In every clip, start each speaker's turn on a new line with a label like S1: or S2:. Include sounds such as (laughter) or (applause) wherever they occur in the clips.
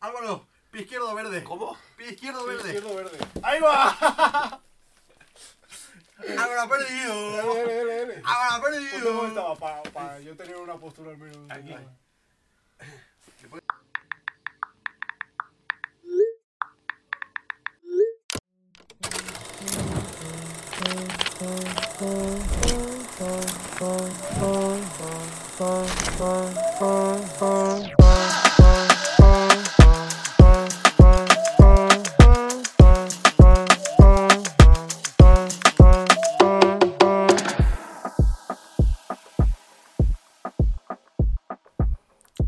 S1: Álvaro, pie izquierdo verde.
S2: ¿Cómo?
S1: Pie izquierdo verde.
S3: Izquierdo verde.
S1: (laughs) ¡Ahí va! Álvaro ha
S3: Dale,
S1: perdido.
S3: dale, dale, dale.
S1: Álvaro ha
S3: Ponte como
S1: perdido.
S3: estaba, pa, pa yo tener una postura al menos.
S2: Aquí.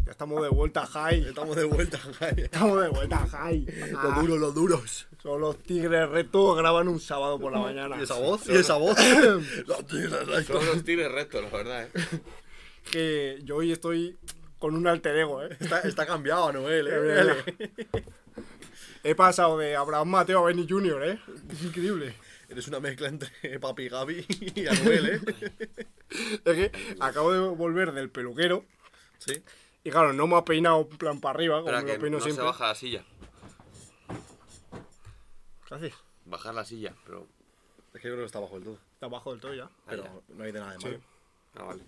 S3: Ya estamos de vuelta, Jai.
S1: Estamos de vuelta, Jai.
S3: Estamos de vuelta, Jai.
S1: Los
S3: Ah.
S1: duros, los duros.
S3: Son los Tigres Reto, graban un sábado por la mañana.
S1: ¿Y esa voz? ¿Y esa
S3: (laughs)
S1: voz? Los tigres, la-
S2: Son los tigres rectos, la verdad, eh.
S3: Que yo hoy estoy con un alter ego, ¿eh?
S1: Está, está cambiado a Noel,
S3: Es verdad.
S1: eh.
S3: He pasado de Abraham Mateo a Benny Jr., ¿eh? Es increíble.
S1: Eres una mezcla entre Papi Gaby y Anuel, eh.
S3: Es que acabo de volver del peluquero
S1: Sí.
S3: y claro, no me ha peinado en plan para arriba, como
S2: Espera,
S3: me
S2: que
S3: lo peino
S2: no se
S3: siempre.
S2: baja la silla.
S3: ¿Qué haces?
S2: Bajar la silla, pero.
S1: Es que yo creo que está bajo el todo.
S3: Está abajo del todo ya.
S2: Ahí
S1: Pero no hay de nada de malo.
S3: Sí.
S2: Ah, vale.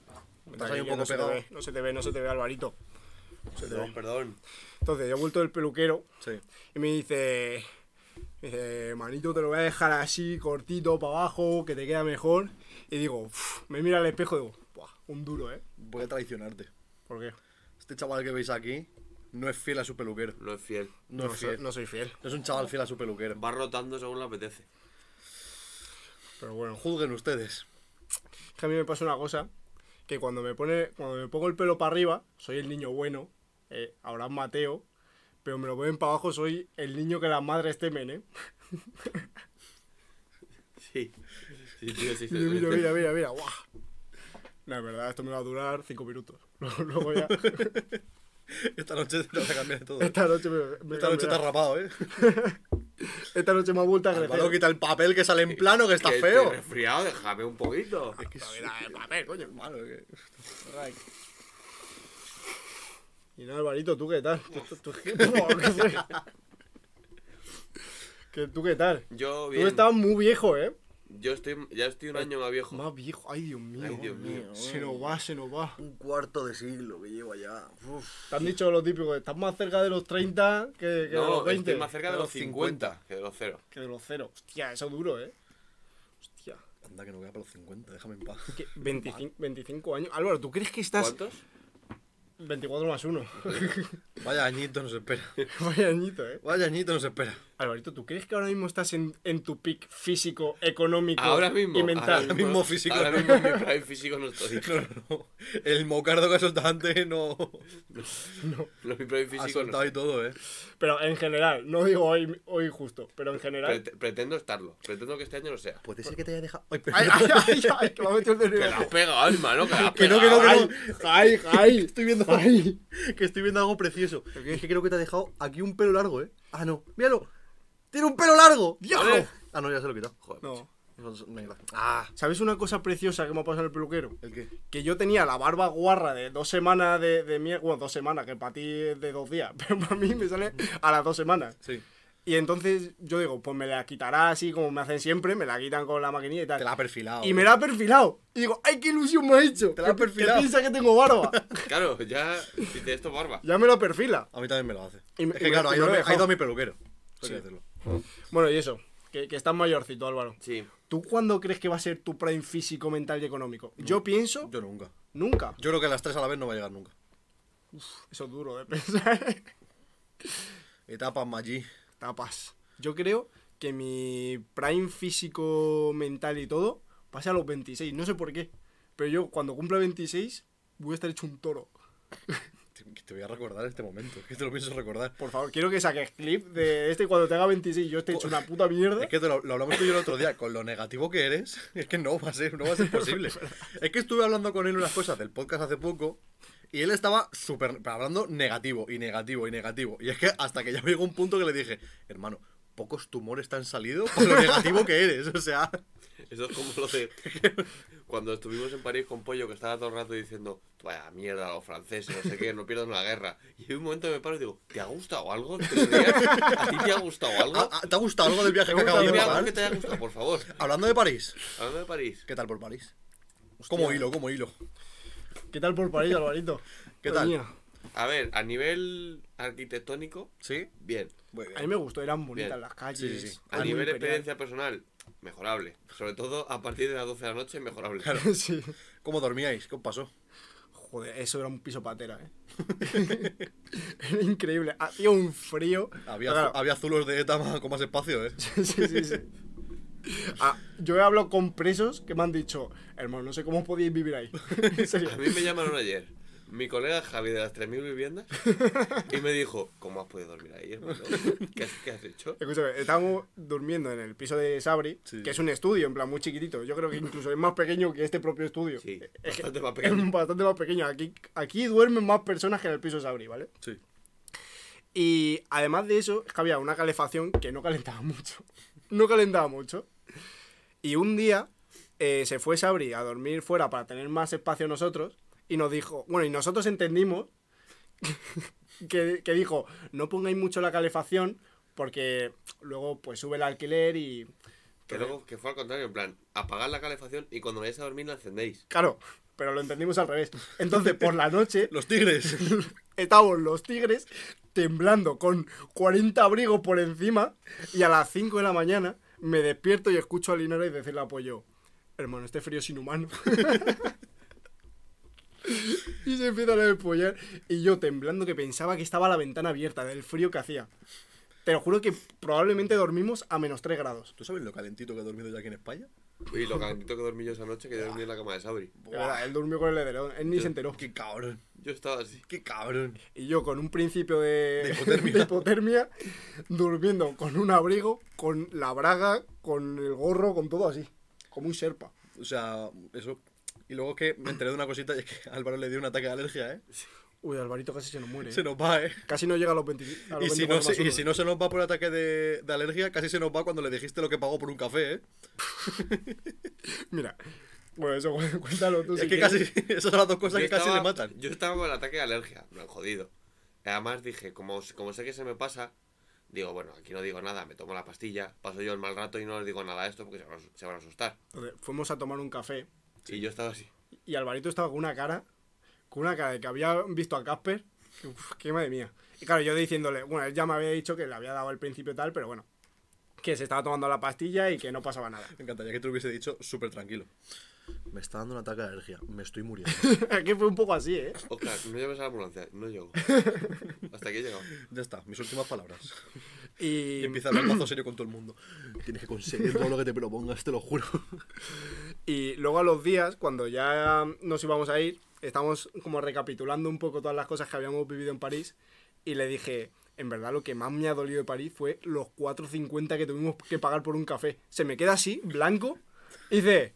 S1: Estás ahí un
S3: Que
S1: poco
S3: no se te
S1: pegado.
S3: ve, eh, no se te ve, no se te ve, Alvarito.
S2: Perdón, perdón.
S3: Entonces, yo he vuelto del peluquero
S1: Sí.
S3: y me dice, me dice, manito, te lo voy a dejar así, cortito, para abajo, que te queda mejor. Y digo, "Uf", me mira al espejo y digo, "Buah, un duro, ¿eh?
S1: Voy a traicionarte.
S3: ¿Por qué?
S1: Este chaval que veis aquí no es fiel a su peluquero.
S2: No es fiel.
S1: No, es
S3: soy,
S1: fiel.
S3: no soy fiel,
S1: No es un chaval fiel a su peluquero.
S2: Va rotando según le apetece.
S3: pero bueno.
S1: Juzguen ustedes. (laughs)
S3: Es que a mí me pasa una cosa, que cuando me pone, cuando me pongo el pelo para arriba, soy el niño bueno, eh, Abraham Mateo, pero me lo ponen para abajo, soy el niño que las madres temen, ¿eh?
S2: Sí. Sí, tío, sí, sí.
S3: Mira, mira, mira, mira, mira, guau. La verdad, esto me va a durar cinco minutos. (laughs) Luego ya,
S1: Esta noche te vas a cambiar de todo.
S3: esta noche me, me
S1: Esta noche te has
S3: cambiará.
S1: rapado, (laughs) eh.
S3: Esta noche me ha vuelto a
S1: Álvaro
S3: crecer.
S1: quita el papel que sale en plano, que está
S2: Que
S1: feo.
S2: Estoy resfriado, déjame un poquito.
S1: Es que es
S3: papel, coño.
S1: malo, ¿eh? es que-
S3: Y nada, Alvarito, ¿tú qué (laughs) tal? ¿Tú, tú- qué- qué sé? ¿Qué- ¿Tú qué tal?
S2: Yo
S3: Tú
S2: bien.
S3: estabas muy viejo, ¿eh?
S2: Yo estoy. Ya estoy
S1: Eh,
S2: un año más viejo.
S3: Más viejo. Ay, Dios mío.
S2: Ay, Dios mío.
S3: Se nos va, se nos va.
S1: Un cuarto de siglo que llevo allá. Uf.
S3: Te han dicho lo típico, estás más cerca de los 30 que, que de los
S2: No,
S3: 20.
S2: estoy más cerca de
S1: de
S2: los
S1: los
S2: 50 que de los 0.
S3: Que de los 0. Hostia, eso duro, ¿eh? Hostia.
S1: Anda, que no queda para los 50, déjame en paz.
S3: ¿Qué? 25, 25 años. Álvaro, ¿tú crees que estás
S2: ¿Cuántos?
S3: 24 más 1?
S1: Vaya añito nos espera.
S3: (laughs) Vaya añito, ¿eh?
S1: Vaya añito nos espera. (laughs)
S3: Alvarito, ¿tú crees que ahora mismo estás en, en tu pic físico, económico
S2: Ahora mismo.
S3: y mental?
S1: ahora mismo físico.
S2: Ahora mismo
S1: (laughs)
S2: en mi prime físico no estoy.
S1: No, no, no. El mocardo que ha soltado antes no.
S2: No, mi prime
S1: Ha
S2: físico no.
S1: soltado y todo, eh.
S3: (laughs) Pero en general, no digo hoy, hoy justo, pero en general.
S2: Pret- pretendo estarlo. Pretendo que este año lo sea.
S1: Puede ser que te haya dejado. Ay,
S3: (laughs) (laughs)
S1: ah,
S3: ¡Ay, ay, ay! ay, que me ha metido el
S2: Que
S3: nervio.
S2: la has pegado, hermano. Que la has
S1: Que no,
S2: pegado.
S1: que no, que no.
S3: ¡Ay, ay, ay! (laughs) Estoy viendo. ¡Ay!
S1: Que estoy viendo algo precioso. Es que creo que te ha dejado aquí un pelo largo, eh. Ah, no. Míralo. Tiene un pelo largo.
S3: ¡Diablo!
S1: Ah, no, ya se lo he quitado.
S2: Joder,
S3: No.
S1: Venga. Ah.
S3: ¿Sabes una cosa preciosa que me ha pasado en el peluquero?
S1: ¿El qué?
S3: Que yo tenía la barba guarra de dos semanas de, de mierda. Bueno, dos semanas, que para ti es de dos días. (laughs) Pero para mí me sale a las dos semanas.
S1: Sí.
S3: Y entonces yo digo, pues me la quitará así como me hacen siempre, me la quitan con la maquinilla y tal.
S1: Te la ha perfilado. eh.
S3: Y me la ha perfilado. Y digo, ¡ay, qué ilusión me ha hecho!
S1: Te la ha
S3: Que- que
S1: perfilado.
S3: piensa que tengo barba.
S1: (laughs)
S2: Claro, ya dice esto barba.
S3: ya me la perfila.
S1: A mí también me lo hace.
S3: Y me-
S1: es
S3: y me-
S1: que claro,
S3: y
S1: ha
S3: me
S1: ido,
S3: lo he
S1: ha
S3: dejado.
S1: ido a mi peluquero. Hay
S3: Sí.
S1: que decirlo.
S3: Bueno, y eso, que, que estás mayorcito, Álvaro.
S2: Sí.
S3: ¿Tú cuándo crees que va a ser tu prime físico, mental y económico? Yo pienso,
S1: Mm. Yo nunca.
S3: nunca.
S1: Yo creo que las tres a la vez no va a llegar nunca.
S3: Eso es duro de pensar. (laughs)
S1: Etapa Maggi.
S3: Tapas. Yo creo que mi prime físico, mental y todo pasa a los 26. No sé por qué. Pero yo, cuando cumpla 26, voy a estar hecho un toro.
S1: Te, te voy a recordar este momento. Que te lo pienso recordar.
S3: Por favor, quiero que saques clip de este cuando tenga 26 yo esté hecho una puta mierda.
S1: Es que te lo, lo hablamos tú y yo el otro día, con lo negativo que eres, (laughs) es que no va a ser, no va a ser posible. Es que estuve hablando con él unas cosas del podcast hace poco y él estaba súper hablando negativo y negativo y negativo. Y es que hasta que ya llegó un punto que le dije, hermano, pocos tumores te han salido por lo negativo que eres. O sea,
S2: Eso es como lo de (laughs) cuando estuvimos en París con Pollo, que estaba todo el rato diciendo, vaya mierda, los franceses, no sé qué, no pierdan la guerra. Y en un momento me paro y digo, ¿te ha gustado algo? ¿Te lo dirías? ¿A ti te ha gustado algo?
S1: Ah, ah, ¿Te ha gustado algo del viaje que acabas de
S2: Dime algo que
S1: pagar?
S2: te haya gustado, por favor.
S1: Hablando de París,
S2: Hablando de París.
S1: ¿qué tal por París? Como hilo, como hilo.
S3: ¿Qué tal por París, Alvarito?
S1: ¿Qué tal?
S3: Coño,
S2: A ver, a nivel arquitectónico,
S1: ¿Sí?
S2: bien.
S1: Muy bien.
S3: A mí me gustó, eran bonitas
S2: Bien.
S3: las calles.
S1: Sí, sí, sí.
S2: A
S3: muy
S2: nivel
S3: imperial.
S2: experiencia personal, mejorable. Sobre todo a partir de las 12 de la noche, mejorable.
S3: (laughs) Sí.
S1: ¿Cómo dormíais? ¿Qué os pasó?
S3: Joder, eso era un piso patera, ¿eh? (laughs) era increíble. Hacía un frío.
S1: Había,
S3: Claro,
S1: había zulos de ETA más- con más espacio, ¿eh?
S3: (laughs) sí, sí, sí. Ah, yo he hablado con presos que me han dicho, hermano, no sé cómo podíais vivir ahí. (laughs) en serio.
S2: A mí me llamaron ayer mi colega Javi de las 3.000 viviendas y me dijo, ¿cómo has podido dormir ahí, hermano? ¿Qué has, qué has hecho?
S3: Escúchame, estábamos durmiendo en el piso de Sabri,
S1: Sí.
S3: que es un estudio, en plan, muy chiquitito. Yo creo que incluso es más pequeño que este propio estudio.
S2: Sí,
S3: Es que-
S2: bastante más
S3: Es
S2: pequeño.
S3: bastante más pequeño. Aquí, aquí duermen más personas que en el piso de Sabri, ¿vale?
S1: Sí.
S3: Y además de eso, es que había una calefacción que no calentaba mucho. (laughs) No calentaba mucho. Y un día eh, se fue Sabri a dormir fuera para tener más espacio nosotros. Y nos dijo, bueno, y nosotros entendimos (laughs) que, que dijo, no pongáis mucho la calefacción porque luego pues sube el alquiler y...
S2: Que luego que fue al contrario, en plan, apagad la calefacción y cuando vayáis a dormir la encendéis.
S3: Claro, pero lo entendimos al revés. Entonces, por la noche,
S1: Los tigres.
S3: estábamos los tigres temblando con 40 abrigos por encima y a las 5 de la mañana me despierto y escucho a Linares decirle a Pollo, hermano, este frío es inhumano. (laughs) y se empiezan a despollar y yo temblando que pensaba que estaba la ventana abierta del frío que hacía. Te lo juro que probablemente dormimos a menos 3 grados.
S1: ¿Tú sabes lo calentito que he dormido yo aquí en España?
S2: Y lo calentito que dormí yo esa noche, que yo dormí en la cama de Sabri.
S3: De verdad, él durmió con el edredón, él ni se enteró.
S1: ¡Qué cabrón!
S2: Yo estaba así.
S1: ¡Qué cabrón!
S3: Y yo con un principio de, (laughs)
S1: De hipotermia.
S3: de hipotermia, durmiendo con un abrigo, con la braga, con el gorro, con todo así. Como un serpa.
S1: O sea, eso. Y luego es que me enteré de una cosita y es que (laughs) a Álvaro le dio un ataque de alergia, ¿eh?
S3: Uy, Alvarito casi se nos muere. ¿eh?
S1: Se nos va, ¿eh?
S3: Casi no llega a los 20. a los
S1: Y si,
S3: 24
S1: no
S3: más
S1: se, y
S3: uno.
S1: si no se nos va por ataque de, de alergia, casi se nos va cuando le dijiste lo que pagó por un café, ¿eh?
S3: Mira. Bueno, eso (laughs) cu- cuéntalo tú.
S1: es
S3: si
S1: que
S3: quieres.
S1: casi. (laughs) Esas son las dos
S2: Yo
S1: cosas que casi
S2: estaba-
S1: le matan.
S2: Yo estaba con el ataque de alergia, me han jodido. Además dije, como, como sé que se me pasa, digo, bueno, aquí no digo nada, me tomo la pastilla, paso yo el mal rato y no les digo nada a esto porque se van a, se van a asustar.
S3: Entonces, fuimos a tomar un café
S2: Y yo estaba así.
S3: y Alvarito estaba con una cara, con una cara de que había visto a Casper. que, Uf, qué madre mía. Y claro, yo diciéndole, bueno, él ya me había dicho que le había dado al principio tal, pero bueno, que se estaba tomando la pastilla y que no pasaba nada.
S1: Me encantaría que te lo hubiese dicho súper tranquilo. Me está dando un ataque de alergia. Me estoy muriendo.
S3: (laughs) que fue un poco así, ¿eh?
S2: Oscar, no llames a la ambulancia, no
S1: (laughs)
S2: llego. Hasta aquí he llegado.
S1: (laughs) ya está, mis últimas palabras. Y
S3: Y,
S1: empieza a hablar mazo serio con todo el mundo. Tienes que conseguir todo lo que te propongas, te lo juro.
S3: y luego a los días, cuando ya nos íbamos a ir, estamos como recapitulando un poco todas las cosas que habíamos vivido en París. Y le dije, en verdad lo que más me ha dolido de París fue los 4.50 que tuvimos que pagar por un café. Se me queda así, blanco. Y dice,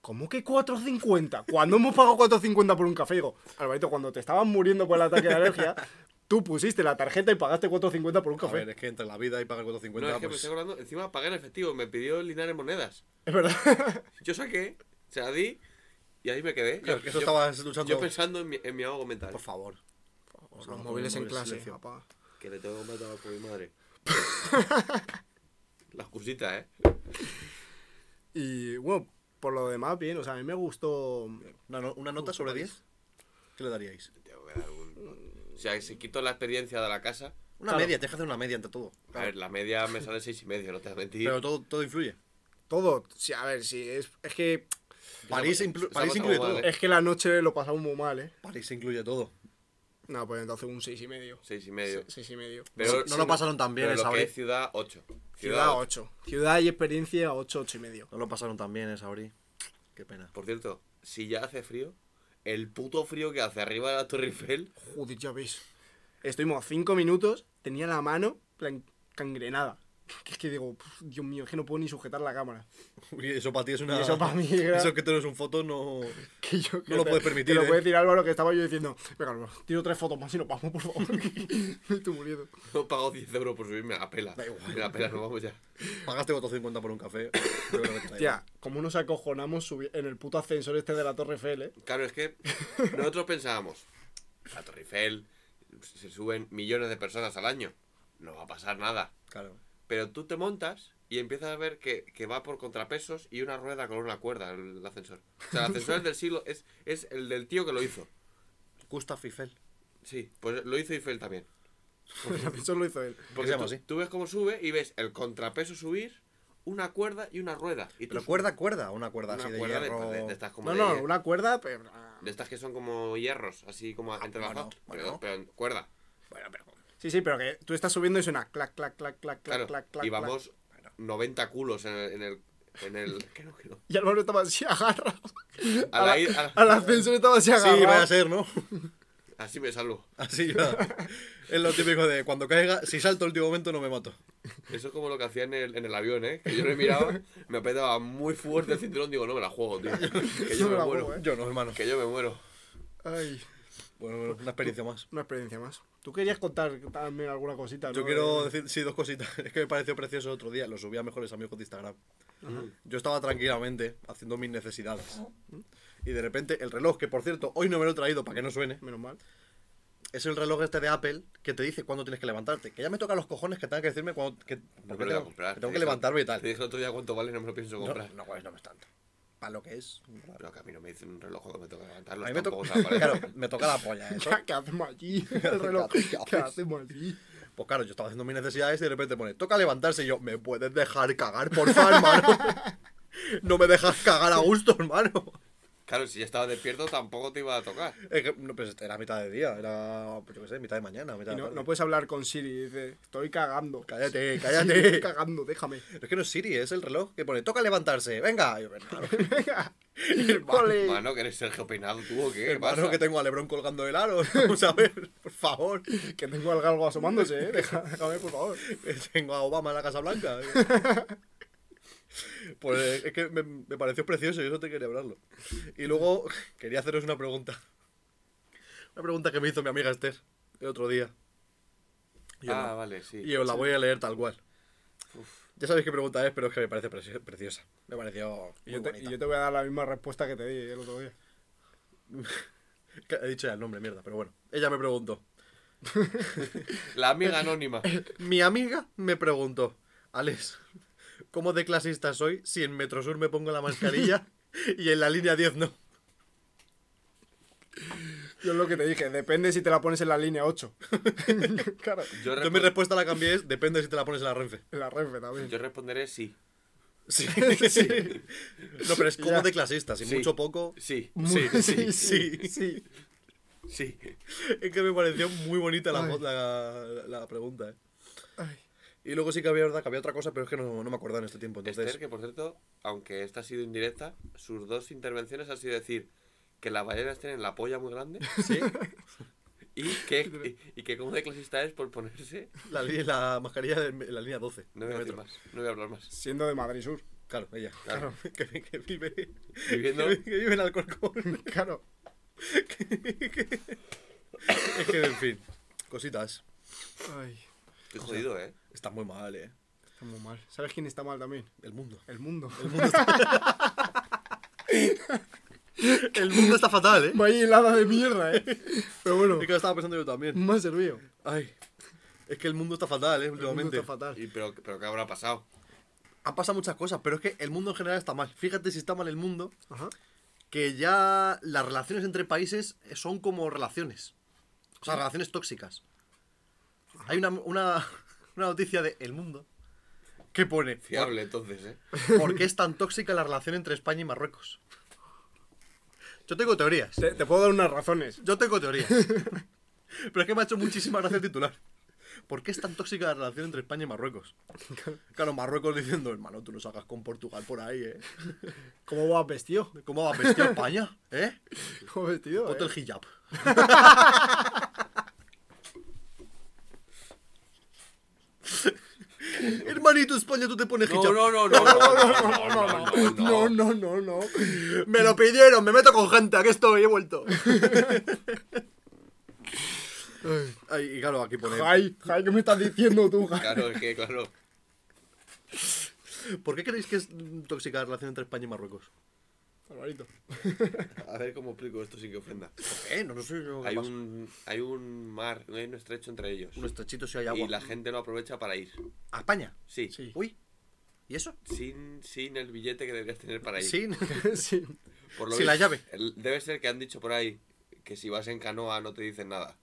S3: ¿cómo que 4.50? ¿Cuándo hemos pagado 4.50 por un café? Digo, Alvarito, cuando te estabas muriendo por el ataque de alergia, tú pusiste la tarjeta y pagaste 4.50 por un
S1: A
S3: café.
S1: ver, es que entre la vida y pagar
S2: No,
S1: 450,
S2: es que me
S1: pues,
S2: estoy acordando, encima pagué en efectivo, me pidió Linares monedas.
S3: Es verdad.
S2: Yo saqué, se la di y ahí me quedé.
S1: Claro,
S2: yo,
S1: que eso
S2: yo-
S1: estabas luchando-
S2: Yo pensando en mi, en mi ahogo mental.
S1: Por favor.
S3: Los móviles en clase.
S1: silencio.
S3: apaga.
S2: Que le tengo que comprar trabajo a mi madre. (laughs) La excusita, ¿eh?
S3: Y bueno, por lo demás, bien, o sea, a mí me gustó.
S1: Una, no- una nota sobre 10. ¿Qué le daríais?
S2: Tengo que dar un- O sea, si quito la experiencia de la casa,
S1: Una
S3: Claro.
S1: media, tienes que hacer una media entre todo.
S2: a ver, la media me sale seis y medio, no te voy a mentir.
S1: Pero todo, todo influye.
S3: Todo, sí, a ver, sí, es, es que
S1: París,
S2: estamos-
S1: inclu- París
S2: estamos
S1: incluye
S2: como
S1: todo.
S2: vale.
S3: es que la noche lo pasamos muy mal, ¿eh?
S1: París incluye todo.
S3: No, pues entonces un 6 y medio.
S2: Seis y medio.
S3: 6 y medio.
S2: Pero
S1: no lo pasaron tan bien
S2: pero
S1: esa
S2: lo que
S1: vez.
S2: es ciudad, ocho.
S3: Ciudad
S2: ocho.
S3: 8. Ciudad y experiencia 8, 8 y medio.
S1: No lo pasaron tan bien, esa Sabri. Qué pena.
S2: Por cierto, si ya hace frío, el puto frío que hace arriba de la Torre Eiffel, (laughs)
S3: Joder, ya ves. Estuvimos 5 minutos, tenía la mano plan, cangrenada. (laughs) que, que digo, "Puf, Dios mío, es que no puedo ni sujetar la cámara.
S1: (laughs) Uy, eso para ti es una.
S3: Y eso pa' mí era-
S1: (laughs) Eso que tú eres un foto no.
S3: (laughs) Que yo, que
S1: lo
S3: te-
S1: puedes permitir,
S3: Que
S1: ¿eh?
S3: lo puede decir Álvaro, que estaba yo diciendo, venga, Álvaro, tiro tres fotos más y nos vamos, por (laughs) favor. Me estoy muriendo.
S2: No he pagado 10 euros por subirme a la pela. Me la pela, nos vamos ya.
S1: Pagaste 450 por un café. yo creo
S2: (laughs)
S1: que te da igual.
S3: Tía, como nos acojonamos subi- en el puto ascensor este de la Torre Eiffel, ¿eh?
S2: Claro, es que nosotros pensábamos, la Torre Eiffel, se suben millones de personas al año, no va a pasar nada.
S1: Claro.
S2: Pero tú te montas y empiezas a ver que, que va por contrapesos y una rueda con una cuerda el, el ascensor. O sea, el ascensor es del siglo, es, es el del tío que lo hizo.
S1: Gustav Eiffel.
S2: Sí, pues lo hizo Eiffel también.
S3: (laughs)
S1: Pues
S3: El ascensor lo hizo él.
S2: Porque
S1: se llama
S2: tú,
S1: así?
S2: tú ves cómo sube y ves el contrapeso subir, una cuerda y una rueda. Y tú
S1: ¿Pero
S2: subes.
S1: cuerda, cuerda? Una cuerda
S2: Una
S1: así de
S2: cuerda de-
S1: hierro.
S2: de- de estas como
S3: No,
S2: de-
S3: no,
S1: ¿eh?
S3: una cuerda, pero... ah,
S2: De estas que son como hierros, así como entrelazados.
S1: Ah,
S2: pero,
S1: bueno, bueno.
S2: pero en cuerda.
S1: Bueno, pero.
S3: Sí, sí, pero que tú estás subiendo y suena clac, clac, clac, clac, clac,
S2: Claro.
S3: clac, clac.
S2: y
S3: clac.
S2: vamos 90 culos en el. En el,
S3: (laughs)
S2: en el que no, (laughs) que no.
S3: Y Álvaro estaba así agarrado.
S2: A la ida- a la-
S3: Al ascensor estaba así agarrado.
S1: Sí, vaya a ser, ¿no? (laughs)
S2: Así me salvo.
S1: Así (laughs) ya. Es lo típico de cuando caiga, si salto el último momento no me mato.
S2: Eso es como lo que hacía en el, en el avión, ¿eh? Que yo le
S3: (laughs)
S2: miraba, me apretaba muy fuerte el cinturón. Digo, no me la juego, tío. Que yo
S3: No me
S2: me
S3: la
S2: muero.
S3: juego, ¿eh?
S1: Yo no, hermano.
S2: Que yo me muero.
S3: Ay,
S1: Bueno, bueno, una experiencia más.
S3: una experiencia más. Tú querías contar también alguna cosita, Ah, ¿no?
S1: Yo
S3: eh,
S1: quiero decir, sí, dos cositas. (laughs) Es que me pareció precioso otro día, lo subí a mejores amigos de Instagram. Yo estaba tranquilamente haciendo mis necesidades. Y de repente el reloj, que por cierto, hoy no me lo he traído para que no suene,
S3: Menos mal.
S1: es el reloj este de Apple que te dice cuándo tienes que levantarte. Que ya me toca los cojones que tengan que decirme cuándo. Que,
S2: No me lo
S1: porque
S2: voy a
S1: tengo,
S2: comprar.
S1: que tengo
S2: Te
S1: que
S2: dije-
S1: levantarme y tal.
S2: Te dije el otro día cuánto vale y no me lo pienso
S1: No,
S2: comprar.
S1: no, pues no me es tanto. Para lo que es. A
S2: Pero que a mí no me dicen un reloj cuando me toca levantarlo.
S1: mí me, to-
S2: tampoco, o sea,
S1: (laughs)
S2: vale.
S1: claro, me toca la polla
S2: (laughs)
S3: (laughs)
S1: eso.
S3: ¿Qué, qué hacemos
S1: (laughs)
S3: allí? El reloj.
S1: ¿Eh? ¿Qué haces?
S3: ¿Qué hacemos allí?
S1: Pues claro, yo estaba haciendo mis necesidades y de repente pone, toca levantarse. Y yo, ¿me puedes dejar cagar, por favor, hermano? (laughs) no me dejas cagar a gusto, hermano.
S2: Claro, si ya estaba despierto tampoco te iba a tocar.
S1: Es que, no, pues era mitad de día, era, pues yo qué sé, mitad de mañana, mitad
S3: Y
S1: de
S3: no,
S1: tarde.
S3: no puedes hablar con Siri. y Dice, estoy cagando. (laughs)
S1: Cállate,
S3: Estoy
S1: cállate.
S3: cagando, déjame. (laughs)
S1: es que no es Siri, es el reloj que pone, toca levantarse, venga. Y yo,
S3: (laughs)
S1: hermano,
S3: Venga.
S1: Ole.
S3: Ole.
S2: Mano, que eres Sergio Peinado tú o qué. ¿Qué
S1: hermano
S2: pasa?
S1: que tengo a Lebrón colgando del aro, (laughs) vamos a ver, por favor.
S3: Que tengo al galgo asomándose, ¿eh? Deja- Déjame, por favor.
S1: Que (laughs) Tengo a Obama en la
S3: (laughs)
S1: Casa Blanca. Pues eh, es que me, me pareció precioso y eso te quería hablarlo. Y luego quería haceros una pregunta. Una pregunta que me hizo mi amiga Esther el otro día. Y
S2: Ah,
S1: os la-
S2: vale, sí.
S1: y os la voy a leer tal cual. Ya sabéis qué pregunta es, pero es que me parece preci- preciosa. Me pareció.
S3: Y
S1: Muy
S3: yo, te, y
S1: bonita.
S3: yo te voy a dar la misma respuesta que te di el otro día.
S1: Que He dicho ya el nombre, mierda, pero bueno. Ella me preguntó.
S2: La amiga
S1: (laughs)
S2: anónima.
S1: Mi amiga me preguntó, Alex, ¿cómo de clasista soy si en Metrosur me pongo
S3: (laughs)
S1: la mascarilla y en la línea 10 no?
S3: Yo es lo que te dije, depende si te la pones en la línea 8. claro,
S2: Yo,
S1: Entonces mi
S2: respon-
S1: respuesta a la cambié es, depende si te la pones en la Renfe.
S3: en la renfe también.
S2: yo responderé sí.
S1: Sí, sí. No, pero es como
S3: Ya.
S1: de clasista, si
S2: Sí.
S1: mucho poco...
S2: Sí.
S3: Muy- (laughs)
S1: sí, sí, sí.
S3: sí.
S2: Sí.
S1: Es que me pareció muy bonita la,
S3: Ay.
S1: la- la pregunta. ¿eh?
S3: Ay.
S1: Y luego sí que había, verdad, que había otra cosa, pero es que no, no me acuerdo en este tiempo. Entonces,
S2: Esther, que por cierto, aunque esta ha sido indirecta, sus dos intervenciones han sido decir que las ballenas tienen la polla muy grande
S1: sí,
S2: y
S1: (laughs)
S2: que, y, y que como de clasista es por ponerse...
S1: la, li- la mascarilla de en la línea 12.
S2: No voy
S1: de
S2: a decir
S1: metro.
S2: más, no voy a hablar más.
S3: Siendo de Madrid Sur. (laughs)
S1: Claro, ella.
S2: Claro.
S1: (laughs) Que, que vive, (laughs)
S2: Viviendo-
S1: que, que vive en Alcorcón.
S3: Claro.
S1: Es que, en fin, cositas.
S3: Ay,
S2: Estoy jodido, ¿eh?
S1: Está muy mal, eh.
S3: está muy mal. ¿Sabes quién está mal también?
S1: El mundo.
S3: El mundo.
S1: El mundo está fatal, eh.
S3: (laughs) Vaya helada de mierda, ¿eh? Pero bueno,
S1: Es que lo estaba pensando yo también.
S3: me ha servido.
S1: Ay. Es que el mundo está fatal, eh,
S3: El mundo
S1: últimamente.
S3: está fatal.
S2: Y, pero, pero ¿qué habrá pasado?
S1: Han pasado muchas cosas, pero es que el mundo en general está mal. Fíjate si está mal el mundo,
S3: Ajá.
S1: que ya las relaciones entre países son como relaciones. O sea, relaciones tóxicas. Hay una, una, (laughs) una noticia de El Mundo que pone...
S2: Fiable, entonces, ¿eh?
S1: ¿Por qué es tan tóxica la relación entre España y Marruecos? Yo tengo teorías.
S3: Te, te puedo dar unas razones.
S1: Yo tengo teorías. (laughs) Pero es que me ha hecho muchísima gracia el titular. ¿Por qué es tan tóxica la relación entre España y Marruecos? Claro, Marruecos diciendo, hermano, tú no sacas con Portugal por ahí, ¿eh?
S3: ¿Cómo vas vestido?
S1: ¿Cómo va vestido España? ¿Eh?
S3: ¿Cómo vas vestido?
S1: Ponte
S3: eh?
S1: el hijab. (laughs) Hermanito España, tú te pones
S2: No,
S1: hijab.
S2: no, no, (laughs) no, no,
S3: (laughs) No,
S2: no, no, no, (laughs) no.
S3: no, no, no.
S1: Me lo pidieron, me meto con gente, aquí estoy, he
S2: (laughs)
S1: vuelto. Ay, y claro, aquí pone.
S3: Jai, Jai, ¿qué me estás diciendo tú, Jai?
S2: Claro, es que, claro.
S1: ¿Por qué creéis que es mm, tóxica la relación entre España y Marruecos?
S3: Alvarito.
S2: A ver cómo explico esto sin que ofenda.
S1: ¿Eh? No, no sé. yo qué
S2: Hay
S1: pasa.
S2: un, hay un mar, hay un estrecho entre ellos.
S1: Un estrechito si hay agua.
S2: Y la gente lo aprovecha para ir.
S1: ¿A España?
S2: Sí.
S3: Sí.
S1: Uy. ¿Y eso?
S2: Sin, sin el billete que deberías tener para ir.
S1: Sí. (laughs)
S3: Sí.
S2: Por lo
S1: sin
S2: visto,
S1: la llave.
S2: el- Debe ser que han dicho por ahí que si vas en canoa no te dicen nada.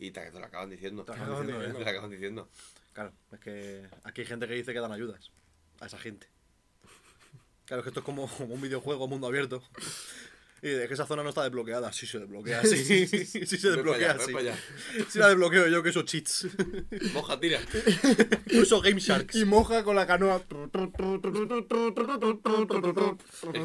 S2: Y te, te lo acaban diciendo.
S1: Te lo acaban diciendo,
S2: Te lo acaban diciendo.
S1: Claro, es que aquí hay gente que dice que dan ayudas a esa gente. Claro, es que esto es como, como un videojuego mundo abierto. Y de que esa zona no está desbloqueada. Sí se desbloquea, sí. Sí, se
S2: Ven
S1: desbloquea,
S2: pa' allá,
S1: sí.
S2: ven
S1: Sí la desbloqueo yo, que eso cheats.
S2: Moja, (laughs) tira.
S1: Eso Game Sharks.
S3: Y moja con la canoa.
S2: Es que,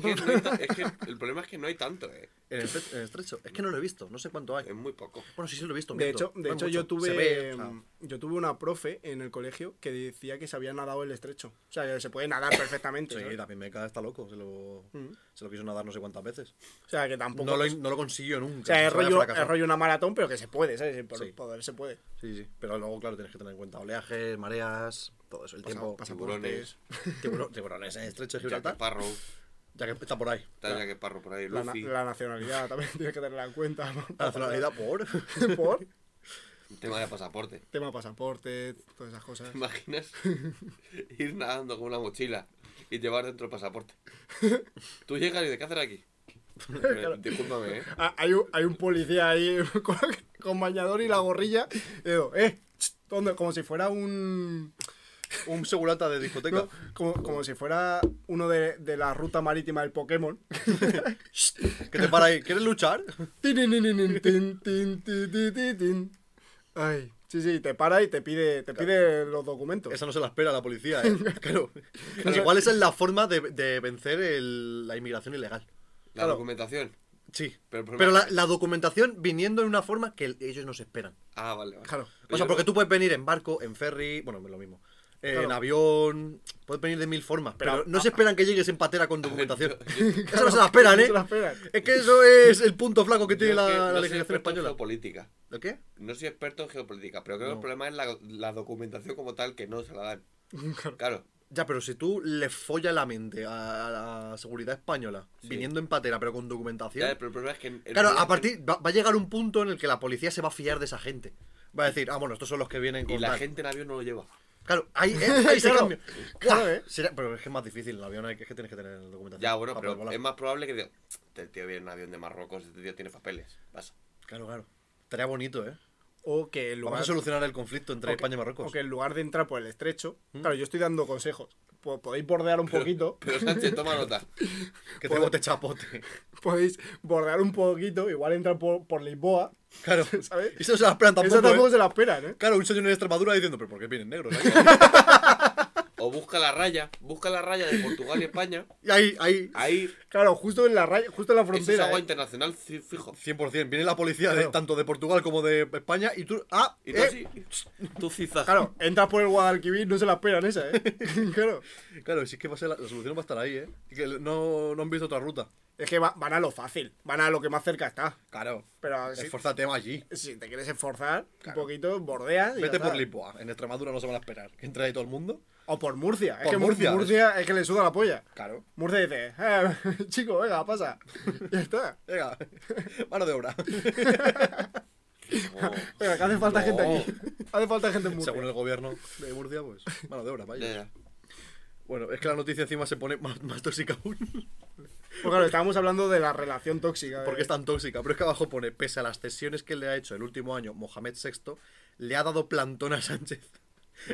S2: no hay ta- es que el problema es que no hay tanto, ¿eh?
S1: En el, estre- en el estrecho. Es que no lo he visto, no sé cuánto hay.
S2: Es muy poco.
S1: Bueno, sí, sí lo he visto.
S3: De
S1: miento.
S3: hecho, de
S1: No
S3: hecho
S1: hay
S3: yo
S1: mucho.
S3: tuve
S1: Se ve, o sea,
S3: em, yo tuve una profe en el colegio que decía que se había nadado el estrecho. O sea, que se puede nadar perfectamente.
S1: sí,
S3: ¿sabes?
S1: también Meca está loco. Se lo,
S3: Mm.
S1: se lo quiso nadar no sé cuántas veces.
S3: O sea, que tampoco.
S1: No lo,
S3: es-
S1: no lo consiguió nunca.
S3: o sea, es
S1: se vaya a
S3: rollo,
S1: fracasar.
S3: es rollo una maratón, pero que se puede, ¿sabes? Por
S1: Sí.
S3: poder se puede.
S1: Sí, sí. Pero luego, claro, tienes que tener en cuenta oleajes, mareas, todo eso. El tiempo.
S3: pasa-
S2: Tiburones.
S1: (laughs) Tiburón- tiburones, ¿eh? estrecho de
S2: Jack
S1: Gibraltar.
S2: Sparrow.
S1: Ya que está por ahí.
S2: Está Jack Sparrow por ahí.
S3: La, na-
S2: Luffy.
S3: la nacionalidad también (laughs) tienes que tenerla en cuenta.
S1: La nacionalidad por.
S3: (laughs) Por
S2: Tema de pasaporte. (laughs)
S3: tema pasaporte, todas esas cosas.
S2: ¿Te imaginas (laughs) ir nadando con una mochila y llevar dentro el
S1: (laughs)
S2: pasaporte? Tú llegas y de qué hacer aquí. Eh, Discúlpame, ¿eh?
S3: Ah, hay, un, hay un policía ahí (laughs) con, con bañador y la gorrilla. Y digo, eh, ch, ¿dónde? Como si fuera un.
S1: (laughs) Un segurata de discoteca.
S3: no, como, como si fuera uno de, de la ruta marítima del
S1: (laughs)
S3: Pokémon.
S1: Que te para ahí. ¿Quieres (laughs) luchar?
S3: Tirininin, tin, tin, ti, ti, ti, tin. Ay, sí, sí, te para y te pide, te pide los documentos.
S1: Esa no se la espera la policía, (laughs) ¿eh? Claro. Igual esa es la forma de, de vencer el- la inmigración ilegal.
S2: La documentación.
S1: Sí.
S2: Pero el
S1: Pero,
S2: problema-
S1: la, la documentación viniendo en una forma que el- ellos no se esperan.
S2: Ah, vale. vale.
S3: Claro.
S1: O sea, porque tú puedes venir en barco, en ferry, bueno, es lo mismo. eh, En
S3: Claro.
S1: avión, puedes venir de mil formas, pero,
S3: Pero-
S1: no se esperan que llegues en patera con documentación.
S2: (laughs) yo- yo-
S1: (laughs) eso no se la esperan,
S3: no
S1: ¿eh?
S3: se la esperan.
S1: Es que eso es el punto flaco que
S2: Yo
S1: tiene
S2: es
S1: la,
S2: que
S1: la
S2: no soy
S1: legislación
S2: experto en
S1: española.
S2: geopolítica.
S1: ¿Lo qué?
S2: No soy experto en geopolítica, pero creo que el problema es la, la documentación como tal que no se la
S1: (laughs)
S2: dan. Claro.
S1: Ya, pero si tú le follas la mente a a la seguridad española, viniendo en patera, pero con documentación.
S2: Ya, pero el problema es que. el
S1: Claro,
S2: problema
S1: a
S2: es que-
S1: partir va, va a llegar un punto en el que la policía se va a fiar de esa gente. Va a decir, ah, bueno, estos son los que vienen con
S2: Y la
S1: tal.
S2: gente en avión no lo lleva.
S1: Claro, ahí, eh,
S3: (laughs)
S1: ahí se
S3: Claro,
S1: cambia.
S3: claro,
S1: Buah,
S3: eh.
S1: será- pero es que es más difícil, el avión hay que, es que tienes que tener documentación.
S2: Ya, bueno,
S1: para
S2: pero
S1: poder volar.
S2: es más probable que. diga, Este tío viene en avión de Marruecos, este tío tiene papeles. Pasa.
S1: Claro, claro. Estaría bonito, ¿eh?
S3: O que en
S1: Vamos
S3: lugar,
S1: a solucionar el conflicto entre
S3: o que-
S1: España y Marruecos. ¿Mm?
S3: o que en lugar de entrar por el estrecho, claro, yo estoy dando consejos. Po- podéis bordear un poquito. (laughs)
S2: Pero Sánchez, toma nota.
S1: Que tengo este chapote.
S3: Podéis bordear un poquito, igual entrar por, por Lisboa.
S1: Claro.
S3: ¿Sabes?
S1: Y eso se las esperan
S3: Eso tampoco
S1: tampoco. ¿eh?
S3: se la esperan, ¿eh?
S1: Claro, un señor en Extremadura diciendo, pero ¿por qué vienen
S3: (laughs)
S1: negros? eh? aquí?".
S2: O busca la raya, busca la raya de Portugal y España.
S1: Y ahí, ahí,
S2: Ahí,
S3: Claro, justo en la raya, justo en la
S2: eso es
S3: frontera.
S2: agua
S3: ¿eh?
S2: internacional, fi- fijo.
S1: 100%, viene la policía de,
S3: Claro.
S1: tanto de Portugal como de España y tú... Ah,
S2: Y tú
S1: eh.
S2: así, tú cizas.
S3: Claro, entras por el Guadalquivir, no se la esperan esa, ¿eh? (laughs) claro.
S1: Claro, si es que va a ser la, la solución va a estar ahí, ¿eh? Y que no, no han visto otra ruta.
S3: Es que va- van a lo fácil, van a lo que más cerca está.
S1: Claro.
S3: Pero si,
S1: Esforzate más allí.
S3: si te quieres esforzar un poquito, bordeas. y ya
S1: Vete
S3: está.
S1: por Lisboa. En Extremadura no se van a esperar. Que entre ahí todo el mundo.
S3: O por Murcia. es
S1: Por
S3: que Murcia,
S1: Murcia.
S3: Murcia es que le suda la polla.
S1: Claro.
S3: Murcia dice, "Eh, (laughs) chico, venga,
S1: (laughs)
S3: pasa. ya está.
S1: Venga, (laughs) mano de obra. (laughs)
S2: No.
S3: Venga, que hace falta
S2: No.
S3: gente aquí. Hace falta gente en Murcia.
S1: Según el gobierno de Murcia, pues mano de obra,
S2: Ya,
S1: vaya.
S2: ya.
S1: Bueno, es que la noticia encima se pone más, más tóxica aún.
S3: Pues claro, estábamos hablando de la relación tóxica. eh. de-
S1: Porque es tan tóxica. Pero es que abajo pone, pese a las cesiones que le ha hecho el último año Mohamed VI, le ha dado plantón a Sánchez.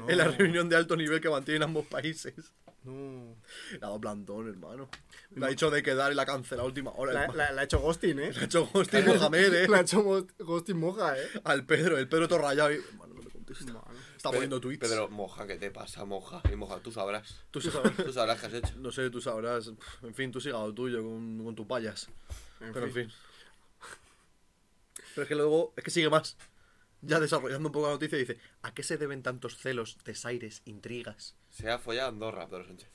S1: En la reunión de alto nivel que mantienen ambos países.
S3: No.
S1: Le ha dado plantón, hermano. Le ha dicho de quedar y la cancela a última hora.
S3: La,
S1: hermano.
S3: la- la ha hecho Ghosting,
S1: (laughs)
S3: ¿eh?
S1: Le ha hecho hostia Mohamed, eh.
S3: La ha hecho Ghost- Ghosting Moja, ¿eh?
S1: Al Pedro, el Pedro todo rayado. y- Hermano, no me contesta.
S3: Mano.
S1: Está poniendo tweets.
S2: Pedro, moja, ¿qué te pasa, moja? Y moja, tú sabrás.
S1: Tú sabrás.
S2: Tú sabrás qué has hecho.
S1: No sé, tú sabrás. En fin, tú sigas lo tuyo con, con tus payas. Pero en fin. Pero es que luego, es que sigue más. ya desarrollando un poco la noticia, dice, ¿a qué se deben tantos celos, desaires, intrigas? (laughs)
S2: Se ha follado a Andorra, Pedro Sánchez.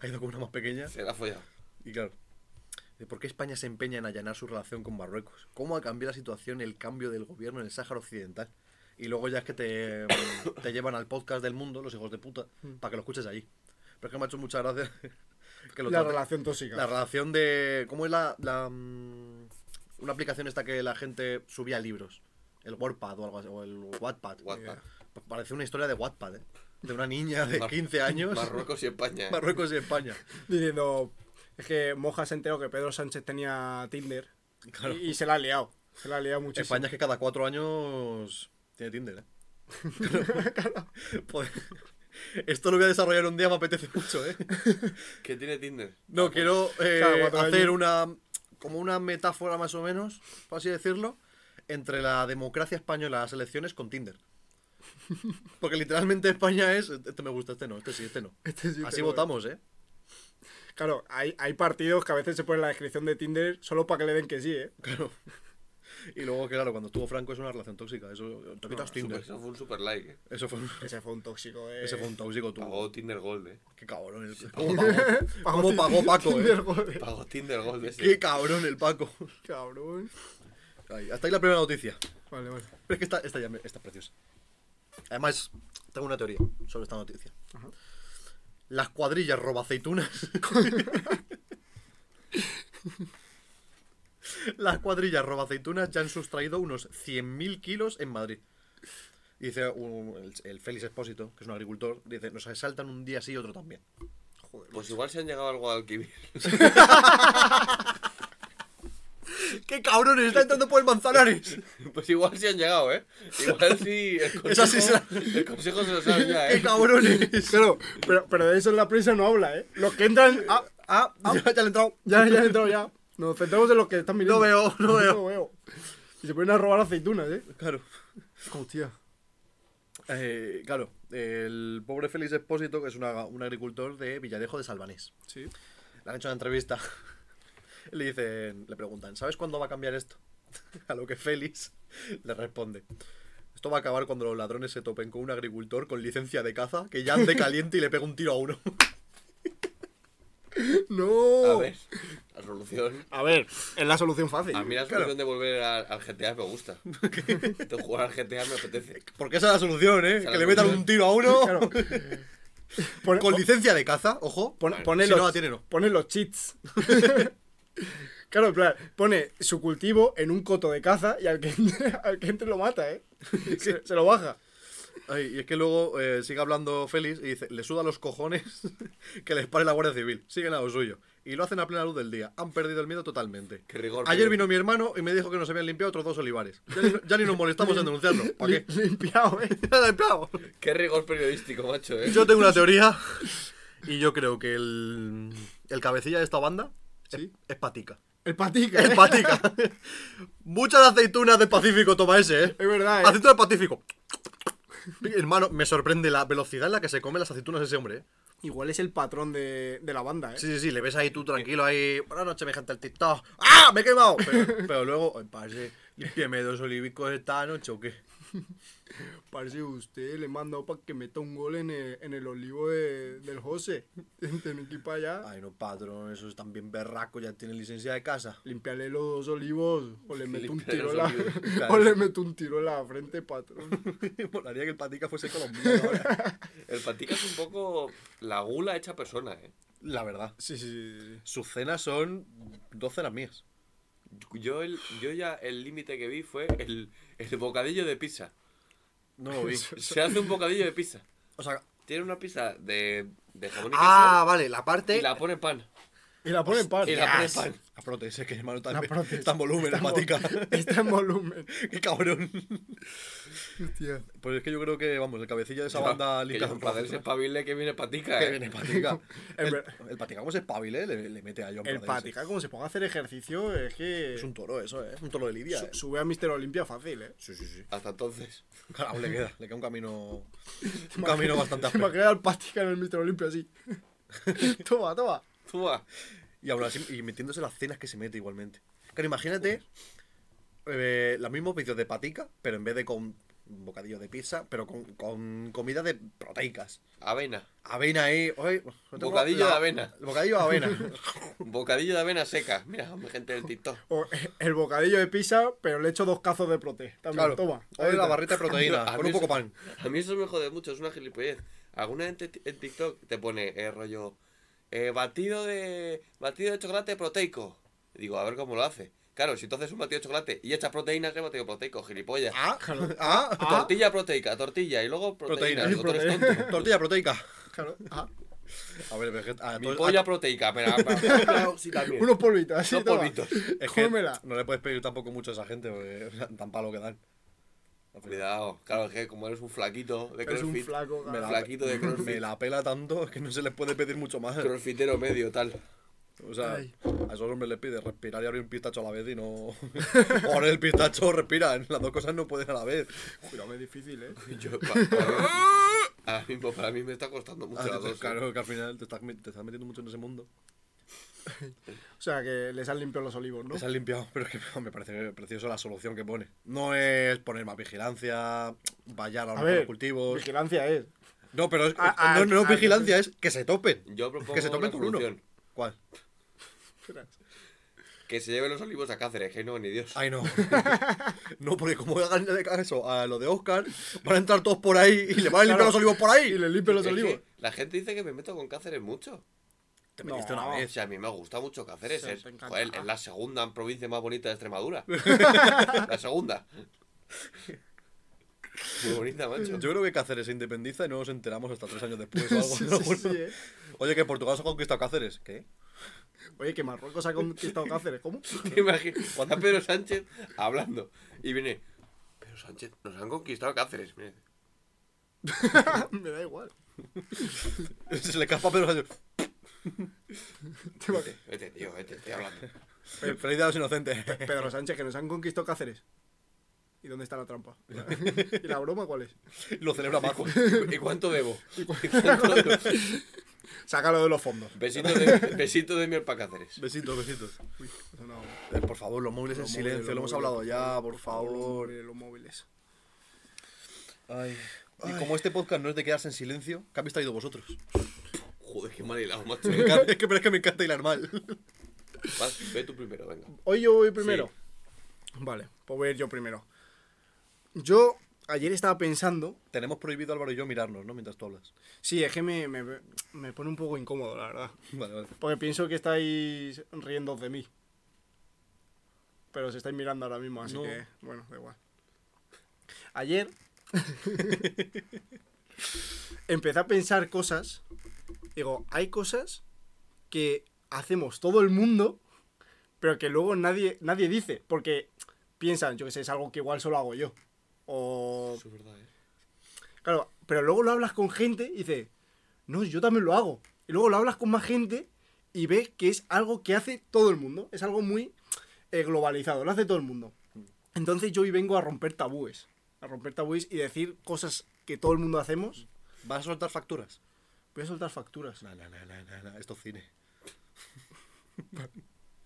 S1: Ha ido con una más pequeña.
S2: Se la ha follado.
S1: Y claro, de ¿por qué España se empeña en allanar su relación con Marruecos? ¿Cómo ha cambiado la situación el cambio del gobierno en el Sáhara Occidental? Y luego ya es que te, te llevan al podcast del mundo, los hijos de puta, para que lo escuches allí. Pero es que me ha hecho mucha gracia (laughs) que lo
S3: La
S1: traten-
S3: relación tóxica.
S1: La relación de... ¿Cómo es la... la, mm, una aplicación esta que la gente subía libros? El WordPad o algo así, o el Wattpad. Eh,
S2: Wattpad.
S1: Pa- Parece una historia de Wattpad, ¿eh? De
S2: (laughs)
S1: una niña de 15 años.
S2: Marruecos y
S1: (laughs)
S2: España. ¿eh?
S1: Marruecos y España.
S3: Diciendo, es que Moja se enteró que Pedro Sánchez tenía Tinder
S1: Claro.
S3: y, y se la ha liado. Se la ha liado muchísimo.
S1: España es que cada cuatro años tiene
S2: (laughs)
S1: Tinder, ¿eh? (laughs) Joder. Esto lo voy a desarrollar un día, me apetece mucho, ¿eh?
S2: ¿Qué tiene Tinder?
S1: No, quiero eh,
S3: Cada cuatro
S1: hacer
S3: años.
S1: una como una metáfora más o menos, por así decirlo, entre la democracia española, las elecciones con Tinder. Porque literalmente España es, este me gusta, este no, este sí, este no.
S3: Este sí,
S1: Así
S3: este no.
S1: votamos, ¿eh?
S3: Claro, hay, hay partidos que a veces se ponen en la descripción de Tinder solo para que le den que sí, ¿eh?
S1: Claro. Y luego, claro, cuando estuvo Franco es una relación tóxica. Eso, te quitas
S2: Super-
S1: Tinder.
S2: eso fue un super like. ¿eh?
S1: Eso fue, un-
S3: Ese fue un tóxico, ¿eh? (laughs)
S1: ese fue un tóxico tú.
S2: Pagó Tinder Gold, ¿eh?
S1: Qué cabrón el ¿Cómo pagó,
S3: Pagó
S1: cómo
S3: Tin-
S1: pagó Paco, eh?
S3: Tinder, joder.
S2: Pagó Tinder Gold ese.
S1: Qué cabrón el Paco.
S3: Cabrón.
S1: Ahí, hasta ahí la primera noticia.
S3: Vale, vale.
S1: Pero es que esta, esta ya me- esta es preciosa. Además, tengo una teoría sobre esta noticia. Las cuadrillas roba (laughs) aceitunas. Las cuadrillas roba aceitunas ya han sustraído unos 100.000 kilos en Madrid. Dice un- el, el Félix Expósito, que es un agricultor, dice, nos asaltan un día sí y otro también.
S3: Joder.
S2: Pues igual se han llegado al Guadalquivir.
S1: (laughs) ¡Qué cabrones! ¡Está entrando por el Manzanares!
S2: (laughs) Pues igual se han llegado, ¿eh? Igual sí. El consejo,
S1: (laughs) Esa sí será-
S2: el consejo se lo sabe ya,
S1: (laughs) ¡Qué
S2: ¿eh?
S1: cabrones!
S3: Claro, pero, pero de eso en la prensa no habla, ¿eh? Los que entran. ah,
S1: Ah, (laughs) ya, ya le he entrado.
S3: ya, ya he entrado, ya. Nos centramos en los que están mirando.
S1: No veo, Oh, no veo.
S3: No veo. Y se ponen a robar aceitunas, ¿eh?
S1: Claro.
S3: Hostia.
S1: Eh, claro, el pobre Félix Espósito, que es una- un agricultor de Villarejo de Salvanés.
S3: Sí.
S1: Le han hecho una entrevista. (laughs) Le dicen, le preguntan, ¿sabes cuándo va a cambiar esto? (laughs) A lo que Félix le responde. Esto va a acabar cuando los ladrones se topen con un agricultor con licencia de caza que ya ande caliente y le pega un tiro a uno. (laughs)
S3: No.
S2: A ver, la solución.
S3: A ver, es la solución fácil.
S2: A
S1: Ah,
S2: mí la solución de volver al, al GTA me gusta. De jugar al GTA me apetece.
S1: Porque esa es la solución,
S2: Esa
S1: ¿eh?
S2: es
S1: Que
S2: la
S1: le metan
S2: solución.
S1: un tiro a uno
S3: (laughs) Claro. Pon-
S1: con
S3: pon-
S1: licencia de caza, ojo.
S3: pon-
S2: Vale.
S3: pone
S1: Si
S3: los,
S1: no la tiene, no.
S3: pone los cheats. (laughs) claro, en plan, pone su cultivo en un coto de caza y al que, (laughs) entre- al que entre lo mata,
S1: (laughs)
S3: ¿eh? Se, se lo baja.
S1: Ay, y es que luego eh, sigue hablando Félix y dice, le suda los cojones (laughs) que les pare la Guardia Civil, siguen a lo suyo. Y lo hacen a plena luz del día, han perdido el miedo totalmente.
S2: Qué rigor.
S1: Ayer
S2: tío.
S1: vino mi hermano y me dijo que nos habían limpiado otros dos olivares. Ya ni, ya ni nos molestamos en denunciarlo. ¿Para qué?
S3: Lim- Limpiado, ¿eh?
S1: (laughs) Ya la he pegado.
S2: Qué rigor periodístico, macho, ¿eh?
S1: Yo tengo una teoría (laughs) y yo creo que el, el cabecilla de esta banda es-
S3: Sí.
S1: es, patica.
S3: El patica.
S1: (laughs) Es
S3: ¿eh?
S1: patica. Muchas aceitunas del Pacífico toma ese, ¿eh?
S3: Es verdad, ¿eh?
S1: Aceitunas del Pacífico. Hermano, me sorprende la velocidad en la que se come las aceitunas ese hombre, ¿eh?
S3: Igual es el patrón de, de la banda, ¿eh?
S1: Sí, sí, sí, le ves ahí tú tranquilo, ahí. Buenas noches, mi gente del TikTok. ¡Ah! ¡Me he quemado! Pero, pero luego, oye, parce, límpieme dos olivicos esta noche o qué.
S3: Parece usted le he mandado para que meta un gol en el, en el olivo de- del José. (laughs) Tiene que ir para allá,
S1: Ay, no, patrón, esos están bien berracos, ya tienen licencia de casa. (laughs)
S3: limpiarle los dos olivos o le meto un
S2: Limpiarle
S3: tiro en
S2: los
S3: la, (laughs)
S2: olivos,
S1: claro.
S3: o le meto un tiro en la frente, patrón.
S1: Molaría que el patica fuese colombiano ahora.
S2: El patica es un poco la gula hecha persona, ¿eh?
S1: La verdad.
S3: Sí, sí, sí, sí.
S1: Sus cenas son dos cenas mías.
S2: Yo, el, yo ya el límite que vi fue el, el bocadillo de pizza.
S1: No lo vi.
S2: Se hace un bocadillo de pizza.
S1: O sea.
S2: Tiene una pizza de, de jamón y
S1: Ah,
S2: queso
S1: vale, la parte.
S2: y la pone en pan.
S3: Y la pone en pan.
S2: Y la pone en pan.
S1: La prote, ese que hermano
S3: La
S1: (laughs) está,
S3: prote.
S1: está en volumen,
S3: Está
S1: la
S3: en (laughs)
S1: patica.
S3: vol- Está en Este volumen.
S1: Qué cabrón.
S3: Hostia.
S1: Pues es que yo creo que, vamos, el cabecilla de esa
S2: Que
S1: banda
S2: yo,
S1: limpia sus
S2: para
S1: platos,
S2: ese
S1: ¿eh?
S2: espabile que viene patica,
S1: Que
S2: ¿eh?
S1: viene patica.
S3: Es
S1: el,
S3: ver-
S1: el patica, como se espabile, le, le mete a John
S3: El
S1: Pradesh, ¿eh?
S3: patica, como se ponga a hacer ejercicio, es que
S1: Es un toro, eso, ¿eh? Un toro de Lidia.
S3: su-
S1: ¿eh?
S3: sube a Mister Olimpia fácil, ¿eh?
S1: Sí, sí, sí.
S2: Hasta entonces.
S1: (laughs) Claro, aún le queda, le queda un (laughs) camino. Un camino bastante áspero.
S3: Imagina al patica en el Mister Olimpia así. (laughs) toma, toma.
S2: Tú va.
S1: Y aún así, y metiéndose las cenas que se mete igualmente. Claro, imagínate eh, los mismos vídeos de patica, pero en vez de con bocadillo de pizza, pero con, con comida de proteicas.
S2: Avena.
S1: Avena ahí. ay, no tengo
S2: Bocadillo
S1: la-
S2: de avena.
S1: Bocadillo de (laughs) avena.
S2: Bocadillo de avena seca. Mira, gente del TikTok.
S3: O eh, el bocadillo de pizza, pero le echo dos cazos de prote. También,
S1: claro.
S3: toma.
S1: Oye, la
S3: ahorita.
S2: (laughs)
S1: barrita de
S2: A
S1: proteína.
S2: mí
S1: Con un
S2: eso-
S1: poco pan.
S2: A mí eso me jode mucho, es una gilipollez. Alguna gente t- en TikTok te pone eh, rollo eh, batido de batido de chocolate proteico. Y Digo, a ver cómo lo hace. Claro, si tú haces un batido de chocolate y echas proteínas, es batido proteico, gilipollas.
S1: Ah, ah,
S2: Tortilla proteica, tortilla y luego proteína.
S1: Proteína.
S2: Digo, tú eres
S1: (laughs)
S2: tonto.
S1: Tortilla proteica.
S3: Claro. Ah,
S1: A ver, es que- a
S2: Mi
S1: todo-
S2: polla
S1: a-
S2: proteica,
S1: (laughs)
S2: pero pero- sí, también.
S3: unos polvitos, así.
S2: Dos
S3: toma.
S2: polvitos.
S1: es que
S3: cómela.
S1: no le puedes pedir tampoco mucho a esa gente, porque tan palo que dan.
S2: Cuidado, claro, es que como eres un flaquito de
S3: Eres un
S2: crossfit,
S3: flaco.
S1: Me la-
S2: Ah, flaquito de
S1: (laughs) Me
S2: crossfit,
S1: la pela tanto que no se les puede pedir mucho más.
S2: crossfitero medio,
S1: (laughs)
S2: tal.
S1: O sea,
S3: Ay.
S1: a esos hombres les pide respirar y abrir un pistacho a la vez y no. (laughs) o abrir el pistacho o respiran. Las dos cosas no pueden a la vez.
S3: es difícil, ¿eh?
S2: Yo, pa- pa- (laughs) ahora mismo, para mí me está costando mucho las dos.
S1: Entonces,
S2: ¿eh?
S1: Ah, claro, que al final te estás, met- te estás metiendo mucho en ese mundo.
S3: O sea, que les han limpiado los olivos, ¿no?
S1: Se han limpiado, (laughs) pero es que me parece precioso la solución que pone. No es poner más vigilancia, vallar a
S3: A
S1: los mejor
S3: ver,
S1: cultivos.
S3: vigilancia es.
S1: No, pero es-
S3: A- a-
S1: no, no es
S3: a-
S1: vigilancia, es que se topen.
S2: Yo propongo
S1: Que se
S2: una
S1: topen con uno.
S2: solución.
S1: ¿Cuál?
S2: Que se lleven los olivos a Cáceres, que no, ni Dios.
S1: Ay, no. (laughs) no, porque como hagan eso a lo de Oscar, van a entrar todos por ahí y le van a limpiar
S3: Claro.
S1: los olivos por ahí.
S3: Y le limpian los
S2: Es que
S3: olivos.
S2: la gente dice que me meto con Cáceres mucho.
S1: Te metiste
S3: No.
S1: una
S3: (laughs)
S2: O
S1: vez.
S2: sea, a mí me gusta mucho Cáceres.
S3: Oh. Sí,
S2: es,
S3: te encanta.
S2: joder, es la segunda provincia más bonita de Extremadura. la segunda. Muy bonita, macho.
S1: Yo creo que Cáceres se independiza y no nos enteramos hasta tres años después o algo. ¿no?
S3: (laughs) Sí, sí, sí, ¿eh?
S1: Oye, que Portugal se ha conquistado Cáceres. ¿Qué? (laughs)
S3: Oye, que Marruecos ha conquistado Cáceres. ¿Cómo?
S2: (laughs)
S3: (laughs)
S2: Te imaginas, cuando está Pedro Sánchez hablando y viene. Pedro Sánchez, nos han conquistado Cáceres. Mira,
S3: me da igual.
S1: Se le escapa pero
S3: Te va-
S2: Vete, vete, tío, vete, estoy hablando.
S1: Feliz día a los inocentes. (laughs)
S3: Pedro Sánchez, que nos han conquistado Cáceres. ¿Y dónde está la trampa? (laughs) ¿Y la broma cuál es?
S1: Lo celebra Majo.
S2: (laughs) ¿Y cuánto debo? (laughs) ¿Y cuánto debo?
S3: Sácalo de los fondos.
S2: Besito de, besito de miel para Cáceres.
S1: Besitos, besitos.
S3: Uy, eso no.
S1: Eh, por favor, los móviles
S3: Los
S1: en
S3: móviles,
S1: silencio.
S3: los
S1: Lo hemos
S3: móviles,
S1: hablado ya, por
S3: Los
S1: favor.
S3: móviles, los móviles.
S1: Ay. Y como este podcast no es de quedarse en silencio, ¿qué habéis traído vosotros? (laughs)
S2: Joder, qué mal hilado, macho.
S1: Me encanta- es que, pero es que me encanta hilar mal. (laughs)
S2: Vas, ve tú primero, venga.
S3: Hoy yo voy primero. Vale, pues voy a ir yo primero. Yo ayer estaba pensando.
S1: Tenemos prohibido Álvaro y yo mirarnos, ¿no? Mientras tú hablas.
S3: Sí, es que me, me- me pone un poco incómodo, la verdad.
S1: Vale, vale.
S3: Porque pienso que estáis riendo de mí. Pero os estáis mirando ahora mismo, así
S1: No.
S3: que, bueno, da igual. Ayer empecé a pensar cosas. Digo, hay cosas que hacemos todo el mundo, pero que luego nadie, nadie dice. Porque piensan, yo que sé, es algo que igual solo hago yo. O
S2: Eso es verdad, ¿eh?
S3: Claro, pero luego lo hablas con gente y dices, no, yo también lo hago. Y luego lo hablas con más gente y ves que es algo que hace todo el mundo. Es algo muy eh, globalizado, lo hace todo el mundo. Entonces yo hoy vengo a romper tabúes. A romper tabúes y decir cosas que todo el mundo hacemos.
S1: ¿Vas a soltar facturas?
S3: Voy a soltar facturas.
S1: No, no, no, no, no, no, esto es cine. (laughs)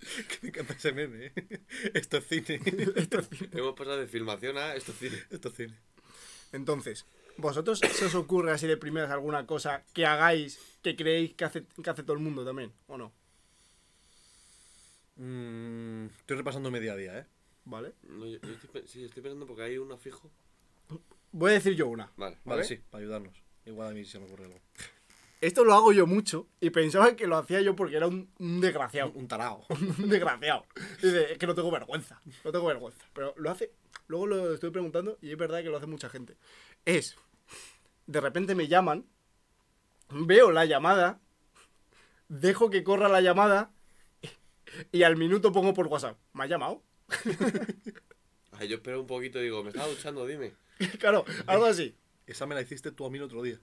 S1: que me encanta ese meme, ¿eh? Esto es cine.
S2: Hemos pasado de filmación a esto es cine.
S1: Esto es cine.
S3: Entonces, ¿vosotros se os ocurre así de primeras alguna cosa que hagáis que creéis que hace, que hace todo el mundo también? ¿O no?
S1: Mm, estoy repasando mi día a día, ¿eh?
S3: ¿Vale?
S2: No, yo- yo estoy pe- sí, estoy pensando porque hay una fijo.
S3: Voy a decir yo una.
S2: Vale.
S1: Vale,
S3: ¿Vale?
S1: sí, para ayudarnos. Igual a mí se me ocurre algo.
S3: Esto lo hago yo mucho y pensaba que lo hacía yo porque era un, un desgraciado.
S1: Un tarao.
S3: Un (laughs) desgraciado. Dice, es que no tengo vergüenza. No tengo vergüenza. Pero lo hace. Luego lo estoy preguntando y es verdad que lo hace mucha gente. Es. De repente me llaman. Veo la llamada. Dejo que corra la llamada. Y al minuto pongo por WhatsApp. ¿Me ha llamado? (laughs)
S2: Ay, yo espero un poquito y digo, me estaba duchando, dime.
S3: Claro, algo así.
S1: Esa me la hiciste tú a mí el otro día.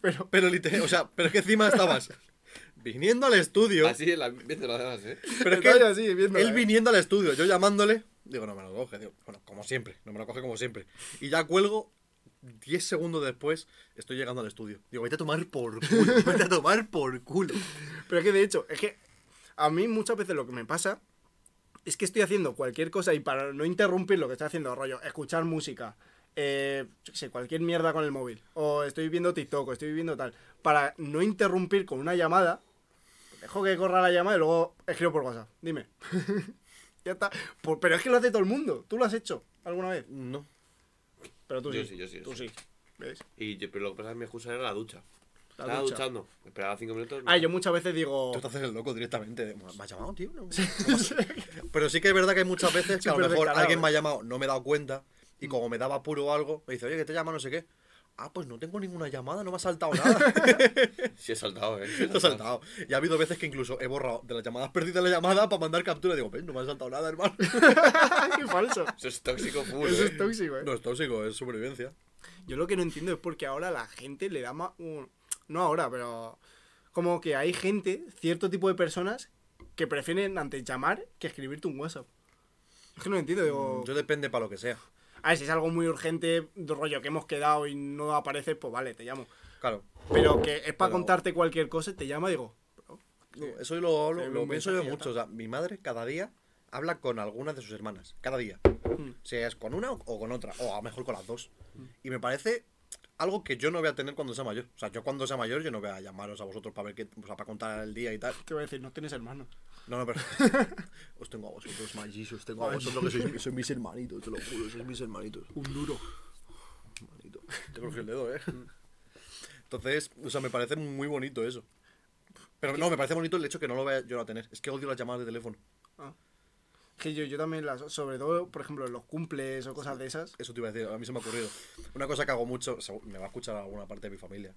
S3: Pero
S1: Pero literal, o sea, pero es que encima estabas viniendo al estudio.
S2: Así es la viendo las demás, ¿eh?
S1: pero (laughs) es que
S3: Estaba yo
S1: él,
S3: así, viéndola,
S1: él
S3: ¿eh?
S1: viniendo al estudio, yo llamándole, digo, no me lo coge, digo, bueno, como siempre, no me lo coge como siempre. Y ya cuelgo, 10 segundos después, estoy llegando al estudio. Digo, vete a tomar por culo, (laughs) vete a tomar por culo.
S3: Pero es que de hecho, es que a mí muchas veces lo que me pasa es que estoy haciendo cualquier cosa y para no interrumpir lo que estoy haciendo, rollo, escuchar música, eh, yo qué sé, cualquier mierda con el móvil, o estoy viendo TikTok, o estoy viendo tal, para no interrumpir con una llamada, dejo que corra la llamada y luego escribo por WhatsApp. Dime. (laughs) ya está. Por- pero es que lo hace todo el mundo. Tú lo has hecho alguna vez.
S1: No.
S3: Pero tú
S2: Yo
S3: sí.
S2: sí, yo sí, yo
S3: Tú
S2: sí.
S3: sí. ¿Ves?
S2: Y yo- pero lo que pasa es que mi excusa era la ducha.
S3: La
S2: Estaba
S3: ducha.
S2: duchando. Esperaba cinco minutos.
S3: Ah, yo muchas veces digo. (laughs)
S1: Tú te haces el loco directamente. de, ¿Me has llamado, tío? No". (laughs) Pero sí Mm. que es verdad que hay muchas veces que a lo
S3: Súper
S1: mejor
S3: descarado,
S1: alguien
S3: ¿eh?
S1: me ha llamado, no me he dado cuenta, y como me daba apuro o algo, me dice, oye, que te llama no sé qué. Ah, pues no tengo ninguna llamada, no me ha saltado (laughs) nada.
S2: Sí,
S3: (laughs)
S2: he saltado, ¿eh? Sí, he
S1: Te ha saltado. Y ha habido veces que incluso he borrado de las llamadas perdidas la llamada para mandar captura. Y digo, "Ven, no me ha saltado
S3: (laughs)
S1: nada, hermano.
S3: ¡Ah, ¡Qué falso!
S2: Eso es tóxico full.
S3: Eso es
S2: ¿eh?
S3: tóxico, eh.
S1: No es tóxico, es supervivencia.
S3: Yo lo que no entiendo es porque ahora la gente le da más. un- No ahora, pero. Como que hay gente, cierto tipo de personas, que prefieren antes llamar que escribirte un WhatsApp. Es que no lo entiendo, digo.
S1: Mm, Yo depende para lo que sea.
S3: A ver, si es algo muy urgente, rollo que hemos quedado y no apareces, pues vale, te llamo.
S1: Claro.
S3: Pero que es para
S1: Pero-
S3: contarte cualquier cosa, te llama y digo. bro,
S1: No, Eso lo, hablo-
S3: Sí,
S1: lo
S3: un
S1: pienso yo
S3: mensaje y ya
S1: mucho. O sea, mi madre cada día habla con alguna de sus hermanas. Cada día.
S3: Mm.
S1: Sea es con una o- o con otra. O a lo mejor con las dos. Y me parece algo que yo no voy a tener cuando sea mayor. O sea, yo cuando sea mayor, yo no voy a llamaros a vosotros para ver qué. O sea, para contar el día y tal.
S3: Te voy a decir, no tienes hermanos.
S1: No, no, pero.
S3: (laughs)
S1: Os tengo a vosotros, my Jesus. Tengo a vosotros que
S3: (laughs)
S1: sois, sois mis hermanitos, te lo juro, sois mis hermanitos.
S3: Un duro. (laughs)
S1: Hermanito. Te cogí el dedo, ¿eh? Entonces, o sea, me parece muy bonito eso. Pero no, me parece bonito el hecho que no lo vaya yo a tener. Es que odio las llamadas de teléfono.
S3: Que yo, yo también, las, sobre todo, por ejemplo, en los cumples o cosas de esas.
S1: Eso te iba a decir, a mí se me ha ocurrido. Una cosa que hago mucho, segu- me va a escuchar alguna parte de mi familia,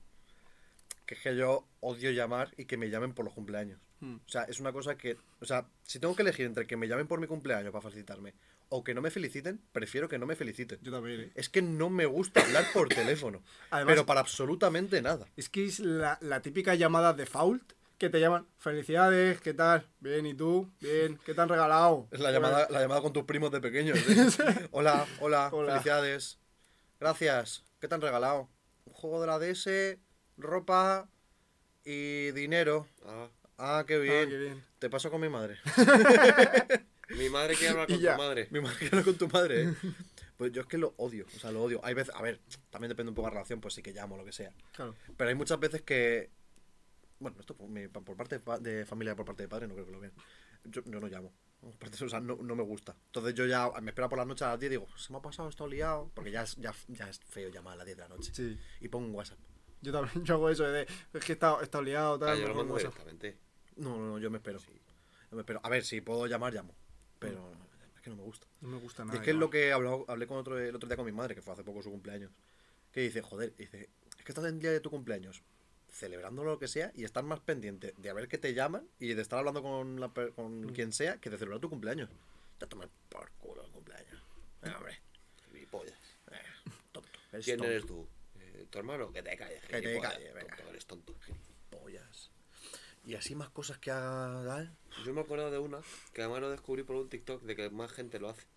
S1: que es que yo odio llamar y que me llamen por los cumpleaños.
S3: Hmm.
S1: O sea, es una cosa que, o sea, si tengo que elegir entre que me llamen por mi cumpleaños para felicitarme o que no me feliciten, prefiero que no me feliciten.
S3: Yo también, eh.
S1: Es que no me gusta hablar por teléfono,
S3: (laughs) Además-
S1: pero para absolutamente nada.
S3: Es que es la, la típica llamada default que te llaman, felicidades, ¿qué tal? Bien, ¿y tú? Bien, ¿qué te han regalado? Ah,
S1: Es la llamada, la llamada con tus primos de pequeños.
S3: (laughs)
S1: ¿eh? hola, hola,
S3: Hola.
S1: felicidades. Gracias. ¿Qué te han regalado? Un juego de la DS, ropa y dinero.
S2: Ah,
S1: Ah, qué bien.
S3: Ah, qué bien.
S1: Te paso con mi madre. (laughs)
S2: mi madre quiere hablar
S3: (laughs) Y
S2: con
S3: ya.
S2: tu madre.
S1: mi madre que no con tu
S3: (laughs)
S1: madre, ¿eh? Pues yo es que lo odio. O sea, lo odio. Hay veces, a ver, también depende un poco de la relación, pues sí que llamo, lo que sea.
S3: Claro.
S1: Pero hay muchas veces que. Bueno, esto por, mi- por parte de fa- de familia, por parte de padre, no creo que lo vean. Yo, yo no llamo. Aparte, o sea, no, no me gusta. Entonces yo ya me espera por la noche a las 10 y digo, se me ha pasado, estoy liado. Porque ya es, ya, ya es feo llamar a las 10 de la noche.
S3: Sí.
S1: Y pongo un WhatsApp.
S3: Yo también (laughs) yo hago eso de, es que he estado, he estado liado, tal.
S2: Ah, yo
S3: no
S2: lo mando
S3: cosa.
S2: directamente.
S1: No, no, no, yo me espero. Yo me espero. A ver, si puedo llamar, llamo. Pero es que no me gusta.
S3: No me gusta
S1: Y
S3: nada.
S1: es que es
S3: igual.
S1: lo que habló- hablé con otro, el otro día con mi madre, que fue hace poco su cumpleaños. Que dice, joder, dice, es que estás en el día de tu cumpleaños celebrando lo que sea y estás más pendiente de a ver que te llaman y de estar hablando con, la per-
S3: Mm.
S1: con quien sea que de celebrar tu cumpleaños. Te tomar por culo el cumpleaños. Eh, hombre,
S2: Gilipollas.
S1: eh, tonto. Eres
S2: ¿Quién
S1: tonto,
S2: eres tú? Eh, ¿Tu hermano? Que te calles.
S1: Que te
S2: gilipollas.
S1: calles, venga.
S2: Tonto, eres tonto.
S1: pollas. Y así más cosas que haga tal.
S2: Yo me acuerdo de una que además lo descubrí por un TikTok de que más gente lo hace.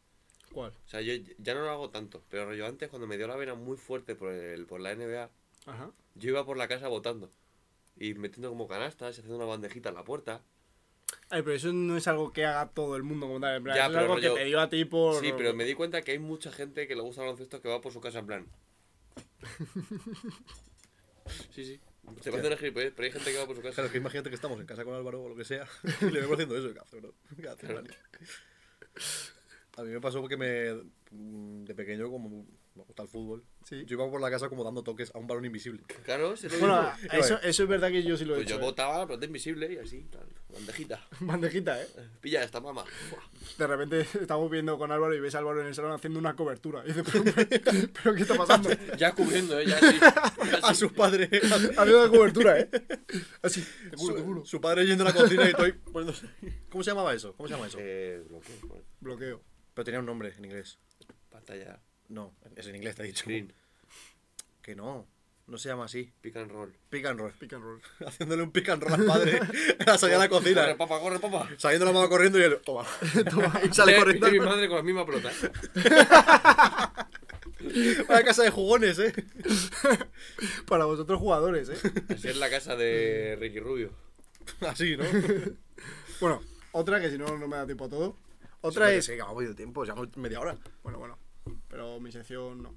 S3: ¿Cuál?
S2: O sea, yo ya no lo hago tanto, pero yo antes cuando me dio la vena muy fuerte por, el, por la NBA,
S3: Ajá.
S2: yo iba por la casa votando. Y metiendo como canastas, y haciendo una bandejita en la puerta.
S3: Ay, pero eso no es algo que haga todo el mundo como tal. En plan, eso
S2: Ya,
S3: es
S2: pero
S3: algo
S2: rollo-
S3: que te dio a ti por.
S2: Sí, pero me di cuenta que hay mucha gente que le gusta el baloncesto que va por su casa en
S1: (laughs)
S2: plan. Sí, sí. Se va a hacer una gilipollez, pero hay gente que va por su casa.
S1: Claro, que imagínate que estamos en casa con Álvaro o lo que sea (laughs) y le vemos haciendo eso. ¿Qué hace, bro? ¿Qué hace,
S2: Claro.
S1: Dani? A mí me pasó porque me, mm, de pequeño, como me gusta el fútbol,
S3: Sí.
S1: yo iba por la casa como dando toques a un balón invisible.
S2: Claro, se lo digo.
S3: Bueno, eso, eso es verdad que yo sí lo he
S2: Pues
S3: hecho.
S2: yo
S3: eh. (laughs)
S2: votaba la pelota invisible y así, tal,
S1: (laughs)
S2: bandejita.
S3: Bandejita, ¿eh?
S2: Pilla esta mamá.
S3: De repente (laughs) estamos viendo con Álvaro y ves a Álvaro en el salón haciendo una cobertura. Y dices, (laughs) pero, pero, pero ¿qué está
S2: (laughs)
S3: pasando?
S2: (laughs) Ya cubriendo,
S1: (laughs)
S2: ¿eh? ya así. Ya
S1: A
S2: así.
S1: sus padres. (laughs)
S3: Ha habido una cobertura, ¿eh? Así, te juro, te
S1: Su,
S3: juro.
S1: su padre yendo a la cocina y estoy poniéndose- ¿Cómo se llamaba eso? ¿Cómo se llama eso?
S2: Eh, bloqueo, bueno,
S3: Bloqueo.
S1: Pero tenía un nombre en inglés.
S2: pantalla,
S1: No, es en inglés te he dicho.
S2: screen,
S1: Que no, no se llama así.
S2: pick and roll.
S1: Pick and roll.
S3: Pick and roll.
S1: (laughs) Haciéndole un pick and roll al padre. (laughs) Era salir a la
S2: Corre,
S1: cocina.
S2: papá, corre, papá.
S1: Saliendo la mamá corriendo y él, toma. (laughs) Y sale
S2: Eh,
S1: corriendo.
S2: y mi madre con la misma pelota.
S1: Una casa de jugones, ¿eh?
S3: Para vosotros jugadores,
S1: (laughs)
S3: ¿eh?
S2: Así es la casa de Ricky Rubio.
S1: (laughs) Así, ¿no?
S3: Bueno, otra que si no, no me da tiempo a todo. Otra
S1: Espérate,
S3: es.
S1: Sí, que vamos de tiempo, ya hemos media hora.
S3: Bueno, bueno. Pero mi sección no.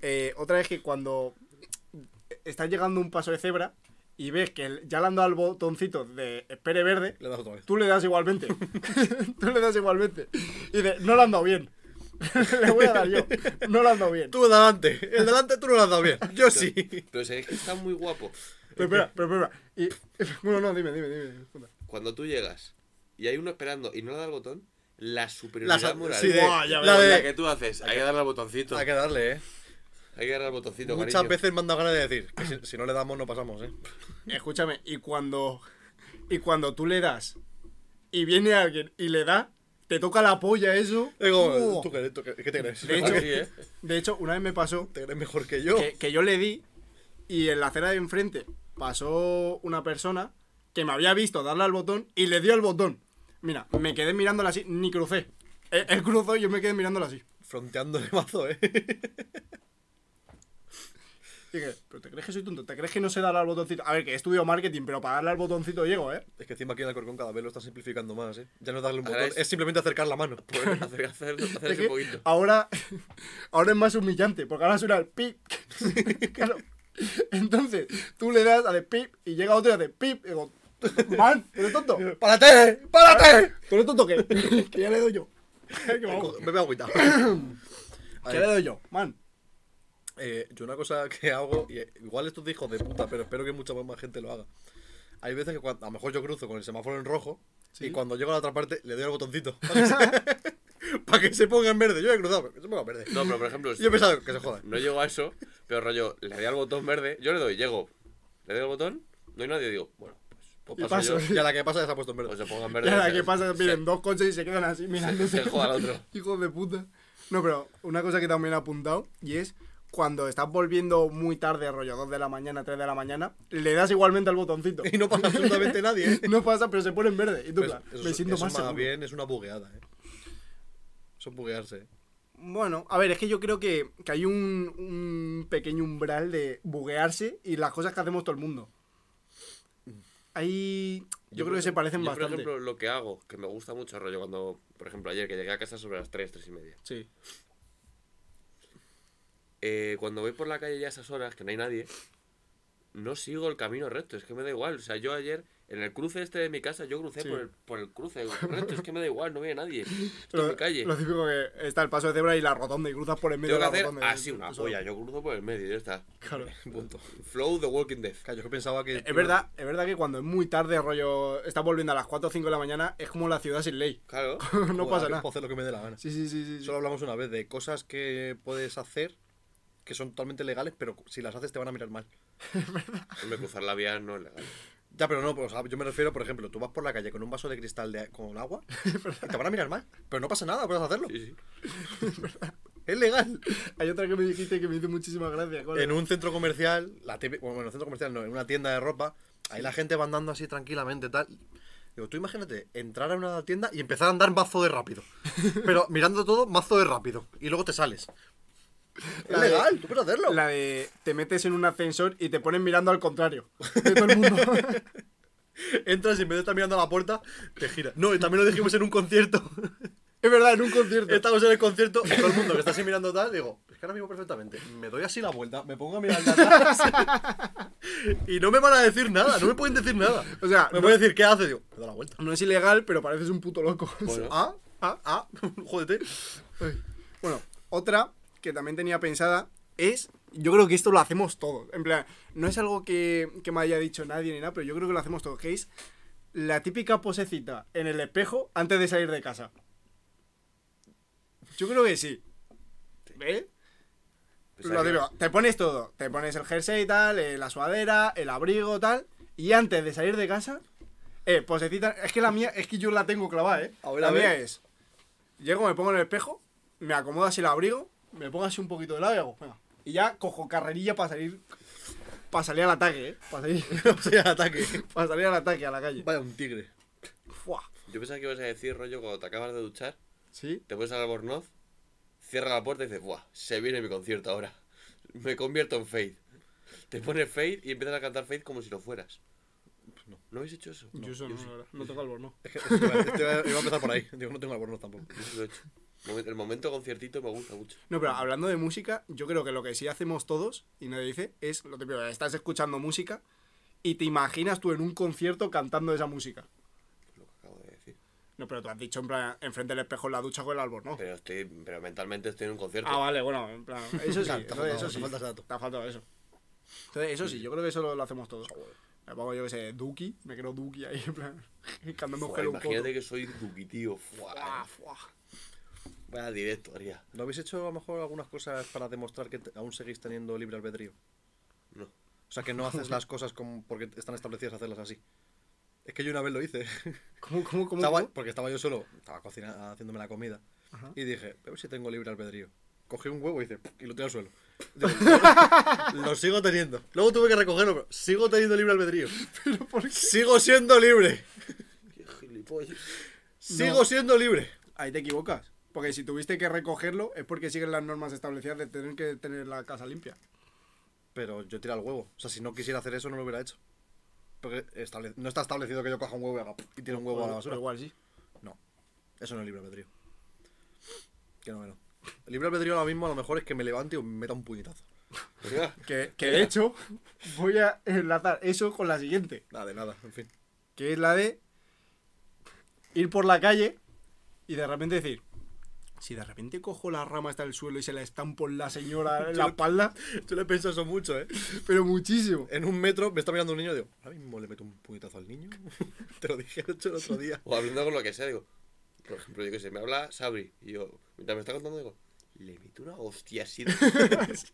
S3: Eh, otra es que cuando estás llegando a un paso de cebra y ves que el- ya le han dado al botoncito de espere verde,
S1: Le das otra vez.
S3: tú le das
S1: (laughs)
S3: igualmente. (laughs) tú le das igualmente. Y dices, no lo han dado bien. (laughs) le voy a dar yo. No lo han dado bien.
S1: Tú delante, el delante tú no lo has (laughs) dado bien. Yo sí.
S2: Pero si es que está muy guapo.
S3: Pero espera, pero espera. Y, (laughs) bueno, no, dime, dime, dime. Cuenta.
S2: Cuando tú llegas y hay uno esperando y no le da el botón, la
S1: La,
S2: superioridad
S1: sa-
S2: moral.
S1: sí, de-
S3: Buah, ya
S1: la
S2: La
S1: de-
S2: que tú haces, hay que darle al botoncito.
S1: Hay
S2: Hay
S1: que darle, eh.
S2: que darle al botoncito,
S1: Muchas
S2: cariño.
S1: veces me han dado ganas de decir que si, si no le damos no pasamos, (laughs) eh.
S3: Escúchame, y cuando y cuando tú le das y viene alguien y le da, te toca la polla eso.
S1: Digo,
S3: ¡Oh!
S1: ¿tú qué, tú qué- qué te crees?
S3: De
S2: Ah,
S3: hecho-
S2: sí, ¿eh?
S3: De hecho, una vez me pasó
S1: ¿Te crees mejor que yo?
S3: que, que yo le di y en la acera de enfrente pasó una persona que me había visto darle al botón y le dio al botón. Mira, me quedé mirándola así, ni crucé. Él, él cruzó y yo me quedé mirándola así.
S1: Fronteándole mazo, eh. (laughs)
S3: Dije, ¿pero te crees que soy tonto? ¿Te crees que no sé darle al botoncito? A ver, que he estudiado marketing, pero para darle al botoncito llego, ¿eh?
S1: Es que encima aquí en Alcorcón cada vez lo están simplificando más, eh. Ya no es darle un
S2: Ahora
S1: botón,
S2: es-
S1: es simplemente acercar la mano.
S2: Bueno, hacer, hacer,
S3: Es
S2: hacer ese
S3: que
S2: poquito.
S3: Ahora, (laughs) ahora es más humillante, porque ahora suena el pip. (laughs) claro. Entonces, tú le das, hace pip, y llega otro y hace pip. Y digo, man, ¿tú eres tonto?
S1: (laughs) ¡Párate! (laughs) ¡Párate!
S3: ¿Tú eres tonto qué? (laughs) que ya le doy yo. (laughs) Que vamos,
S1: Me voy a (coughs) agüitar.
S3: que le doy yo, man.
S1: Eh, yo una cosa que hago, y eh, igual esto es de hijos de puta, pero espero que mucha más gente lo haga. Hay veces que cuando, a lo mejor yo cruzo con el semáforo en rojo y cuando llego a la otra parte le doy
S3: (laughs)
S1: al botoncito (laughs) para que, se, para que se ponga en verde. Yo he cruzado, pero que se ponga en verde.
S2: No, pero por
S3: pues
S2: ejemplo,
S1: Yo he pensado que se joda.
S2: no llego a eso, pero rollo, le doy al botón verde, yo le doy, llego. Le doy al botón, no hay nadie, digo, bueno, pues, pues
S3: Y
S2: paso,
S3: paso.
S2: yo.
S1: Y a la que pasa ya se ha puesto en
S2: Pues
S1: verde.
S2: se ponga en
S3: Y
S2: verde.
S3: ahora, ¿qué
S2: se-
S3: pasa?
S2: se-
S3: Piden dos coches y se quedan así mirándose.
S2: se joda al otro.
S3: (laughs) Hijos de puta. No, pero una cosa que también he apuntado y es cuando estás volviendo muy tarde, rollo 2 de la mañana, 3 de la mañana, le das igualmente al botoncito.
S1: (laughs) Y no pasa absolutamente nadie. ¿eh?
S3: (laughs) No pasa, pero se pone en verde. Y tú, en
S1: Pues
S3: plan,
S1: eso-
S3: me siento
S1: eso
S3: más seguro.
S1: bien es una bugueada, ¿eh? Eso es buguearse. ¿eh?
S3: Bueno, a ver, es que yo creo que, que hay un, un pequeño umbral de buguearse y las cosas que hacemos todo el mundo. Ahí yo, creo
S2: por
S3: que se
S2: ejem-
S3: parecen
S2: yo,
S3: bastante.
S2: Por ejemplo, lo que hago, que me gusta mucho, rollo, cuando, por ejemplo, ayer que llegué a casa sobre las 3, 3 y media.
S3: sí.
S2: eh, cuando voy por la calle ya a esas horas, que no hay nadie, no sigo el camino recto, es que me da igual. O sea, yo ayer, en el cruce este de mi casa, yo crucé
S3: Sí.
S2: por, el, por el cruce recto, es que me da igual, no
S3: (laughs)
S2: veía a nadie. Estoy en
S3: Lo,
S2: mi calle.
S3: lo típico que está el paso de cebra y la rotonda y cruzas por el medio
S2: Tengo que
S3: de la
S2: hacer
S3: rotonda.
S2: así una
S3: Eso-
S2: polla, yo cruzo por el medio, ya está. (laughs)
S3: Claro.
S1: Punto.
S2: Flow the Walking Dead.
S1: Claro, yo pensaba que.
S3: Es verdad, es verdad que cuando es muy tarde, rollo, estás volviendo a las 4 o 5 de la mañana, es como la ciudad sin ley. (laughs)
S2: Claro.
S3: no
S1: Joder,
S3: pasa
S1: aquí
S3: nada.
S1: Puedo hacer lo que me dé la gana.
S3: Sí, sí, sí, sí. sí.
S1: Solo hablamos una vez de cosas que puedes hacer que son totalmente legales, pero si las haces te van a mirar mal.
S2: Hombre, cruzar la vía no es legal.
S1: Ya, pero no, pues, yo me refiero, por ejemplo, tú vas por la calle con un vaso de cristal de,
S3: (laughs)
S1: con agua y te van a mirar mal, pero no pasa nada, puedes hacerlo.
S2: Sí, sí.
S1: Es
S3: (laughs)
S1: legal.
S3: Hay otra que me dijiste que me hizo muchísimas gracias.
S1: En un centro comercial, la típica- bueno, en un centro comercial no, en una tienda de ropa, ahí la gente va andando así tranquilamente, tal. Digo, tú imagínate entrar a una tienda y empezar a andar mazo de rápido. Pero mirando todo, mazo de rápido. Y luego te sales. Es
S3: La de-
S1: legal, tú puedes hacerlo.
S3: La de te metes en un ascensor y te ponen mirando al contrario. De todo el mundo.
S2: (laughs)
S1: Entras y en vez de estar mirando a la puerta, te giras. No, y también lo dijimos en un (laughs) concierto.
S3: es verdad, en un concierto.
S1: Estamos en el concierto y todo el mundo que está así mirando tal, digo, es que ahora mismo perfectamente. Me doy así la vuelta, me pongo a mirar de (laughs) atrás. y no me van a decir nada, no me pueden decir nada.
S3: O sea,
S1: me
S3: no-
S1: pueden decir, ¿qué haces? Digo, me doy la vuelta.
S3: No es ilegal, pero pareces un puto loco.
S2: Bueno.
S1: Ah, ah, ah, (laughs) jódete.
S3: Ay. (laughs) Bueno, otra que también tenía pensada es. Yo creo que esto lo hacemos todos. En plan, no es algo que, que me haya dicho nadie ni nada, pero yo creo que lo hacemos todos. Que es la típica posecita en el espejo antes de salir de casa. Yo creo que sí. ¿Ves?
S2: Pensaba
S3: Lo
S2: que-
S3: digo, te pones todo. Te pones el jersey y tal, eh, la sudadera, el abrigo tal. Y antes de salir de casa, eh, posecita. Es que la mía, es que yo la tengo clavada, eh.
S1: A ver,
S3: la
S1: a ver.
S3: mía es. Llego, me pongo en el espejo, me acomodo así el abrigo, me pongo así un poquito de lado y hago, venga. Y ya cojo carrerilla para salir. Para salir al ataque, eh. Para salir, (laughs)
S1: o sea, ataque.
S3: para salir al ataque a la calle.
S1: Vaya un tigre.
S3: Fuah.
S2: Yo pensaba que ibas a decir, rollo, cuando te acabas de duchar,
S3: ¿Sí?
S2: te pones al albornoz, cierra la puerta y dices, ¡buah! Se viene mi concierto ahora. (laughs) Me convierto en Faith. Te pones Faith y empiezas a cantar Faith como si lo fueras.
S1: No.
S2: ¿No habéis hecho eso?
S3: yo eso no,
S2: sí.
S3: la verdad. no toca el borno.
S1: Es que, este iba, este iba- iba a empezar por ahí. Digo, no tengo albornoz tampoco.
S2: Yo sí lo he hecho. Momen- El momento conciertito me gusta mucho.
S3: No, pero hablando de música, yo creo que lo que sí hacemos todos, y nadie dice, es lo típico, estás escuchando música y te imaginas tú en un concierto cantando esa música.
S2: Lo que acabo de decir.
S3: No, pero tú has dicho en plan, enfrente del espejo en la ducha con el albornoz.
S2: Pero, estoy, pero mentalmente estoy en un concierto.
S3: Ah, vale, bueno, en (laughs) plan, eso sí,
S1: Claro, te ha
S3: entonces,
S1: faltado-
S3: eso
S1: te
S3: sí.
S1: falta ese dato.
S3: Te ha faltado eso. Mm. Ah, Entonces, eso sí, yo creo que eso lo, lo hacemos todos. Me pongo yo que sé, Duki, me creo Duki ahí, en plan, (laughs) cantando
S2: Fua,
S3: Hello
S2: imagínate
S3: Cotto.
S2: que soy Duki, tío. Fua,
S3: Fuá, fuá.
S2: vaya directo, haría.
S1: ¿No habéis hecho a lo mejor algunas cosas para demostrar que te- aún seguís teniendo libre albedrío?
S2: No.
S1: O sea, que no haces las cosas como porque están establecidas hacerlas así. Es que yo una vez lo hice. (laughs)
S3: ¿Cómo, cómo, cómo?
S1: Estaba-
S3: cómo?
S1: porque estaba yo solo, estaba cocinando, haciéndome la comida. Y dije, a ver si tengo libre albedrío. Cogí un huevo y, hice, y lo tiré al suelo. Digo, lo sigo teniendo. Luego tuve que recogerlo, pero sigo teniendo libre albedrío. Sigo siendo libre.
S2: Qué gilipollas.
S1: Sigo siendo libre.
S3: Ahí te equivocas. Porque si tuviste que recogerlo es porque siguen las normas establecidas de tener que tener la casa limpia.
S1: Pero yo tiré al huevo. O sea, si no quisiera hacer eso, no lo hubiera hecho. Porque estable- no está establecido que yo coja un huevo y, haga y tire un huevo a la
S3: O-
S1: basura.
S3: o Igual sí.
S1: No. Eso no es libre albedrío. Que no, que no. El libre albedrío ahora mismo a lo mejor es que me levante o me meta un puñetazo.
S2: Venga,
S3: Que, que de hecho, voy a enlazar eso con la siguiente.
S1: Nada, de nada, en fin. (laughs)
S3: Que es la de ir por la calle y de repente decir. Si de repente cojo la rama hasta el suelo y se la estampo en la señora en la espalda,
S1: Yo le pienso eso mucho, ¿eh?
S3: pero muchísimo.
S1: En un metro me está mirando un niño y digo, ahora mismo le meto un puñetazo al niño. (laughs) Te lo dije de hecho el otro día.
S2: o hablando con lo que sea, digo. Por ejemplo, yo que sé, me habla Sabri. Y yo, mientras me está contando, digo, le meto una hostia así. de-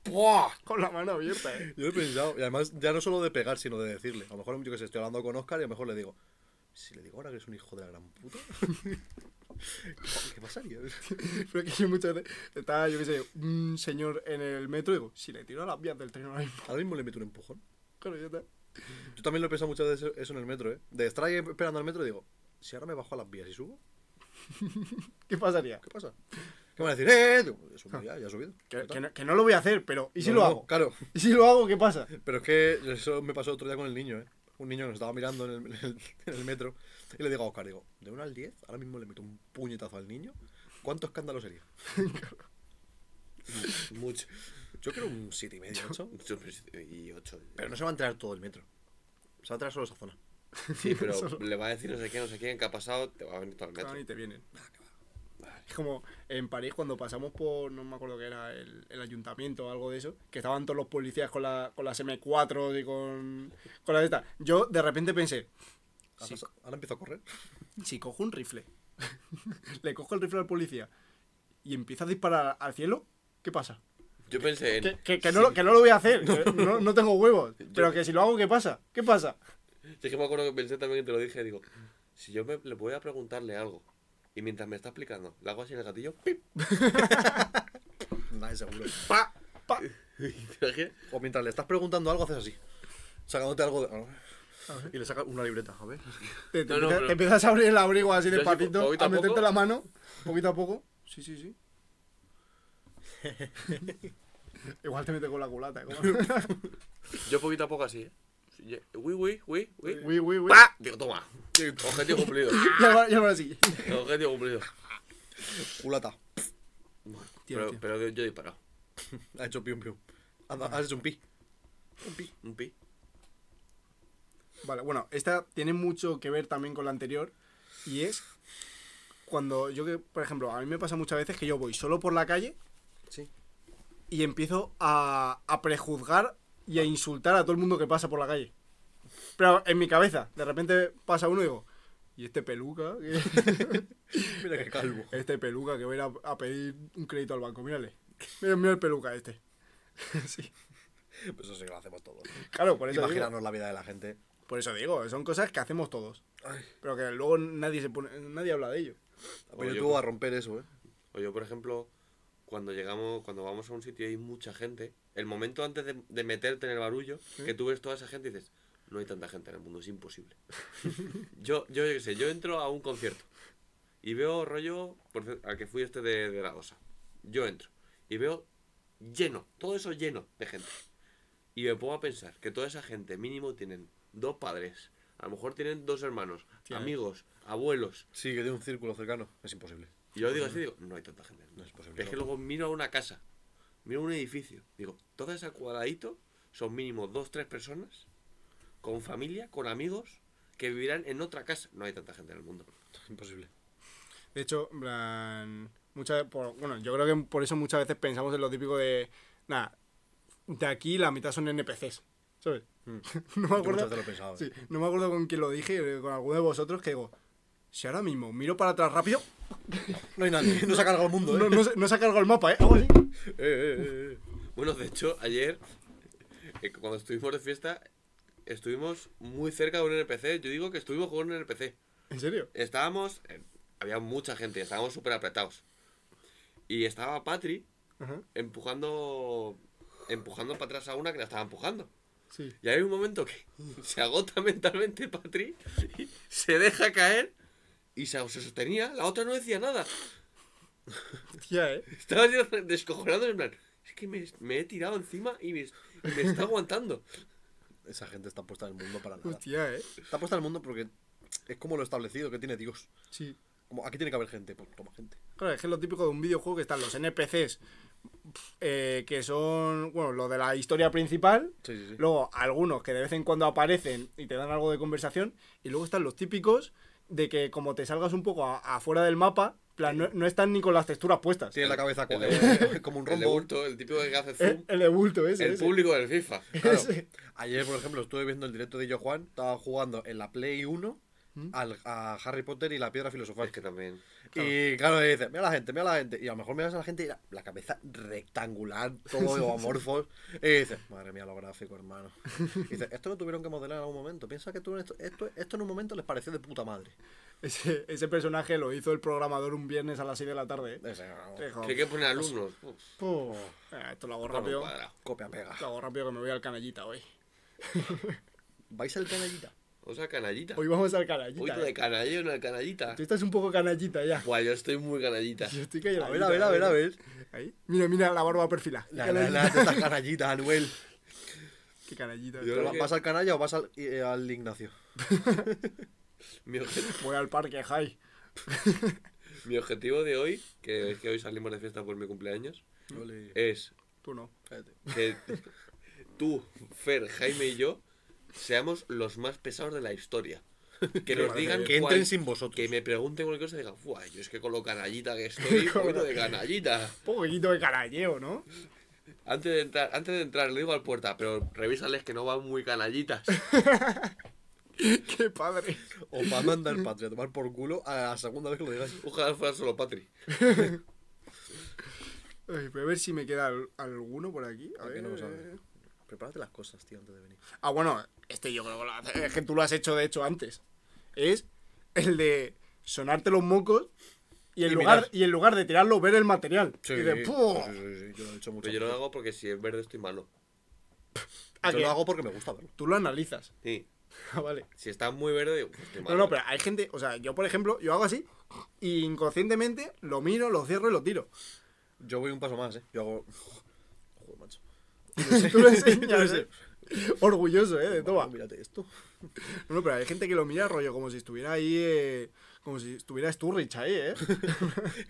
S2: ¡Buah!
S3: Con la mano abierta, eh.
S1: Yo lo he pensado, y además ya no solo de pegar, sino de decirle. A lo mejor yo que sé, estoy hablando con Oscar y a lo mejor le digo, si le digo ahora que eres un hijo de la gran puta, (laughs) ¿qué pasaría?
S3: (laughs) Pero que yo muchas veces estaba, yo qué sé, un señor en el metro y digo, si le tiro a las vías del tren ahora mismo, (laughs)
S1: Ahora mismo le meto un empujón.
S3: claro, ya está.
S1: Yo también lo he pensado muchas veces eso en el metro, ¿eh? De estar ahí esperando al metro y digo, si ahora me bajo a las vías y subo,
S3: ¿Qué pasaría?
S1: ¿qué pasa? ¿Qué me van a decir? ¡Eh! Digo, he subido ya, ya he subido.
S3: Que, que no, que no lo voy a hacer, pero ¿y si lo
S1: No, no,
S3: hago?
S1: Claro.
S3: ¿Y si lo hago, qué pasa?
S1: Pero es que eso me pasó otro día con el niño, ¿eh? Un niño que nos estaba mirando en el, en el- (laughs) en el metro. Y le digo a Oscar, digo, de 1 al 10, ahora mismo le meto un puñetazo al niño. ¿Cuánto escándalo (laughs) sería?
S2: Mucho.
S1: Yo creo un 7 y medio, ocho.
S2: Yo, pues,
S3: (laughs)
S2: Y ocho.
S1: Pero no se va a enterar todo el metro. Se va a enterar solo esa zona.
S2: Sí, pero le va a decir no sé qué, no sé quién, qué ha pasado, te va a venir todo el metro.
S3: Claro, ni te vienen. Es como en París cuando pasamos por, no me acuerdo que era el, el ayuntamiento o algo de eso, que estaban todos los policías con, la, con las M4 y con, con las de estas. Yo de repente pensé,
S1: Ahora,
S3: Sí.
S1: ahora empiezo a correr.
S3: si cojo un rifle, (laughs) le cojo el rifle al policía y empieza a disparar al cielo, ¿qué pasa?
S2: Yo pensé en.
S3: Que, que- que no, lo- que no lo voy a hacer, que no, no tengo huevos, pero que si lo hago, ¿qué pasa? ¿Qué pasa?
S2: Es que me acuerdo que pensé también que te lo dije, digo, si yo me le voy a preguntarle algo y mientras me está explicando, le hago así en el gatillo, ¡pip!
S1: Nada, seguro.
S3: Pa,
S2: (laughs)
S3: pa.
S2: ¿Te imaginas?
S1: O mientras le estás preguntando algo, haces así. Sacándote algo de... Y le sacas una libreta, a ver.
S3: Te, te
S2: No, no,
S3: empiezas,
S2: pero-
S3: te empiezas a abrir el abrigo así
S2: Yo así,
S3: despacito,
S2: poquito
S3: a
S2: a poco.
S3: meterte la mano, poquito a poco. Sí, sí, sí. Igual te metes con la
S2: (laughs)
S3: culata. ¿eh? Como-
S2: Yo poquito a poco así, ¿eh? Sí, ye- Uy, uy, uy, uy.
S3: Uy, uy, uy.
S2: ¡Pa! Digo, toma. Objetivo cumplido.
S3: (laughs) Y ahora, y ahora sí.
S2: Objetivo cumplido.
S1: Culata.
S2: Pero,
S3: tío.
S2: pero yo he disparado.
S1: Ha hecho pium pium. Anda, Has hecho un pi. Un pi.
S2: Un pi.
S3: Vale, bueno, esta tiene mucho que ver también con la anterior. Y es cuando yo, que por ejemplo, a mí me pasa muchas veces que yo voy solo por la calle
S1: Sí.
S3: y empiezo a, a prejuzgar y a insultar a todo el mundo que pasa por la calle. Pero en mi cabeza, de repente pasa uno y digo, ¿y este peluca?
S1: Mira qué calvo.
S3: (laughs) Este peluca que va a ir a, a pedir un crédito al banco, mírale. Mira, mira el peluca este. Sí.
S1: Pues eso sí que lo hacemos todos.
S3: Claro, por eso, digo,
S1: Imaginarnos la vida de la gente.
S3: por eso digo, son cosas que hacemos todos.
S1: Ay.
S3: Pero que luego nadie, se pone, nadie habla de ello.
S1: Pero
S2: O
S1: yo
S2: yo
S1: tuvo
S2: con-
S1: a romper eso, ¿eh?
S2: O yo, por ejemplo, cuando llegamos, cuando vamos a un sitio y hay mucha gente, el momento antes de, de meterte en el barullo, que tú ves toda esa gente y dices, no hay tanta gente en el mundo, es imposible. (laughs) yo, yo, yo qué sé, yo entro a un concierto y veo rollo, por ce- al que fui este de, de la osa. Yo entro y veo lleno, todo eso lleno de gente. Y me pongo a pensar que toda esa gente mínimo tienen dos padres, A lo mejor tienen dos hermanos,
S3: Tienen.
S2: amigos, abuelos.
S1: Sí, que tiene un círculo cercano. Es imposible.
S2: Y yo digo así, digo, no hay tanta gente.
S1: No es posible,
S2: Es que
S1: no.
S2: luego miro a una casa, miro a un edificio, digo, toda esa cuadradito son mínimo dos, tres personas, con familia, con amigos, que vivirán en otra casa. No hay tanta gente en el mundo.
S1: Imposible.
S3: De hecho, en plan, muchas, por- bueno, yo creo que por eso muchas veces pensamos en lo típico de, nada, de aquí la mitad son NPCs, ¿sabes? (laughs) No me
S1: Mm. Yo muchas
S3: acuerdo,
S1: veces lo he pensado,
S3: sí,
S1: eh.
S3: no me acuerdo con quién lo dije, eh, con alguno de vosotros, que digo, si ahora mismo miro para atrás rápido,
S1: No hay (laughs) nadie. No se ha cargado el mundo, ¿eh?
S3: no, no se, no se ha cargado el mapa, ¿eh? Hago así.
S1: Eh, eh, eh, eh.
S2: Bueno, de hecho, ayer, (laughs) eh, cuando estuvimos de fiesta, estuvimos muy cerca de un NPC. Yo digo que estuvimos con un NPC.
S3: ¿En serio?
S2: Estábamos, eh, había mucha gente, estábamos súper apretados. Y estaba Patri
S3: Ajá,
S2: empujando, empujando para atrás a una que la estaba empujando.
S3: sí.
S2: Y hay un momento que (laughs) se agota mentalmente Patri, y se deja caer y se, se sostenía. La otra no decía nada.
S3: Hostia, ¿eh?
S2: Estaba yo descojonado en plan, es que me, me he tirado encima y me, me está aguantando.
S1: Esa gente está puesta en el mundo para nada.
S3: Hostia, ¿eh?
S1: Está puesta en el mundo porque es como lo establecido que tiene Dios.
S3: Sí.
S1: Como aquí tiene que haber gente. Pues toma gente.
S3: Claro, es que es lo típico de un videojuego que están los NPCs, pf, eh, que son, bueno, lo de la historia principal,
S1: Sí, sí, sí.
S3: Luego, algunos que de vez en cuando aparecen y te dan algo de conversación. Y luego están los típicos de que como te salgas un poco a- afuera del mapa, plan, no, no están ni con las texturas puestas.
S1: Tiene la cabeza
S2: el
S1: como,
S2: de-
S1: como
S2: El
S1: un
S2: de
S1: rombo.
S2: bulto, el típico que hace
S3: Eh,
S2: zoom,
S3: (laughs) el de bulto ese.
S2: el
S3: ese.
S2: público
S3: (laughs)
S2: del FIFA.
S1: Claro.
S3: Ese.
S1: Ayer, por ejemplo, estuve viendo el directo de Yo Juan. Estaba jugando en la Play 1
S3: ¿Mm?
S1: al- a Harry Potter y la Piedra Filosofal.
S2: Es que también.
S1: Y claro, y dices, mira la gente, mira la gente. Y a lo mejor miras a la gente y la, la cabeza rectangular,
S3: (laughs)
S1: todo amorfos. Y dices, madre mía, lo gráfico, hermano. Y dices, esto lo tuvieron que modelar en algún momento. Piensa que tú en esto, esto, esto en un momento les pareció de puta madre.
S3: Ese- ese personaje lo hizo el programador un viernes a las 6 de la tarde. ¿eh?
S1: Ese, vamos,
S3: Dijo,
S2: Que hay que poner alumnos. Uf,
S3: "Puh, ah, esto lo hago
S2: no me
S3: rápido.
S2: cuadra.
S1: copia pega.
S3: Lo hago rápido que me voy al canallita hoy.
S1: ¿Vais al
S3: (laughs)
S1: canallita?
S2: O sea, canallita.
S3: Hoy vamos al
S2: Hoy
S3: canallita.
S2: de
S3: ¿eh?
S2: canallón al canallita.
S3: Tú estás un poco canallita ya.
S2: Buah, yo estoy muy canallita.
S3: Yo estoy calladita,
S1: A ver, a ver, a ver, a ver.
S3: Ahí. Mira, mira, la barba perfila.
S1: La, la,
S3: Canallita.
S1: la, estas canallitas, Anuel.
S3: (laughs) Qué canallita.
S2: Yo-
S1: ¿Pero
S2: creo que-
S1: ¿Vas al canalla o vas al, eh, al Ignacio?
S2: Mi, obje-
S3: Voy al parque, Jai.
S2: mi objetivo de hoy, que es que hoy salimos de fiesta por mi cumpleaños, es
S3: Tú no.
S1: Espérate.
S2: que tú, Fer, Jaime y yo seamos los más pesados de la historia. Que nos
S3: parece
S2: digan
S3: bien.
S1: Que entren
S2: cuál-
S1: sin vosotros.
S2: Que me pregunten cualquier cosa y digan, ¡buah! Yo es que con lo canallita que estoy, (laughs) bueno de canallita.
S3: poquito de caralleo,
S1: (laughs)
S3: ¿no?
S2: Antes de entrar, antes de entrar, le digo al puerta, pero revísales que no van muy (laughs) canallitas.
S3: Qué padre.
S1: Os va a mandar el patria a tomar por culo a la segunda vez que lo digáis.
S2: Ojalá fuera solo Patri.
S3: Ay, voy a ver si me queda al- alguno por aquí. A
S1: ¿Por qué
S3: ver.
S1: no lo sabes? Prepárate las cosas, tío, antes de venir.
S3: Ah, bueno, este yo creo que, lo hace- es que tú lo has hecho de hecho antes. Es el de sonarte los mocos y en,
S1: Y
S3: lugar,
S1: mirar.
S3: y en lugar de tirarlo, ver el material.
S1: Sí,
S3: y de ¡pum!
S1: sí, sí, sí, yo lo he hecho mucho.
S2: Pero yo no lo hago porque si es verde estoy malo.
S3: Ah,
S1: Yo
S3: que
S1: lo hago porque me gusta verlo.
S3: Tú lo analizas. (laughs)
S2: Sí.
S3: Ah, vale.
S2: Si está muy verde, digo, "Pues estoy
S3: No,
S2: malo.
S3: no, pero hay gente, o sea, yo por ejemplo, yo hago así y inconscientemente lo miro, lo cierro y lo
S1: (laughs)
S3: tiro.
S1: Yo voy un paso más, ¿eh? Yo hago... Joder, macho.
S3: Tú lo
S1: Yo lo
S3: enseñas.
S1: sé.
S3: ¿eh? Orgulloso, ¿eh? De
S1: Toma,
S3: toma.
S1: mírate esto. (laughs)
S3: No, pero hay gente que lo mira rollo como si estuviera ahí, eh, como si estuviera Sturridge ahí,
S2: (laughs)
S3: ¿eh?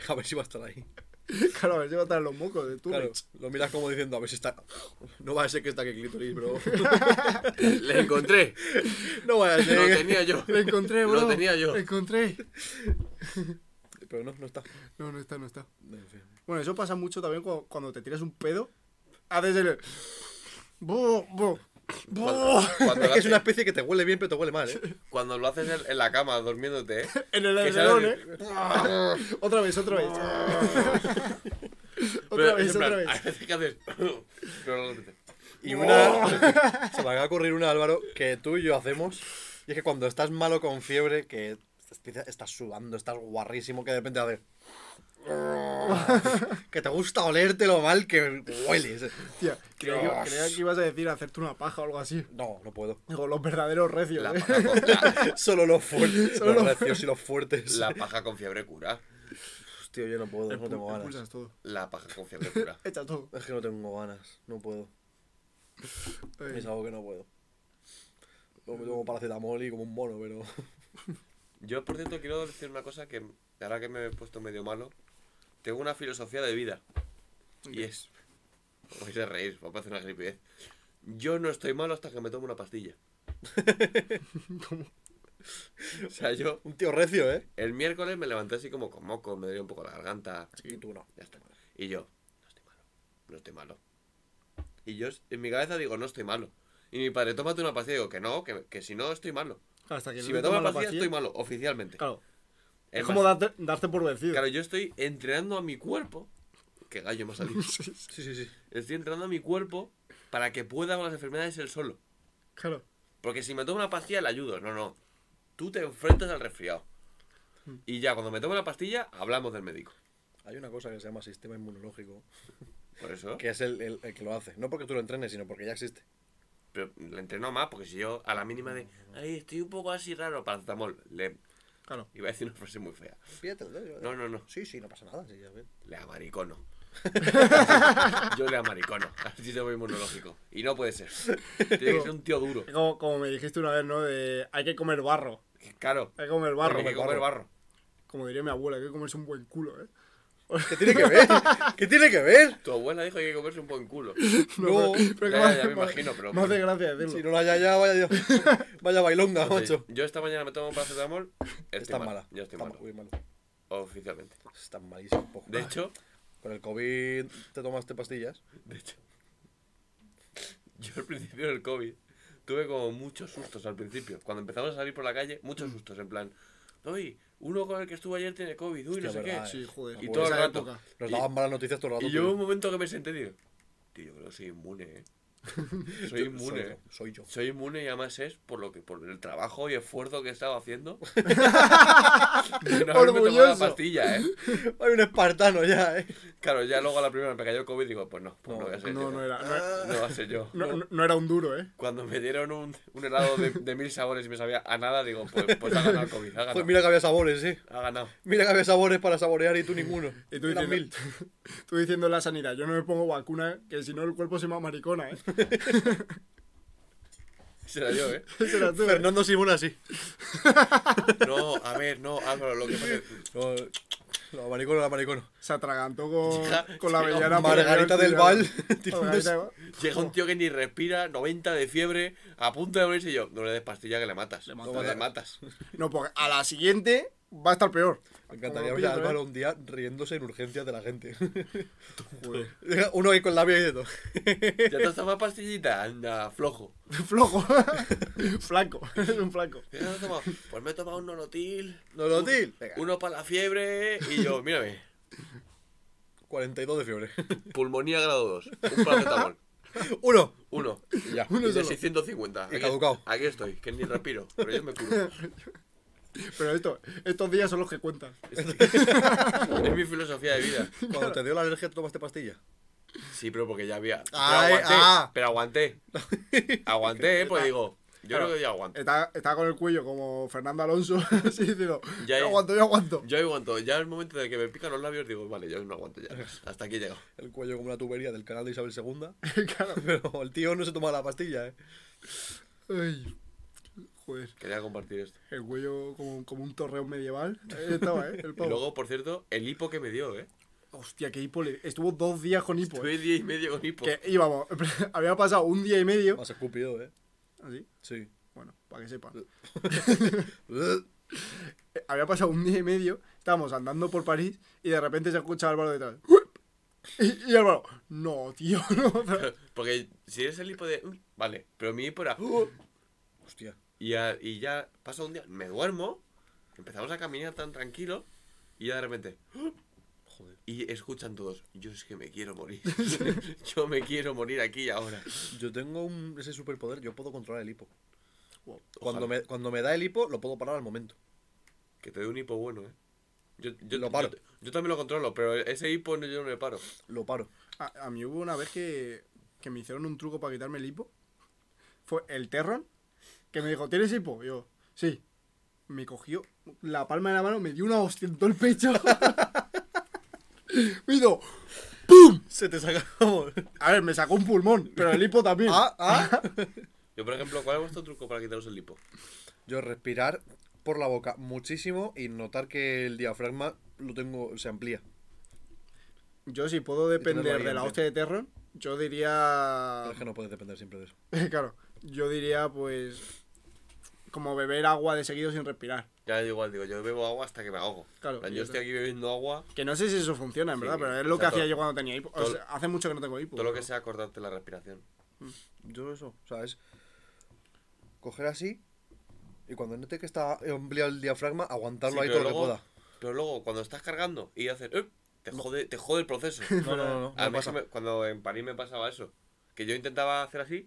S1: A ver si va a estar ahí.
S3: claro, a ver si va a estar los mocos de
S1: Claro,
S3: Sturridge.
S1: lo miras como diciendo, a ver si está... No va a ser que está que clitoris, (laughs) bro.
S2: (laughs) Le encontré.
S1: No va a
S2: Lo
S1: ser...
S2: tenía yo.
S3: Lo encontré,
S2: Lo
S3: bro.
S2: tenía yo.
S3: Lo encontré.
S1: Pero no, no está.
S3: No, no está, no está.
S1: En fin.
S3: Bueno, eso pasa mucho también cu- cuando, te tiras un pedo. Haces el... ¡Bu! ¡Bu! ¡Bu!
S2: Cuando, cuando (laughs)
S1: Es
S2: lo
S1: que es una
S2: haces,
S1: especie que te huele bien, pero te huele mal, (laughs) ¿eh?
S2: cuando lo haces en, en la cama durmiéndote, ¿eh?
S3: En el
S2: Que
S3: edredón,
S2: sale-
S3: ¿eh? Otra vez, (laughs) otra vez.
S2: Pero
S3: otra
S2: es
S3: vez,
S2: en
S3: otra
S2: plan,
S3: vez.
S2: Hay veces que haces. (laughs) Pero no lo haces.
S1: Y Oh. una. se me acaba de ocurrir una, Álvaro, que tú y yo hacemos. Y es que cuando estás malo con fiebre, que estás- estás sudando, estás guarrísimo, que de repente haces. que te gusta olerte lo mal que hueles.
S3: Hostia, creía que, creía que ibas a decir hacerte una paja o algo así.
S1: No, no puedo.
S3: Digo, los verdaderos recios,
S2: La
S3: ¿eh?
S2: paja, con,
S3: (laughs)
S2: la,
S1: Solo los fuertes.
S3: Solo
S1: los
S3: los-
S1: graciosos y los fuertes.
S2: la paja con fiebre cura.
S1: Hostia, yo no puedo, no tengo ganas.
S3: Pulsas todo.
S2: La paja con fiebre cura.
S3: Echa todo.
S1: Es que no tengo ganas, no puedo.
S3: Ay.
S1: Es algo que no puedo. Luego me tomo paracetamol y como un mono, pero.
S2: Yo, por cierto, quiero decir una cosa que ahora que me he puesto medio malo, tengo una filosofía de vida. Y es. os Vais a reír, va a parecer una gilipollez. Yo no estoy malo hasta que me tomo
S3: (laughs)
S2: una pastilla. O sea, yo
S1: Un tío recio, ¿eh?
S2: el miércoles me levanté así como con moco, me dolía un poco la garganta.
S1: (laughs) Y tú no.
S2: Ya está. Y yo, no estoy malo, no estoy malo. Y yo en mi cabeza digo, no estoy malo. Y mi padre, tómate una pastilla. Y digo, que no, que, que si no, estoy malo.
S3: Hasta que
S2: Si
S3: no
S2: me
S3: te
S2: tomo la
S3: tomas
S2: pastilla, estoy malo, oficialmente.
S3: Claro.
S2: Es
S3: Es, como
S2: más,
S3: darte, darte por vencido.
S2: Claro, yo estoy entrenando a mi cuerpo. Que gallo me
S3: (laughs)
S2: ha salido.
S1: Sí, sí, sí.
S2: Estoy entrenando a mi cuerpo para que pueda con las enfermedades él solo.
S3: Claro.
S2: Porque si me tomo una pastilla, le ayudo. No, no. Tú te enfrentas al resfriado.
S3: Mm.
S2: Y ya, cuando me tomo la pastilla, hablamos del médico.
S1: Hay una cosa que se llama sistema inmunológico,
S2: Por eso.
S1: que es el, el- el que lo hace. No porque tú lo entrenes, sino porque ya existe.
S2: Pero le entreno más, porque si yo a la mínima de. Ay, estoy un poco así raro, paracetamol. Le.
S3: Claro.
S2: Iba a decir una frase muy fea.
S1: Fíjate, ¿no?
S2: No, no, no.
S1: Sí, sí, no pasa nada. Sí, ya ves.
S2: Le amaricono. (laughs) yo le amaricono. Así te voy inmunológico. Y no puede ser. Tiene que ser un tío duro.
S3: Es Como, como me dijiste una vez, ¿no? De hay que comer barro.
S2: Claro.
S3: Hay que comer Eh, barro.
S2: Hay que comer barro.
S3: Como diría mi abuela, hay que comerse un buen culo, ¿eh?
S1: ¿Qué tiene que ver? (laughs) ¿Qué tiene que ver?
S2: Tu abuela dijo que hay que comerse un buen
S1: (laughs)
S2: culo.
S1: No,
S2: ya,
S3: que me
S2: ya
S3: hace- (laughs)
S2: me imagino, pero-
S3: Me hace gracia decirlo.
S1: si no la haya ya, vaya Dios. (laughs) Vaya bailonga,
S2: Entonces,
S1: macho.
S2: yo esta mañana me tomo un paracetamol. Estoy
S1: Estás
S2: mal.
S1: mala.
S2: Yo estoy
S1: Estás
S2: malo.
S1: ma- uy, malo.
S2: Oficialmente.
S1: Estás malísimo. po.
S2: De hecho,
S1: Con el COVID te tomaste pastillas.
S2: de hecho, (laughs) yo al principio del COVID tuve como muchos sustos al principio. Cuando empezamos a salir por la calle, muchos sustos. En plan, uy, uno con el que estuvo ayer tiene COVID, uy, no sé
S1: Hostia, verdad,
S2: qué.
S3: Sí,
S1: eh.
S3: joder.
S2: Y
S1: Me
S2: todo el
S3: Esa
S1: acuerdo.
S2: rato.
S3: época.
S1: Nos
S2: Y-
S1: daban malas noticias todo el rato.
S2: Y
S1: tío.
S2: yo un momento que me senté y digo, tío, yo creo que soy inmune, eh. Soy inmune,
S1: Soy
S2: eh.
S1: yo, soy yo.
S2: Soy inmune y además es por lo que por el trabajo y esfuerzo que he estado haciendo. (laughs) De no haberme tomado la
S3: Orgulloso.
S2: pastilla, ¿eh?
S1: Hay un espartano ya, eh.
S2: Claro, ya luego a la primera me cayó el COVID y digo, pues no, pues no,
S1: No,
S2: voy a ser yo.
S3: No, no era, no, era-
S2: No va a ser yo.
S3: no- no era un duro, ¿eh?
S2: Cuando me dieron un, un helado de, de mil sabores y me sabía a nada, digo, pues, pues ha ganado el COVID, ha
S1: Pues
S2: ganado.
S1: mira que había sabores, eh.
S2: Ha ganado.
S1: Mira que había sabores para
S2: (laughs)
S1: saborear y tú ninguno.
S3: Y tú diciendo,
S1: Eran mil.
S3: tú diciendo en la sanidad, yo no me pongo vacuna, ¿eh? que si no el cuerpo se llama
S2: (laughs)
S3: maricona, ¿eh?
S2: Será yo, ¿eh?
S3: Ese era tú, ¿eh?
S1: Fernando Simón así.
S2: No, a ver, no, Álvaro, lo que pasa es que-
S1: No, no, maricono, la maricono.
S3: Se atragantó
S2: (laughs)
S3: con,
S2: Hija,
S3: con la
S2: llega
S3: avellana. por
S1: Margarita
S3: el
S1: del
S3: cuidado.
S2: (laughs)
S1: Val.
S3: Margarita del Val.
S2: Llega un tío que ni respira, 90 de fiebre, a punto de morirse y yo, no le des pastilla que le matas.
S3: Le
S2: No
S3: matas.
S2: le
S1: (laughs)
S2: matas.
S3: No, porque a la siguiente va a estar peor.
S1: Me encantaría
S3: Como
S1: ver
S3: lo
S1: a
S3: pillo,
S1: Álvaro un día riéndose en urgencias de la (laughs) gente.
S3: ¿eh? Joder.
S1: Llega (laughs) Uno ahí con la vida y todo.
S2: ¿Ya te has tomado pastillita? Anda, flojo.
S3: (laughs) Flojo. flaco. Es un flaco.
S2: ¿Qué te has tomado? Pues me he tomado un nolotil,
S1: Nolotil. Venga,
S2: uno para la fiebre y yo, mírame,
S1: 42 de fiebre. (laughs)
S2: pulmonía grado 2, un paracetamol.
S1: Uno.
S2: Uno.
S1: Y (laughs) ya.
S2: Uno
S3: Uno
S2: de
S3: solo.
S2: 650.
S1: Y
S2: Aquí-
S1: caducado.
S2: Aquí estoy, que ni respiro, pero yo me curo.
S3: Pero esto, estos días son los que cuentan.
S1: (laughs)
S2: Es mi filosofía de vida.
S1: Cuando te dio la alergia, ¿te tomaste pastilla?
S2: Sí, pero porque ya había. Pero
S1: Ay,
S2: aguanté.
S1: ah.
S2: Pero aguanté. Aguanté, eh, pues digo. Yo creo que ya aguanto.
S3: Está, está con el cuello como Fernando Alonso. (laughs) así diciendo,
S2: Ya,
S3: yo
S2: ya.
S3: aguanto, yo aguanto.
S2: Yo aguanto. Ya el momento de que me pican los labios, digo, vale, yo no aguanto ya. Hasta aquí he llegado.
S1: El cuello como una tubería del canal de Isabel (laughs) II.
S3: Claro.
S1: Pero el tío no se toma la pastilla, eh.
S3: Ay, joder.
S2: Quería compartir esto.
S3: El cuello como, como un torreón medieval. Ahí estaba, ¿eh? El
S2: (laughs) Y
S1: Oh.
S3: pavo.
S2: luego, por cierto, el hipo que me dio, ¿eh?
S3: Hostia, qué hipo le... Estuvo dos días con
S1: Pues,
S3: hipo. ¿eh?
S2: Tuve día y medio con hipo.
S3: Que íbamos, (laughs) había pasado un día y medio.
S1: Más escupido, eh.
S3: Así,
S1: Sí. (laughs)
S3: bueno, para que sepan.
S1: Ugh.
S3: Eh, Había pasado un día y medio, estábamos andando por París y de repente se escucha a Álvaro detrás. (laughs) Y, y Álvaro, no, tío, (laughs) no.
S2: (laughs) Porque si es el hipo de. "Mm", Vale, pero mi hipo era.
S1: Hostia.
S2: Y, a- y ya pasa un día, me duermo, empezamos a caminar tan tranquilo y ya de repente... ¡Ah! Joder. Y escuchan todos, yo es que me quiero morir. (laughs) yo me quiero morir aquí y ahora.
S1: Yo tengo un- ese superpoder, yo puedo controlar el hipo.
S3: Wow.
S1: Cuando me, cuando me da el hipo, lo puedo parar al momento.
S2: Que te dé un hipo bueno, ¿eh? Yo, yo,
S1: Lo paro.
S2: Yo, yo también lo controlo, pero ese hipo no, yo no le paro.
S1: Lo paro.
S3: A, a mí hubo una vez que, que me hicieron un truco para quitarme el hipo. Fue el Terron, que me dijo, ¿tienes hipo? yo, sí. Me cogió la palma de la mano, me dio una hostia en todo el pecho. (laughs) me hizo,
S1: Se te saca. vamos.
S2: Ah.
S3: a ver, me sacó un pulmón, pero el hipo también.
S1: ah, ah.
S2: Yo, por ejemplo, ¿cuál es vuestro truco para quitaros el lipo?
S1: Yo respirar por la boca muchísimo y notar que el diafragma lo tengo, se amplía.
S3: Yo, si puedo depender de la
S1: valiente.
S3: hostia de Terron, yo diría. (laughs)
S2: Ah.
S1: Pero es que no puedes depender siempre de eso.
S3: claro, yo diría, pues. Como beber agua de seguido sin respirar.
S2: Ya digo igual, digo, yo bebo agua hasta que me ahogo.
S3: Claro,
S2: En plan,
S3: yo
S2: yo estoy
S3: también.
S2: aquí bebiendo agua,
S3: Que no sé si eso funciona, en
S2: Sí,
S3: verdad, pero es lo que
S2: o sea,
S3: hacía
S2: todo-
S3: yo cuando tenía hipo. O
S2: todo-
S3: sea, hace mucho que no tengo hipo.
S2: todo lo que
S3: pero-
S2: sea cortarte la respiración.
S1: Yo eso, o sea, es coger así y cuando note que está ampliado el diafragma, aguantarlo
S2: Sí,
S1: ahí todo
S2: pero
S1: lo que
S2: luego-
S1: pueda.
S2: Pero luego, cuando estás cargando y haces, "Eh", te jode, te jode el proceso.
S1: (laughs) No, no, no, no,
S2: A
S1: no
S2: mí
S1: pasa.
S2: se me- cuando en París me pasaba eso, que yo intentaba hacer así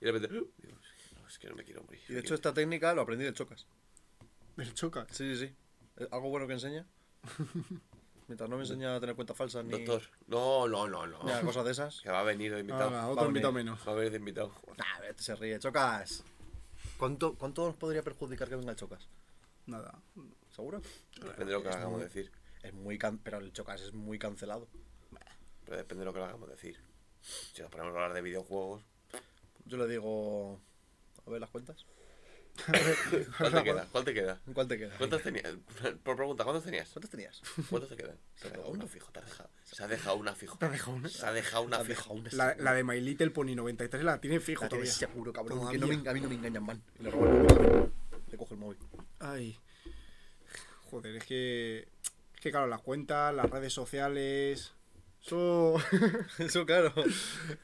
S2: y de repente, "Eh", digo, "No, es que no me quiero morir.
S1: Y de hecho esta técnica lo aprendí del chocas.
S3: Del choca.
S1: Sí, sí, sí. Eh, Algo bueno que
S2: (laughs)
S1: enseña. Mientras no me enseña a tener cuentas falsas ni,
S2: doctor, no, no, no, no.
S1: ni a cosas de esas.
S2: (laughs) Que va a venir el invitado.
S3: Ahora,
S2: va
S1: va
S3: Ah, otro
S1: a
S3: invitado
S1: venir.
S3: menos.
S2: a venir de invitado.
S1: A ver, se ríe, chocas. ¿Cuánto, ¿Cuánto nos podría perjudicar que venga el chocas?
S3: (laughs) Nada.
S1: ¿Seguro?
S2: Depende de lo que le hagamos decir.
S1: Es muy can- pero el chocas es muy cancelado.
S2: Pero depende de lo que le hagamos decir. Si nos ponemos a hablar de
S1: (laughs)
S2: videojuegos,
S1: Yo le digo, a ver las cuentas.
S2: ¿cuál te queda? ¿Cuál te
S1: (laughs)
S2: queda?
S1: ¿En ¿Cuál te queda?
S2: ¿Cuántas tenías? (laughs) Por pregunta, ¿cuántas tenías?
S1: ¿Cuántas tenías?
S2: ¿Cuántos te quedan? Se ha dejado una fijo, te ha dejado. Se ha dejado una fijo.
S3: dejado una.
S2: Se ha dejado una fijo.
S1: una
S3: La, la de My Little Pony 93 la tiene fijo
S1: La tienes
S3: todavía.
S1: seguro, cabrón.
S3: Todavía.
S1: Que no me- a mí no me engañan, man. Y le robo el móvil. Le cojo el móvil. (laughs)
S3: Ay. Joder, es que. Es que claro, las cuentas, las redes sociales. Eso. (laughs)
S1: Eso, claro.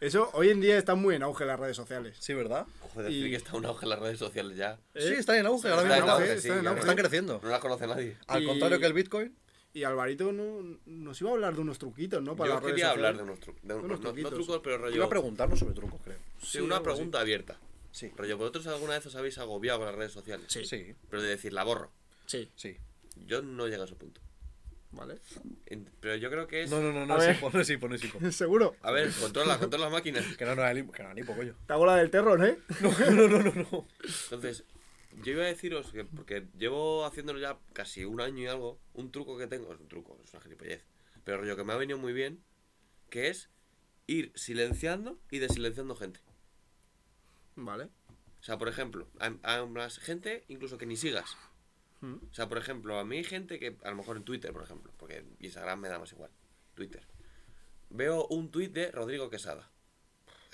S3: Eso hoy en día está muy en auge las redes sociales.
S1: Sí, ¿verdad?
S2: Joder,
S3: Y-
S2: sí que está un auge en las redes sociales ya.
S1: Sí, están en auge ahora
S2: Está
S1: mismo.
S2: en auge, sí,
S3: están Eh, en
S2: ya
S3: auge.
S1: Están creciendo.
S2: No las conoce nadie.
S1: Al
S3: Y-
S1: contrario que el Bitcoin.
S3: Y Alvarito no, nos iba a hablar de unos truquitos, ¿no?
S2: Yo
S3: las redes
S2: quería hablar de
S3: sociales.
S2: unos trucos. De
S3: unos
S2: unos, no, no
S3: truquitos.
S2: trucos, pero rollo.
S1: Iba a preguntarnos sobre trucos, creo.
S2: sí,
S3: sí,
S2: una
S3: algo así.
S2: pregunta abierta.
S1: Sí.
S2: Rollo, ¿vosotros alguna vez os habéis agobiado con las redes sociales?
S3: Sí, sí.
S1: Sí,
S2: Pero de decir, la borro.
S1: sí.
S2: Yo no llego a ese punto.
S3: Vale.
S2: En- Pero yo creo que es.
S1: No, no, no, no,
S3: A
S1: es
S3: ver.
S1: hipo, no es hipo, no es
S3: (laughs)
S1: hipo.
S3: Seguro.
S2: A ver, controla, controla las máquinas.
S1: Que no, no es hipo, que no es hipo, coño.
S3: Te hago la del terror, ¿eh?
S2: Entonces, yo iba a deciros, que, porque llevo haciéndolo ya casi un año y algo, un truco que tengo, es un truco, es una gilipollez, pero rollo que me ha venido muy bien, que es ir silenciando y desilenciando gente.
S3: Vale.
S2: O sea, por ejemplo, a, a más gente incluso que ni sigas.
S1: Hmm.
S3: Mm.
S2: O sea, por ejemplo, a mí hay gente que, a lo mejor en Twitter, por ejemplo, porque Instagram me da más igual, Twitter. Veo un tuit de Rodrigo Quesada.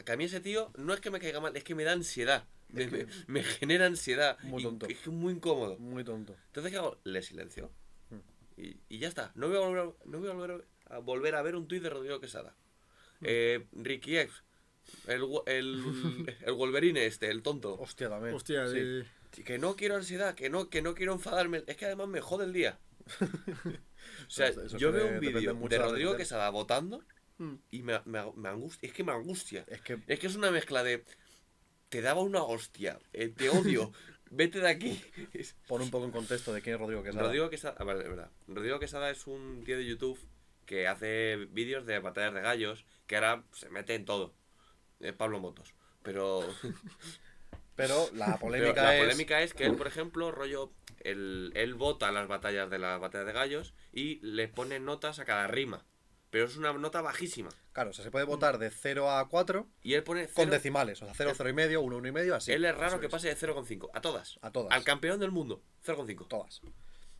S2: Que a mí ese tío no es que me caiga mal, es que me da ansiedad. Me, me- me genera ansiedad.
S1: Muy
S2: y
S1: tonto.
S2: Es que es muy incómodo.
S1: Muy tonto.
S2: Entonces, ¿qué hago? Le silencio.
S1: Mm.
S2: Y, y ya está. No voy a volver, a- no voy a, volver a, a volver a ver un tuit de Rodrigo Quesada.
S1: Hmm.
S2: Eh, Ricky X. El, wo- el,
S1: (laughs)
S2: el Wolverine este, el tonto.
S1: Hostia, también.
S3: Hostia,
S1: Sí.
S3: sí.
S2: Que no quiero ansiedad, que no, que no quiero enfadarme. Es que además me jode el
S1: (laughs)
S2: día. o sea,
S1: Eso- eso
S2: yo
S1: que
S2: veo un
S1: depende
S2: vídeo
S1: mucho
S2: de
S1: de la
S2: Rodrigo
S1: gente.
S2: Quesada votando
S3: Mm.
S2: y me, me, me angustia. Es que me angustia.
S1: Es que
S2: Es que es una mezcla de. Te daba una hostia, eh, te
S1: (laughs)
S2: odio, vete de aquí. (laughs) Es-
S1: pon un poco en contexto de quién es Rodrigo Quesada.
S2: Rodrigo Quesada, ah, vale, es verdad. Rodrigo Quesada es un tío de YouTube que hace vídeos de batallas de gallos, que ahora se mete en todo. Es Pablo Motos. Pero,
S1: Pero
S2: (laughs)
S1: la
S2: pero
S1: polémica
S2: la
S1: es...
S2: polémica es que él, por ejemplo, rollo, él, él vota las batallas de las batallas de gallos y le pone notas a cada rima. Pero es una nota bajísima.
S1: Claro, o sea, se puede votar de 0 a 4
S2: Y él pone...
S1: con
S2: cero- Eh,
S1: decimales. O sea, 0, 0 y medio, 1, 1 y medio, así.
S2: él es raro
S1: Eso
S2: que pase de 0,5. A todas.
S1: A todas.
S2: Al campeón del mundo. 0,5.
S1: Todas.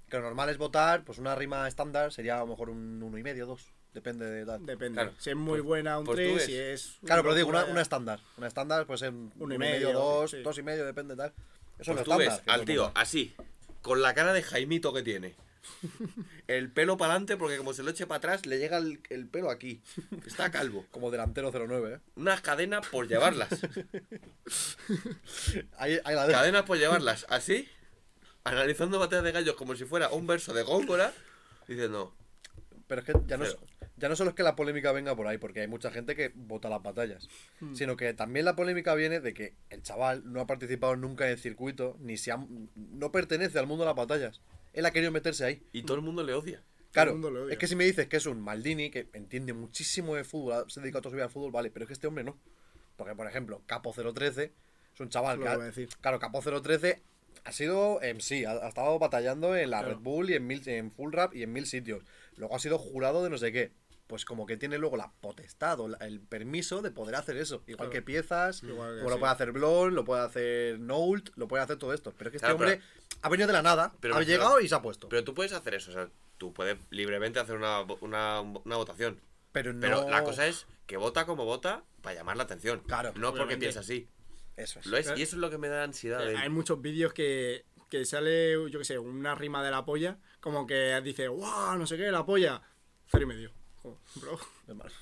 S1: Que lo normal es votar, pues una rima estándar sería a lo mejor un 1 y medio, 2. Depende de tal.
S3: Depende.
S2: Claro.
S3: Si es muy buena, un
S2: pues tú
S3: 3.
S2: ves.
S3: Si es.
S1: Claro, pero digo, una,
S3: locura,
S1: una estándar. Una estándar, pues en 1 y medio, 2,
S3: sí.
S1: 2 y medio, depende tal. Eso
S2: Pues
S1: no
S2: tú
S1: es
S2: ves
S1: estándar. que
S2: al
S1: es
S2: tío
S1: normal.
S2: así, con la cara de Jaimito que tiene. (laughs) El pelo para adelante, porque como se lo eche para atrás, le llega el, el pelo aquí. Está calvo.
S1: Como delantero ¿eh? 09,
S2: Unas cadenas por llevarlas.
S1: ¿eh? Ahí, ahí la dejo.
S2: Cadenas por llevarlas. Así, analizando batallas de gallos como si fuera un verso de Góngora, diciendo,
S1: Pero es que ya no, es- ya no solo es que la polémica venga por ahí, porque hay mucha gente que vota las batallas, sino que también la polémica viene de que el chaval no ha participado nunca en el circuito, ni se ha- no pertenece al mundo de las batallas. Él ha querido meterse ahí.
S2: y todo el mundo le odia.
S1: Claro,
S3: mundo lo odia.
S1: es que si me dices que es un Maldini, que entiende muchísimo de fútbol, ha- se dedica toda su vida al fútbol, vale, pero es que este hombre no. Porque, por ejemplo, Capo 013 es un chaval
S3: Lo
S1: que.
S3: que
S1: ha-
S3: iba a decir.
S1: Claro, Capo 013 ha sido MC, ha, ha estado batallando en la
S3: Claro.
S1: Red Bull y en, mil, en Full Rap y en mil sitios. Luego ha sido jurado de no sé qué. pues como que tiene luego la potestad o la- el permiso de poder hacer eso. Igual
S3: Claro.
S1: que piezas,
S3: Igual que
S1: como lo
S3: sí.
S1: puede hacer Blon, lo puede hacer Noult, lo puede hacer todo esto. Pero es que este
S2: Claro, pero-
S1: hombre ha venido de la nada,
S2: pero
S1: ha
S2: me refiero-
S1: llegado y se ha puesto. Pero,
S2: Pero tú puedes hacer eso, o sea, tú puedes libremente hacer una, vo- una, una votación.
S1: no.
S2: Pero la cosa es que vota como vota para llamar la atención.
S1: Claro,
S2: No porque
S3: obviamente.
S2: piensa así.
S1: Eso es.
S2: Lo es,
S3: Claro.
S2: y eso es lo que me da ansiedad. de-
S3: Eh, Hay muchos vídeos que, que sale, yo qué sé, una rima de la polla, como que dice, wow, no sé qué, la polla. Cero y medio. Como, bro. (laughs)
S1: Es mal.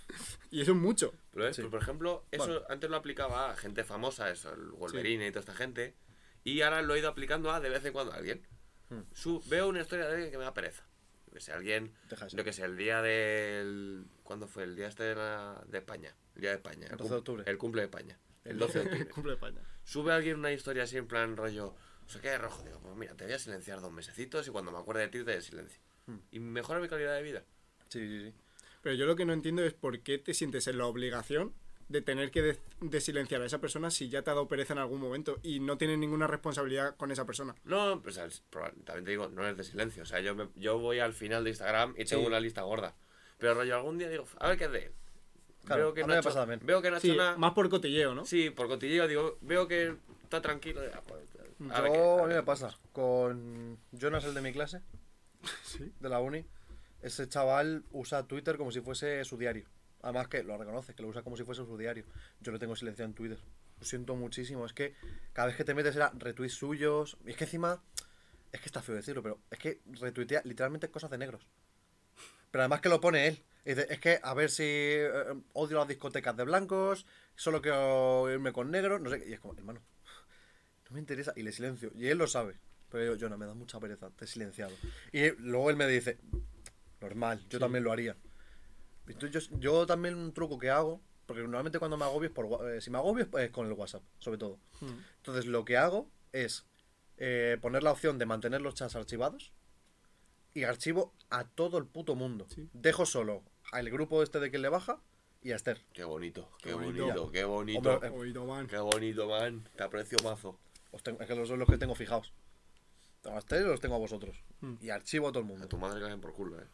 S3: Y eso es mucho.
S2: Lo es,
S1: Sí.
S2: pero, por ejemplo, eso
S1: Bueno.
S2: antes lo aplicaba a gente famosa, eso, el Wolverine y toda esta gente. Y ahora lo he ido aplicando a de vez en cuando a alguien.
S1: Hmm.
S2: Su- veo una historia de alguien que me da pereza. Yo que sé, alguien.
S1: Deja eso.
S2: Yo que sé, el día del. ¿Cuándo fue? El día este de, la- de España. El día de España.
S1: El
S2: cum-
S1: 12 de octubre.
S2: El cumple de España. El 12 de octubre.
S3: Cumple España.
S2: Sube alguien una historia así en plan rollo. O sea, que rojo. Digo, pues mira, te voy a silenciar dos mesecitos y cuando me acuerde de ti te silencio.
S1: Hmm.
S2: Y mejora mi calidad de vida.
S1: Sí, sí, sí.
S3: Pero yo lo que no entiendo es por qué te sientes en la obligación de tener que des- de silenciar a esa persona si ya te ha dado pereza en algún momento y no tienes ninguna responsabilidad con esa persona.
S2: No, pues al- proba- también te digo, no es de silencio. O sea, yo, me- yo voy al final de Instagram y tengo una lista gorda. Pero rollo, algún día digo, a ver qué hace.
S1: Claro,
S2: veo que
S1: a
S2: no
S1: mí me
S2: ha
S1: ha
S2: hecho,
S1: pasado también.
S2: Veo que no ha
S3: Sí,
S2: hecho nada.
S3: más por cotilleo, ¿no?
S2: Sí, por cotilleo, digo, veo que está tranquilo. digo, ah, pues, a ver qué-
S1: Yo,
S2: a
S1: a mí
S2: ver
S1: me
S2: qué
S1: pasa. Con Jonas, el de
S2: (laughs)
S1: mi clase, de la uni, ese chaval usa Twitter como si fuese su diario. Además que lo reconoce, que lo usa como si fuese su diario. Yo lo tengo silenciado en Twitter. Lo siento muchísimo. Es que cada vez que te metes era retweets suyos. Y es que encima, es que está feo decirlo, pero es que retuitea literalmente cosas de negros. Pero además que lo pone él. Y dice, es que a ver si eh, odio las discotecas de blancos, solo quiero irme con negros, no sé qué. Y es como, hermano, no me interesa. Y le silencio. Y él lo sabe. Pero yo, yo no, me da mucha pereza, te he silenciado. Y eh, luego él me dice, normal, yo también lo haría. Entonces, yo, yo también un truco que hago, porque normalmente cuando me agobio es por... wa- eh, si me agobio es eh, con el WhatsApp, sobre todo.
S3: Mm.
S1: Entonces lo que hago es eh, poner la opción de mantener los chats archivados y archivo a todo el puto mundo.
S3: Sí.
S1: Dejo solo al grupo este de que le baja y a Esther.
S2: Qué bonito, qué,
S3: Qué bonito.
S2: bonito, qué bonito.
S1: Hombre, eh,
S3: Oído, man.
S2: Qué bonito, man. Te aprecio mazo.
S1: Os tengo- es que los son los que tengo fijados. Tengo a Esther y los tengo a vosotros. Y archivo a todo el
S2: A
S1: mundo.
S2: tu madre que la hacen por
S1: (laughs)
S2: culo, eh.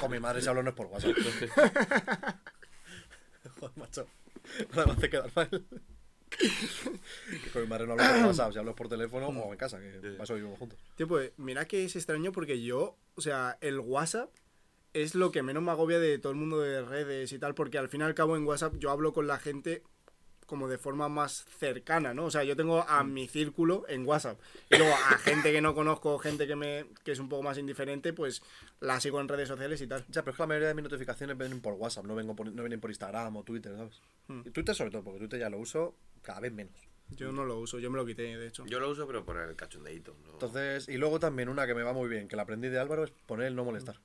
S1: Con mi madre se habló no es por WhatsApp. (laughs) Joder, macho. Nada más te quedar mal. Que con mi madre no hablo por WhatsApp, si hablo es por teléfono o en casa, que para eso vivimos juntos.
S3: Tío, pues mira que es extraño porque yo, o sea, el WhatsApp es lo que menos me agobia de todo el mundo de redes y tal, porque al fin y al cabo en WhatsApp yo hablo con la gente como de forma más cercana, ¿no? O sea, yo tengo a mi círculo en WhatsApp. Y luego a gente que no conozco, gente que me que es un poco más indiferente, pues la sigo en redes sociales y tal.
S1: Ya, pero es que la mayoría de mis notificaciones vienen por WhatsApp, no, vengo por- no vienen por Instagram o Twitter, ¿sabes?
S2: Hmm.
S1: Y Twitter sobre todo, porque Twitter ya lo uso cada vez menos.
S3: Yo no lo uso, yo me lo quité, de hecho.
S2: Yo lo uso, pero por el cachondeito. ¿no?
S1: Entonces, y luego también una que me va muy bien, que la aprendí de Álvaro, es poner el no molestar.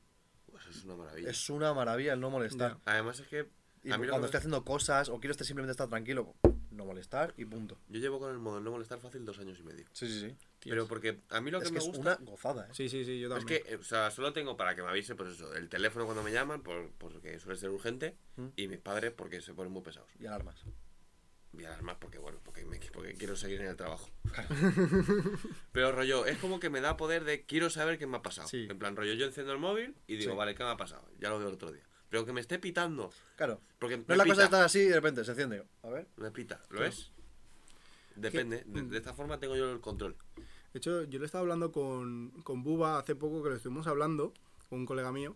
S2: Pues es una maravilla.
S1: Es una maravilla el no molestar.
S2: Además es que.
S1: Y
S2: a mí lo
S1: cuando
S2: que me-
S1: estoy haciendo cosas o quiero estar simplemente estar tranquilo, no molestar y punto.
S2: Yo llevo con el modo no molestar fácil dos años y medio.
S1: Sí, sí, sí.
S2: Pero porque a mí lo que
S1: es que
S2: me
S1: es
S2: gusta.
S1: una gozada, ¿eh?
S3: Sí, sí, sí, yo
S2: Es
S3: también.
S2: que, eh, o sea, solo tengo para que me avise, pues eso, el teléfono cuando me llaman, por, porque suele ser urgente,
S1: Mm.
S2: y mis padres porque se ponen muy pesados.
S1: Y alarmas.
S2: Y además porque, bueno, porque, me- porque quiero seguir en el trabajo. (laughs) Pero rollo, es como que me da poder de quiero saber qué me ha pasado.
S3: Sí.
S2: En plan, rollo, yo enciendo el móvil y digo,
S1: Sí.
S2: vale, ¿qué me ha pasado? Ya lo veo el otro día. Pero que me esté pitando.
S1: Claro.
S2: Porque
S1: no
S2: me
S1: es la
S2: pita.
S1: cosa de estar así y de repente se enciende. A ver.
S2: Me pita, ¿lo es? Depende, de,
S1: mm.
S2: de esta forma tengo yo el control.
S3: De hecho, yo lo estaba hablando con, con Buba hace poco, que lo estuvimos hablando, con un colega mío,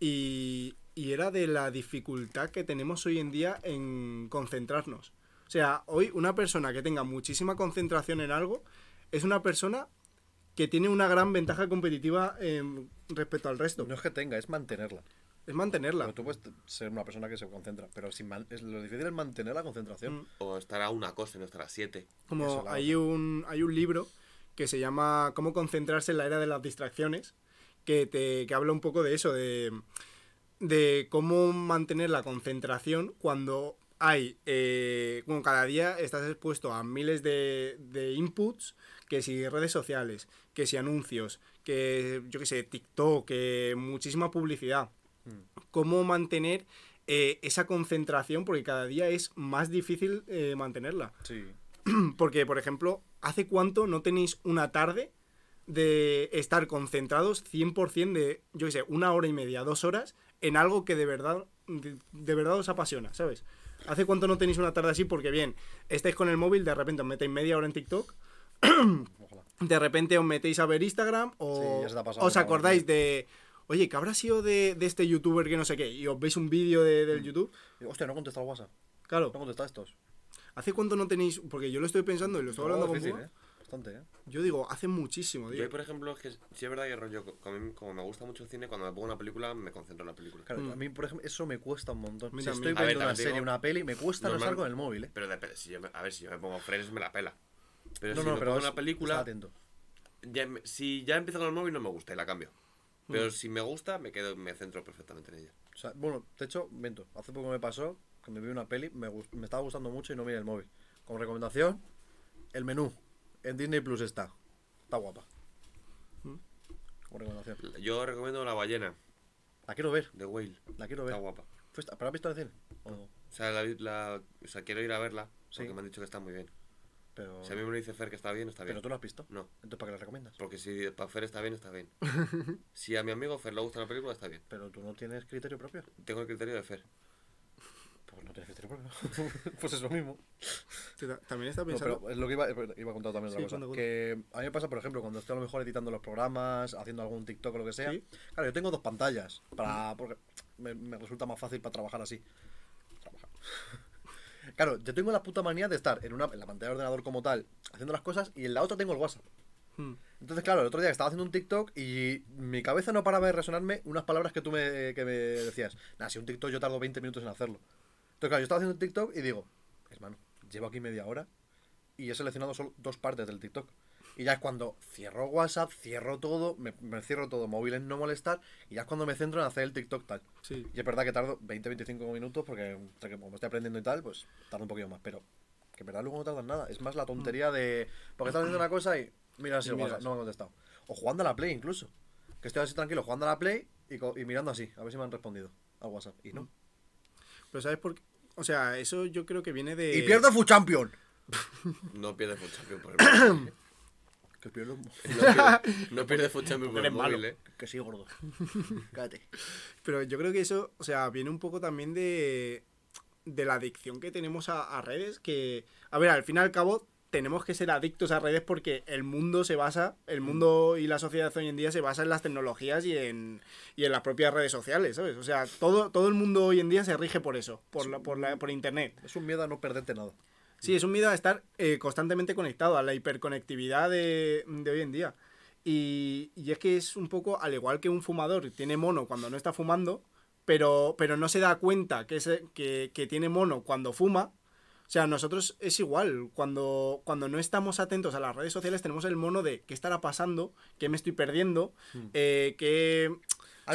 S3: y, y era de la dificultad que tenemos hoy en día en concentrarnos. O sea, hoy una persona que tenga muchísima concentración en algo es una persona que tiene una gran ventaja competitiva em, respecto al resto.
S1: No es que tenga, es mantenerla.
S3: Es mantenerla.
S1: Pero tú puedes ser una persona que se concentra, pero sin man- es- lo difícil es mantener la concentración.
S2: O estar a una cosa y no estar a siete.
S1: Eso,
S3: Como
S1: la
S3: hay un, hay un libro que se llama Cómo concentrarse en la era de las distracciones, que, te, que habla un poco de eso, de, de cómo mantener la concentración cuando hay, eh, como cada día estás expuesto a miles de, de inputs, que si redes sociales, que si anuncios, que yo qué sé, TikTok, que muchísima publicidad.
S1: Mm.
S3: Cómo mantener eh, esa concentración, porque cada día es más difícil eh, mantenerla.
S1: Sí.
S3: Porque, por ejemplo, ¿hace cuánto no tenéis una tarde de estar concentrados 100% de, yo qué sé, una hora y media, dos horas, en algo que de verdad, de, de verdad os apasiona, ¿sabes? ¿Hace cuánto no tenéis una tarde así? Porque bien, estáis con el móvil, de repente os metéis media hora en
S1: (coughs)
S3: TikTok,
S1: Ojalá.
S3: de repente os metéis a ver Instagram
S1: Sí,
S3: o
S1: ya se te ha pasado
S3: os
S1: por la
S3: acordáis de, oye, ¿qué habrá sido de, de este youtuber que no sé qué? Y os veis un vídeo de-
S1: Mm.
S3: del YouTube.
S1: Y, Hostia, no he contestado el WhatsApp.
S3: Claro,
S1: No he contestado estos.
S3: ¿hace cuánto no tenéis? Porque yo lo estoy pensando y lo estoy
S1: Algo
S3: hablando con
S1: difícil,
S3: Buba.
S1: ¿eh? Bastante, ¿eh?
S3: Yo digo, hace muchísimo, tío.
S2: Yo, por ejemplo, es que sí es verdad que rollo, co- como, a mí- como me gusta mucho el cine, cuando me pongo una película, me concentro en la película.
S1: Claro,
S3: Mm.
S1: a mí, por ejemplo, eso me cuesta un montón.
S3: A mí
S1: Si
S3: también.
S1: estoy
S2: A ver,
S1: viendo una
S2: también te
S1: serie,
S2: digo,
S1: una peli, me cuesta no
S2: normal-
S1: estar con el móvil, ¿eh?
S2: Pero depende, si yo me- a ver, si yo me pongo Friends, me la pela. Pero
S1: no,
S2: si
S1: no,
S2: me
S1: pero
S2: pongo
S1: es-
S2: una
S1: estad
S2: película,
S1: atento.
S2: ya me- si ya empiezo con el móvil, no me gusta y la cambio.
S1: Mm.
S2: Pero si me gusta, me quedo, me centro perfectamente en ella.
S1: O sea, bueno, de hecho, miento. Hace poco me pasó que me vi una peli, me, gust- me estaba gustando mucho y no miré el móvil. Como recomendación, el menú en Disney Plus está. Está guapa.
S2: Hmm.
S1: Como recomendación.
S2: Yo recomiendo La ballena,
S1: La quiero ver,
S2: de Whale.
S1: la quiero ver.
S2: Está guapa.
S1: Fuiste- ¿Pero has visto en el cine? ¿O no?
S2: O sea, la, la- o sea, quiero ir a verla, porque
S1: Sí.
S2: me han dicho que está muy bien.
S1: Pero,
S2: Si a mí me lo dice Fer que está bien, está bien.
S1: pero tú la has visto.
S2: No,
S1: Entonces, ¿para qué la recomiendas?
S2: porque si para Fer está bien, está bien.
S1: (laughs)
S2: si a mi amigo Fer le gusta la película, está bien.
S1: Pero tú no tienes criterio propio.
S2: Tengo el criterio de Fer.
S1: Pues no tienes criterio propio. (laughs) pues es lo mismo.
S3: Ta- También está
S1: No,
S3: pensando.
S1: pero es lo que iba, iba a contar también
S3: Sí,
S1: otra cosa.
S3: cuenta, cuenta.
S1: Que a mí me pasa, por ejemplo, cuando estoy a lo mejor editando los programas, haciendo algún TikTok o lo que sea.
S3: Sí.
S1: Claro, yo tengo dos pantallas para porque me, me resulta más fácil para trabajar así. Trabajar. (laughs) Claro, yo tengo la puta manía de estar en, una, en la pantalla de ordenador como tal, haciendo las cosas, y en la otra tengo el WhatsApp.
S3: Mm.
S1: Entonces, claro, el otro día estaba haciendo un TikTok y mi cabeza no paraba de resonarme unas palabras que tú me, que me decías. Nada, si un TikTok yo tardo 20 minutos en hacerlo. Entonces, claro, yo estaba haciendo un TikTok y digo, hermano, llevo aquí media hora y he seleccionado solo dos partes del TikTok. Y ya es cuando cierro WhatsApp, cierro todo, me, me cierro todo, móviles no molestar, y ya es cuando me centro en hacer el TikTok tal.
S3: Sí.
S1: Y es verdad que tardo 20-25 minutos porque entre que como estoy aprendiendo y tal, pues tarda un poquito más. Pero que en verdad luego no tardan nada. Es más la tontería de. Porque estás haciendo una cosa y. Mira
S3: Mm. Y
S1: si el WhatsApp,
S3: miras.
S1: no me ha contestado. O jugando a la Play incluso. Que estoy así tranquilo, jugando a la Play y, co- y mirando así, a ver si me han respondido al WhatsApp. Y no.
S3: Pero ¿sabes por qué? O sea, eso yo creo que viene de.
S1: ¡Y pierdo Fu Champion!
S2: No pierdes Food Champion por el móvil. ¿eh?
S1: Que pierdo.
S2: No
S3: (laughs)
S2: pierdes- No pierdes Food Champion por el
S3: Eres malo.
S2: móvil, ¿eh?
S1: Que sí, gordo. Cállate.
S3: Pero yo creo que eso, o sea, viene un poco también de, de la adicción que tenemos a, a redes, que, a ver, al fin y al cabo, tenemos que ser adictos a redes porque el mundo se basa, el
S1: Mm.
S3: mundo y la sociedad hoy en día se basa en las tecnologías y en, y en las propias redes sociales, ¿sabes? O sea, todo, todo el mundo hoy en día se rige por eso, por, la, por, la, por Internet.
S1: Es un miedo a no perderte nada.
S3: Sí, es un miedo a estar eh, constantemente conectado, a la hiperconectividad de, de hoy en día. Y, y es que es un poco al igual que un fumador tiene mono cuando no está fumando, pero, pero no se da cuenta que, se- que, que tiene mono cuando fuma. O sea, nosotros es igual, cuando, cuando no estamos atentos a las redes sociales tenemos el mono de qué estará pasando, qué me estoy perdiendo, eh, qué...
S1: Mm. ¿Has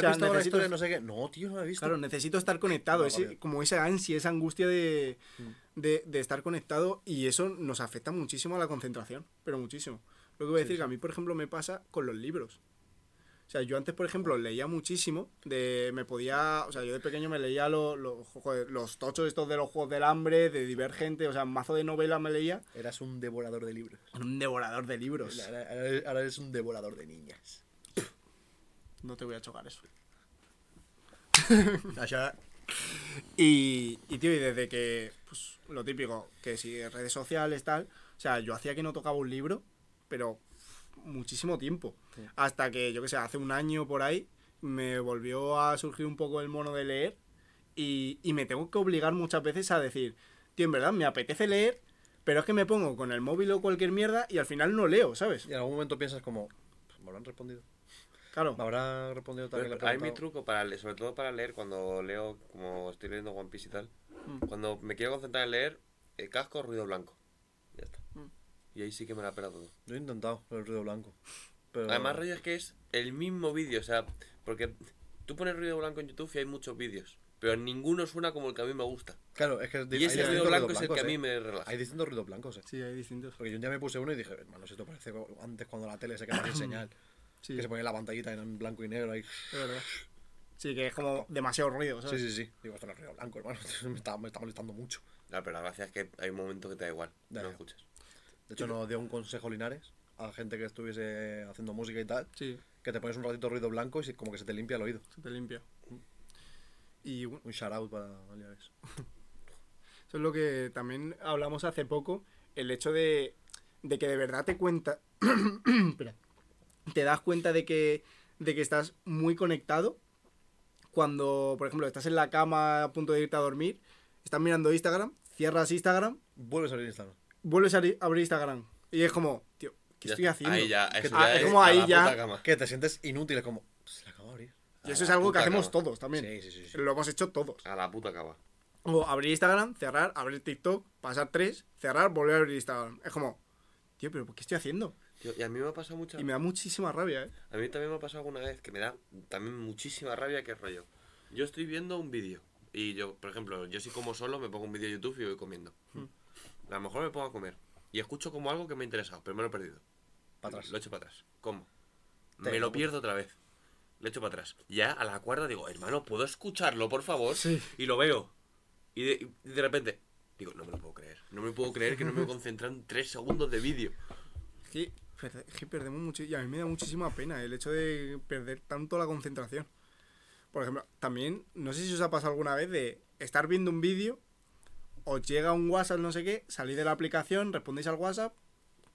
S3: o sea,
S1: visto ahora la
S3: necesito-
S1: historia de no sé qué? No, tío, no la he visto.
S3: Claro, necesito estar conectado,
S1: Ah,
S3: ese-
S1: vale.
S3: como esa ansia, esa angustia de, de- de estar conectado y eso nos afecta muchísimo a la concentración, pero muchísimo. Lo que voy a decir que a mí, por ejemplo, me pasa con los libros. O sea, yo antes, por ejemplo, leía muchísimo, de, me podía, o sea, yo de pequeño me leía lo- lo- joder, los tochos estos de los Juegos del Hambre, de Divergente, o sea, mazo de novelas me leía.
S1: Eras un devorador de libros.
S3: Era Un devorador de libros.
S1: Ahora- ahora- ahora eres un devorador de niñas.
S3: No te voy a chocar eso.
S1: (laughs) Allá
S3: Y, y, tío, y desde que, pues, lo típico, que si redes sociales, tal, o sea, yo hacía que no tocaba un libro, pero muchísimo tiempo. Hasta que, yo que sé, hace un año por ahí, me volvió a surgir un poco el mono de leer y, y me tengo que obligar muchas veces a decir, tío, en verdad, me apetece leer, pero es que me pongo con el móvil o cualquier mierda y al final no leo, ¿sabes?
S1: Y en algún momento piensas como, "Pues, ¿me habrán respondido?
S3: Claro.
S1: ¿Me habrán respondido tal que le he
S2: Pero hay mi
S1: preguntado?".
S2: truco, para le- sobre todo para leer, cuando leo, como estoy leyendo One Piece y tal,
S3: Hmm.
S2: cuando me quiero concentrar en leer, eh, casco, ruido blanco. Ya está.
S3: Hmm.
S2: Y ahí sí que me la pela todo.
S1: Yo he intentado el ruido blanco. Pero...
S2: Además, rollo es que es el mismo vídeo, o sea, porque tú pones ruido blanco en YouTube y hay muchos vídeos, pero ninguno suena como el que a mí me gusta.
S1: Claro, es que
S2: Y ese ruido blanco es el que a mí me relaja.
S1: ¿eh? Hay distintos ruidos blancos, eh.
S3: Sí, hay distintos.
S1: Porque yo un día me puse uno y dije, hermano, si esto parece co- antes cuando la tele se quedaba
S2: (coughs)
S1: sin señal.
S3: Sí,
S1: Que se ponía la pantallita en blanco y negro ahí.
S3: es verdad. Sí, que es como demasiado ruido,
S1: Sí,
S3: ¿sabes?
S1: sí, sí. Digo, esto no es ruido blanco, hermano. (laughs) me, está, me está molestando mucho.
S2: Ah, pero la gracia es que hay un momento que te da igual, no
S1: Da igual.
S2: escuchas.
S1: De hecho, nos dio un consejo Linares a gente que estuviese haciendo música y tal,
S3: Sí,
S1: que te pones un ratito ruido blanco y se- como que se te limpia el oído.
S3: se te limpia. Y bueno,
S1: Un shout out para Aliaves.
S3: Eso es lo que también hablamos hace poco, el hecho de, de que de verdad te cuenta, (coughs) Espera. te das cuenta de que, de que estás muy conectado cuando, por ejemplo, estás en la cama a punto de irte a dormir, estás mirando Instagram, cierras Instagram,
S1: Vuelves a abrir Instagram.
S3: vuelves a abri- abrir Instagram y es como, tío, ¿qué
S2: Ya
S3: estoy
S2: está.
S3: haciendo?
S2: Ahí ya,
S1: Que-
S2: eso
S1: Ah,
S2: ya
S1: es
S2: es
S3: como
S2: a
S3: ahí
S2: la
S3: ya.
S2: puta cama.
S1: Que te sientes inútil, es como, se la acabo de abrir.
S3: Y eso
S2: A
S3: es
S2: la
S3: algo que
S2: puta
S3: hacemos
S2: cama.
S3: todos también.
S1: Sí, sí, sí, sí.
S3: Lo hemos hecho todos.
S2: A la puta cama.
S3: O abrir Instagram, cerrar, abrir TikTok, pasar tres, cerrar, volver a abrir Instagram. Es como, tío, pero ¿qué estoy haciendo?
S2: Tío, y a mí me ha pasado mucho.
S3: Y me da muchísima rabia, ¿eh?
S2: A mí también me ha pasado alguna vez que me da también muchísima rabia que rollo. Yo estoy viendo un vídeo y yo, por ejemplo, yo si como solo me pongo un vídeo de YouTube y voy comiendo. A lo mejor me pongo a comer y escucho como algo que me ha interesado, pero me lo he perdido.
S1: Para atrás.
S2: Lo echo para atrás. ¿Cómo?
S1: Te-
S2: me lo pierdo otra vez. Lo echo para atrás. Ya a la cuarta digo, hermano, ¿puedo escucharlo, por favor?
S3: Sí.
S2: Y lo veo. Y de, y de repente digo, no me lo puedo creer. No me puedo creer que no me he concentrado en tres segundos de vídeo.
S3: Es que, perde- es que perdemos mucho. Y a mí me da muchísima pena el hecho de perder tanto la concentración. Por ejemplo, también, no sé si os ha pasado alguna vez de estar viendo un vídeo, os llega un WhatsApp, no sé qué, salís de la aplicación, respondéis al WhatsApp,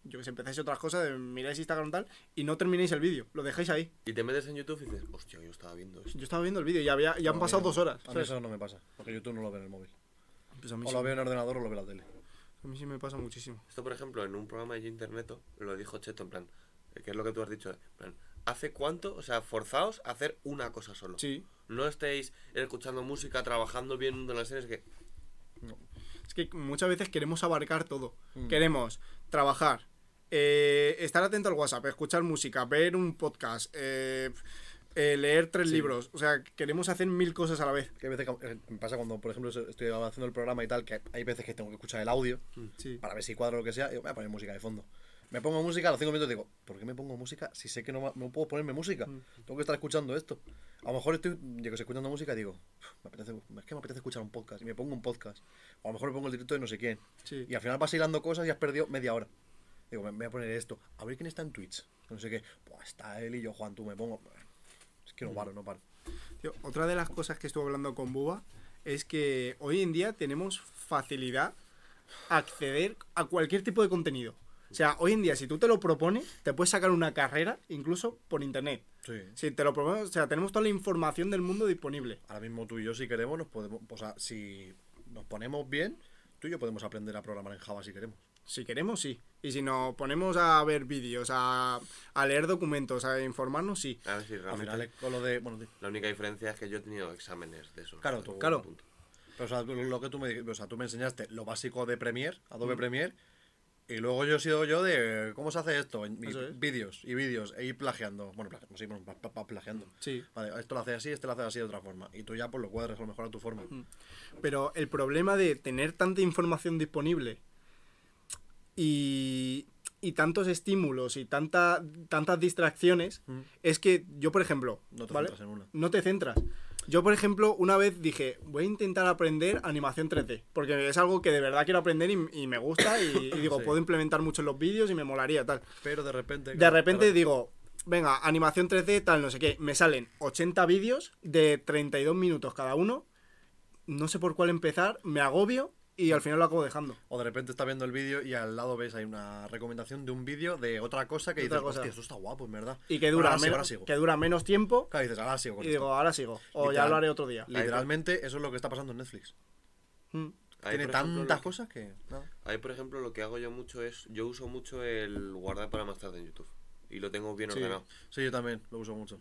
S3: yo que sé, empezáis otras cosas, de- miráis Instagram tal, y no termináis el vídeo, lo dejáis ahí.
S2: Y te metes en YouTube y dices, hostia, yo estaba viendo esto.
S3: Yo estaba viendo el vídeo y había, ya han
S1: No,
S3: pasado
S1: mira,
S3: dos horas.
S1: A mí
S3: ¿sabes?
S1: eso no me pasa, porque YouTube no lo ve en el móvil.
S3: Pues a mí
S1: O
S3: sí-
S1: lo veo en el ordenador o lo veo en la tele.
S3: a mí sí me pasa muchísimo.
S2: Esto, por ejemplo, en un programa de Yo Interneto lo dijo Cheto, en plan, eh, que es lo que tú has dicho, en plan, ¿hace cuánto? O sea, forzaos a hacer una cosa solo.
S3: Sí.
S2: No estéis escuchando música, trabajando, viendo las series, que
S3: Es que muchas veces queremos abarcar todo.
S1: Mm.
S3: Queremos trabajar, eh, estar atento al WhatsApp, escuchar música, ver un podcast, eh, eh, leer tres libros. O sea, queremos hacer mil cosas a la vez.
S1: Que hay veces que- eh, me pasa cuando, por ejemplo, estoy haciendo el programa y tal, que hay veces que tengo que escuchar el audio
S3: Mm. Sí.
S1: para ver si cuadro o lo que sea, y digo, voy a poner música de fondo. Me pongo música, a los 5 minutos digo, ¿por qué me pongo música si sé que no, va- no puedo ponerme música?
S3: Mm.
S1: Tengo que estar escuchando esto. A lo mejor estoy, yo que sé, escuchando música y digo, "Uf, me apetece, es que me apetece escuchar un podcast, y me pongo un podcast. O a lo mejor me pongo el directo de no sé quién.
S3: Sí.
S1: Y al final vas hilando cosas y has perdido media hora. Digo, me, me voy a poner esto. A ver quién está en Twitch. No sé qué. Pues está él y yo, Juan, tú me pongo. Es
S3: Mm.
S1: que no paro, no paro.
S3: Tío, otra de las cosas que estuve hablando con Buba es que hoy en día tenemos facilidad a acceder a cualquier tipo de contenido. O sea, hoy en día, si tú te lo propones, te puedes sacar una carrera incluso por internet.
S1: Sí.
S3: Si te lo propones, o sea, tenemos toda la información del mundo disponible.
S1: Ahora mismo tú y yo, si queremos, nos podemos. O sea, si nos ponemos bien, tú y yo podemos aprender a programar en Java si queremos.
S3: Si queremos, sí. Y si nos ponemos a ver vídeos, a, a leer documentos, a informarnos, sí.
S2: a ver si
S1: Al
S2: realmente...
S1: final es con lo de. Bueno, di-
S2: La única diferencia es que yo he tenido exámenes de eso.
S1: Claro, tú-
S3: claro.
S2: punto.
S1: pero, o sea, tú- lo que tú me, di- o sea, tú me enseñaste lo básico de Premiere,
S3: Mm.
S1: Adobe Premiere, y luego yo he sido yo de cómo se hace esto, en y
S3: Eso es.
S1: vídeos y vídeos, e ir plagiando. Bueno, plagiando, sí, bueno, pa- pa- pa- plagiando.
S3: Sí.
S1: Vale, esto lo hace así, este lo hace así de otra forma. Y tú ya pues lo cuadras a lo mejor a tu forma.
S3: Mm. Pero el problema de tener tanta información disponible y, y tantos estímulos y tanta, tantas distracciones es que yo, por ejemplo,
S1: Mm. No te centras en una.
S3: no te centras. Yo, por ejemplo, una vez dije, voy a intentar aprender animación 3D, porque es algo que de verdad quiero aprender y, y me gusta y, y digo,
S1: Sí.
S3: puedo implementar mucho en los vídeos y me molaría tal.
S1: Pero de repente.
S3: De repente digo, venga, animación 3D, tal, no sé qué. Me salen 80 vídeos de 32 minutos cada uno. No sé por cuál empezar, me agobio y al final lo acabo dejando.
S1: O de repente está viendo el vídeo y al lado ves hay una recomendación de un vídeo de otra cosa que
S3: De otra
S1: dices,
S3: cosa.
S1: hostia, esto está guapo, en verdad.
S3: Y que dura,
S1: ahora sigo, ahora
S3: menos,
S1: sigo.
S3: que dura menos tiempo
S1: Claro, dices, ahora sigo con
S3: y
S1: esto".
S3: digo, ahora sigo. O ya
S1: Literal.
S3: lo haré otro día.
S1: Literalmente, eso es lo que está pasando en Netflix.
S3: Mm.
S2: Ahí,
S1: Tiene
S2: por ejemplo,
S1: tantas
S2: lo que-
S1: cosas que. nada.
S2: Ahí, por ejemplo, lo que hago yo mucho es... Yo uso mucho el guardar para más tarde en YouTube. Y lo tengo bien
S3: Sí.
S2: ordenado.
S1: Sí, yo también, lo uso mucho.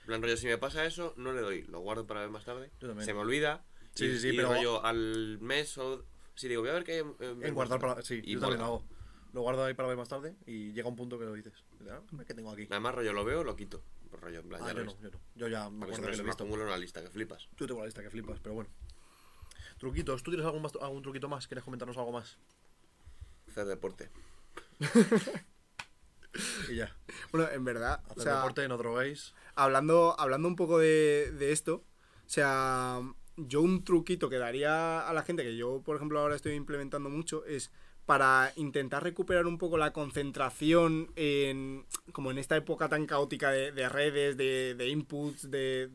S2: En plan, rollo, si me pasa eso, no le doy. Lo guardo para ver más tarde.
S1: Yo también.
S2: Se me olvida.
S1: Sí,
S2: y,
S1: sí, sí,
S2: y
S1: pero-
S2: rollo, al mes o... Si digo, voy a ver qué hay... en- en-
S1: En guardar para. Sí,
S2: y
S1: yo también lo
S2: guardo.
S1: hago. Lo guardo ahí para ver más tarde y llega un punto que lo dices. Dices, "Ah, ¿Qué tengo aquí?
S2: Nada más, rollo, lo veo, lo quito. Pues Rollo, en plan,
S1: Ah,
S2: ya
S1: yo
S2: lo
S1: no,
S2: ves.
S1: yo no. Yo ya me
S2: Porque si no,
S1: acuerdo que
S2: se
S1: lo he
S2: me
S1: visto.
S2: acumula una lista que flipas.
S1: Yo tengo la lista que flipas, pero bueno. Truquitos, ¿tú tienes algún, más- algún truquito más? ¿Quieres comentarnos algo más?
S2: Hacer deporte.
S1: Y (laughs) ya.
S3: Bueno, en verdad, o
S1: Hacer
S3: sea,
S1: deporte, no droguéis.
S3: hablando, hablando un poco de, de esto, o sea, yo un truquito que daría a la gente que yo, por ejemplo, ahora estoy implementando mucho es para intentar recuperar un poco la concentración en, como en esta época tan caótica de, de redes, de, de inputs, de,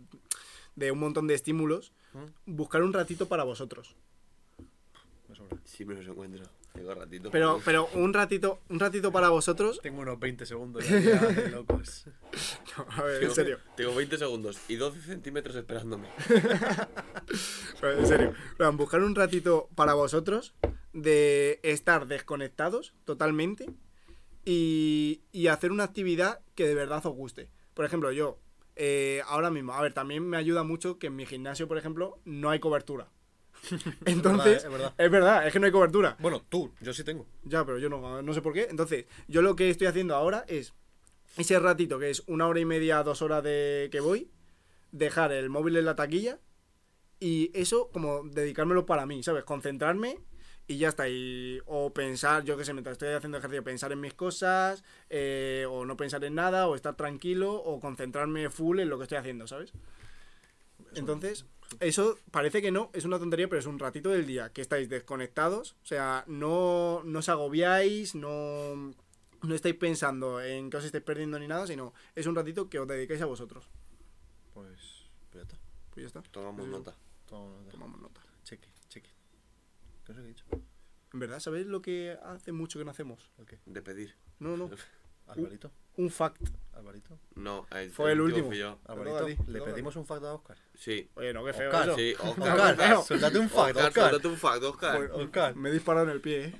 S3: de un montón de estímulos, buscar un ratito para vosotros.
S1: Me sobra.
S2: Sí, me los encuentro. Tengo ratito.
S3: Pero, pero un ratito, un ratito para vosotros.
S1: Tengo unos 20 (laughs) segundos ya, ya, de locos.
S3: No, (laughs) a ver, en serio.
S2: Tengo 20 segundos y 12 centímetros esperándome.
S3: (laughs) Pero, en serio, en plan, buscar un ratito para vosotros de estar desconectados totalmente y, y hacer una actividad que de verdad os guste. Por ejemplo, yo eh, ahora mismo, a ver, también me ayuda mucho que en mi gimnasio, por ejemplo, no hay cobertura. Entonces,
S1: (laughs) es verdad.
S3: es verdad, es que no hay cobertura.
S1: Bueno, tú, yo sí tengo.
S3: Ya, pero yo no, no sé por qué. Entonces, yo lo que estoy haciendo ahora es ese ratito, que es una hora y media, dos horas de que voy, dejar el móvil en la taquilla y eso como dedicármelo para mí, ¿sabes? Concentrarme y ya está. Y, o pensar, yo qué sé, mientras estoy haciendo ejercicio, pensar en mis cosas, eh, o no pensar en nada, o estar tranquilo, o concentrarme full en lo que estoy haciendo, ¿sabes? Entonces, eso parece que no, es una tontería, pero es un ratito del día que estáis desconectados, o sea, no, no os agobiáis, no, no estáis pensando en que os estáis perdiendo ni nada, sino es un ratito que os dedicáis a vosotros.
S1: Pues, pues ya está.
S3: Pues ya está.
S2: Tomamos
S3: Sí.
S2: nota.
S1: Toma nota.
S3: Tomamos nota.
S1: Cheque, cheque. ¿Qué os he dicho?
S2: Uh.
S3: En verdad, ¿sabéis lo que hace mucho que no hacemos?
S1: ¿El qué?
S2: De pedir.
S3: No, no.
S1: ¿Alvarito?
S3: Un fact.
S1: ¿Alvarito?
S2: No, el,
S3: Fue el último.
S2: fui yo.
S1: ¿Alvarito?
S3: Dale,
S1: Ah, ¿Le
S3: dale.
S1: pedimos un fact a Oscar?
S2: Sí.
S3: Oye, no, qué feo
S1: Oscar,
S3: eso.
S2: Sí,
S1: (laughs) Oscar,
S2: Oscar.
S1: claro, suéltate un fact,
S2: Oscar,
S1: Oscar.
S2: suéltate un fact,
S3: Ah,
S2: Oscar.
S1: Oscar.
S3: Me he disparado en el pie, eh.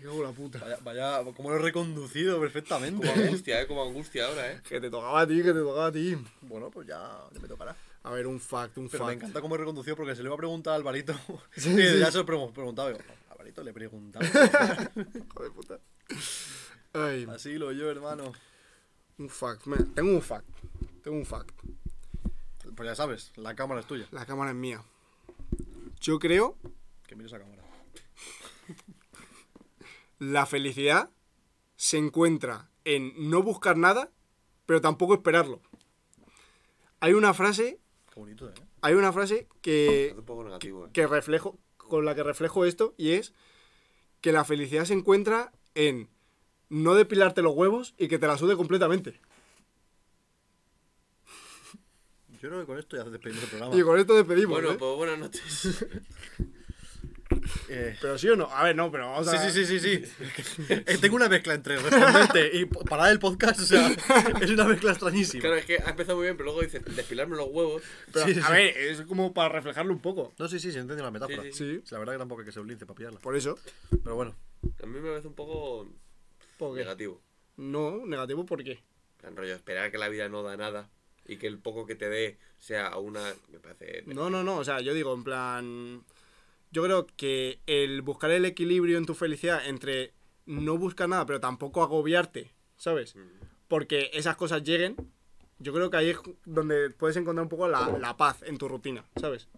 S3: Me cago en la puta.
S1: Vaya, vaya, como lo he reconducido
S2: Como
S1: perfectamente. ¿eh?
S2: angustia, eh, como angustia ahora, eh.
S3: Que te tocaba a ti, que te tocaba a ti.
S1: Bueno, pues ya, ya me tocará.
S3: A ver, un fact, un
S1: Pero me
S3: fact.
S1: encanta cómo he reconducido porque se le iba a preguntar a Alvarito.
S3: (laughs)
S1: (laughs)
S3: Sí,
S1: y
S3: sí.
S1: ya se lo he preguntado. Digo, Alvarito le
S3: (laughs)
S1: he preguntado.
S3: Hijo de puta. Ay,
S1: Así lo yo, hermano.
S3: un fact. Mira, tengo un fact. Tengo un fact.
S1: Pues ya sabes, la cámara es tuya.
S3: La cámara es mía. Yo creo
S1: Que miro esa cámara.
S3: la felicidad se encuentra en no buscar nada, pero tampoco esperarlo. Hay una frase,
S1: Qué bonito, ¿eh?
S3: hay una frase que,
S2: Es un poco negativo, eh.
S3: que reflejo, con la que reflejo esto, y es que la felicidad se encuentra en no depilarte los huevos y que te la sude completamente.
S1: Yo creo que con esto ya despedimos el programa.
S3: Y con esto despedimos.
S2: Bueno,
S3: ¿eh?
S2: pues buenas noches.
S1: Eh,
S3: Pero sí o no. A ver, no, pero vamos a.
S1: sí, sí, sí, sí,
S3: (laughs)
S1: sí. Eh, Tengo una mezcla entre responderte y po- parar el podcast. O sea, (laughs) es una mezcla extrañísima.
S2: Claro, es que ha empezado muy bien, pero luego dices, despilarme los huevos.
S3: Pero,
S1: Sí, sí,
S3: a
S1: sí.
S3: ver, es como para reflejarlo un poco.
S1: No, sí, sí, se entiende la metáfora.
S2: Sí,
S3: sí.
S1: La verdad que tampoco hay que se blince para pillarla.
S3: Por eso.
S1: Pero bueno,
S2: A mí me parece un poco
S3: Porque,
S2: negativo.
S3: no, negativo, ¿por qué?
S2: En plan, rollo, esperar que la vida no da nada y que el poco que te dé sea a una. Me parece.
S3: No, no, no. O sea, yo digo, en plan. Yo creo que el buscar el equilibrio en tu felicidad entre no buscar nada, pero tampoco agobiarte, ¿sabes?
S2: Mm.
S3: Porque esas cosas lleguen. Yo creo que ahí es ju- donde puedes encontrar un poco la, la paz en tu rutina, ¿sabes?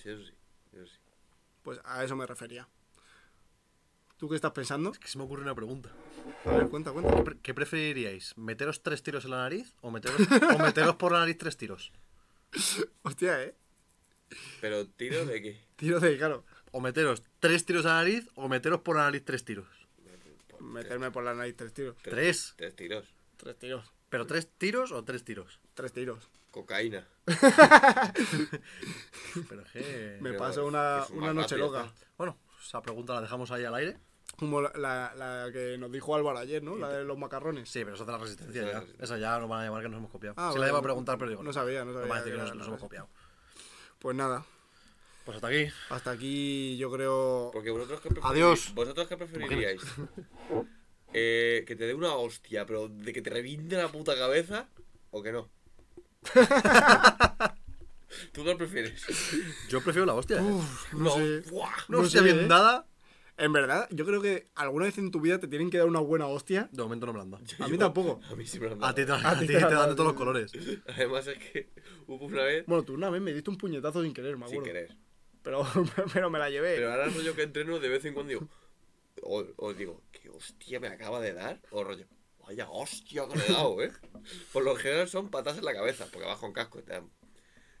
S2: Sí, eso sí. Eso sí.
S3: Pues a eso me refería. ¿Tú qué estás pensando?
S1: que se me ocurre una pregunta.
S3: A ver, cuenta, cuenta.
S1: ¿Qué pre- ¿Qué preferiríais? ¿Meteros tres tiros en la nariz o meteros, o meteros por la nariz tres tiros?
S3: Hostia, ¿eh?
S2: Pero tiro de qué?
S3: Tiro de, claro.
S1: ¿O meteros tres tiros a la nariz o meteros por la nariz tres tiros?
S3: Meterme por la nariz tres tiros.
S1: Tres.
S2: Tres tiros.
S3: Tres tiros.
S1: ¿Pero tres tiros o tres
S3: (laughs)
S1: tiros?
S3: Tres tiros.
S2: Cocaína.
S1: Pero es que...
S3: Me
S2: Pero
S3: paso
S2: es
S3: una,
S2: que es
S3: una
S2: más
S3: noche
S2: rápido,
S3: loca.
S1: Bueno, esa pregunta la dejamos ahí al aire.
S3: Como la, la- la que nos dijo Álvaro ayer, ¿no? La de los macarrones.
S1: Sí, pero esa es de la resistencia
S2: Esa es
S1: ya.
S2: la resistencia.
S1: Esa ya nos van a llamar que nos hemos copiado.
S3: Ah,
S1: Se
S3: vale,
S1: la iba a
S3: no-
S1: preguntar, pero digo,
S3: no sabía, no
S1: Nos
S3: sabía
S1: van a decir
S3: que
S1: que nos,
S3: era
S1: nos
S3: la
S1: hemos copiado.
S3: Pues nada,
S1: Pues hasta aquí.
S3: hasta aquí yo creo...
S2: Porque vosotros qué preferiríais.
S1: Adiós.
S2: ¿Vosotros qué (laughs) preferiríais? Eh, que te dé una hostia, pero de que te reviente la puta cabeza o (laughs) que no. ¿Tú qué prefieres?
S1: Yo prefiero la hostia. ¿eh?
S3: Uf, no, sé.
S2: ¡Buah!
S1: Una
S3: no
S1: hostia
S3: sé,
S1: bien
S3: ¿eh?
S1: dada.
S3: En verdad, yo creo que alguna vez en tu vida te tienen que dar una buena hostia.
S1: De momento no me la han dado.
S3: A mí tampoco.
S2: A mí sí me lo han dado.
S1: A ti te, a
S3: (laughs) A ti
S1: ti
S3: te
S1: te
S3: la han
S1: dan
S3: dado,
S1: de todos
S3: sí,
S1: los
S3: sí.
S1: colores.
S2: (laughs) Además es que hubo una vez
S3: Bueno, tú una vez me diste un puñetazo sin querer, me
S2: sin
S3: acuerdo.
S2: querer.
S3: Pero, (laughs) pero me la llevé.
S2: Pero ahora rollo que entreno de vez en cuando digo, o, o digo, ¿qué hostia me acaba de dar? O rollo, vaya hostia que le he dado, ¿eh? Por lo general son patas en la cabeza, porque vas con casco y te dan.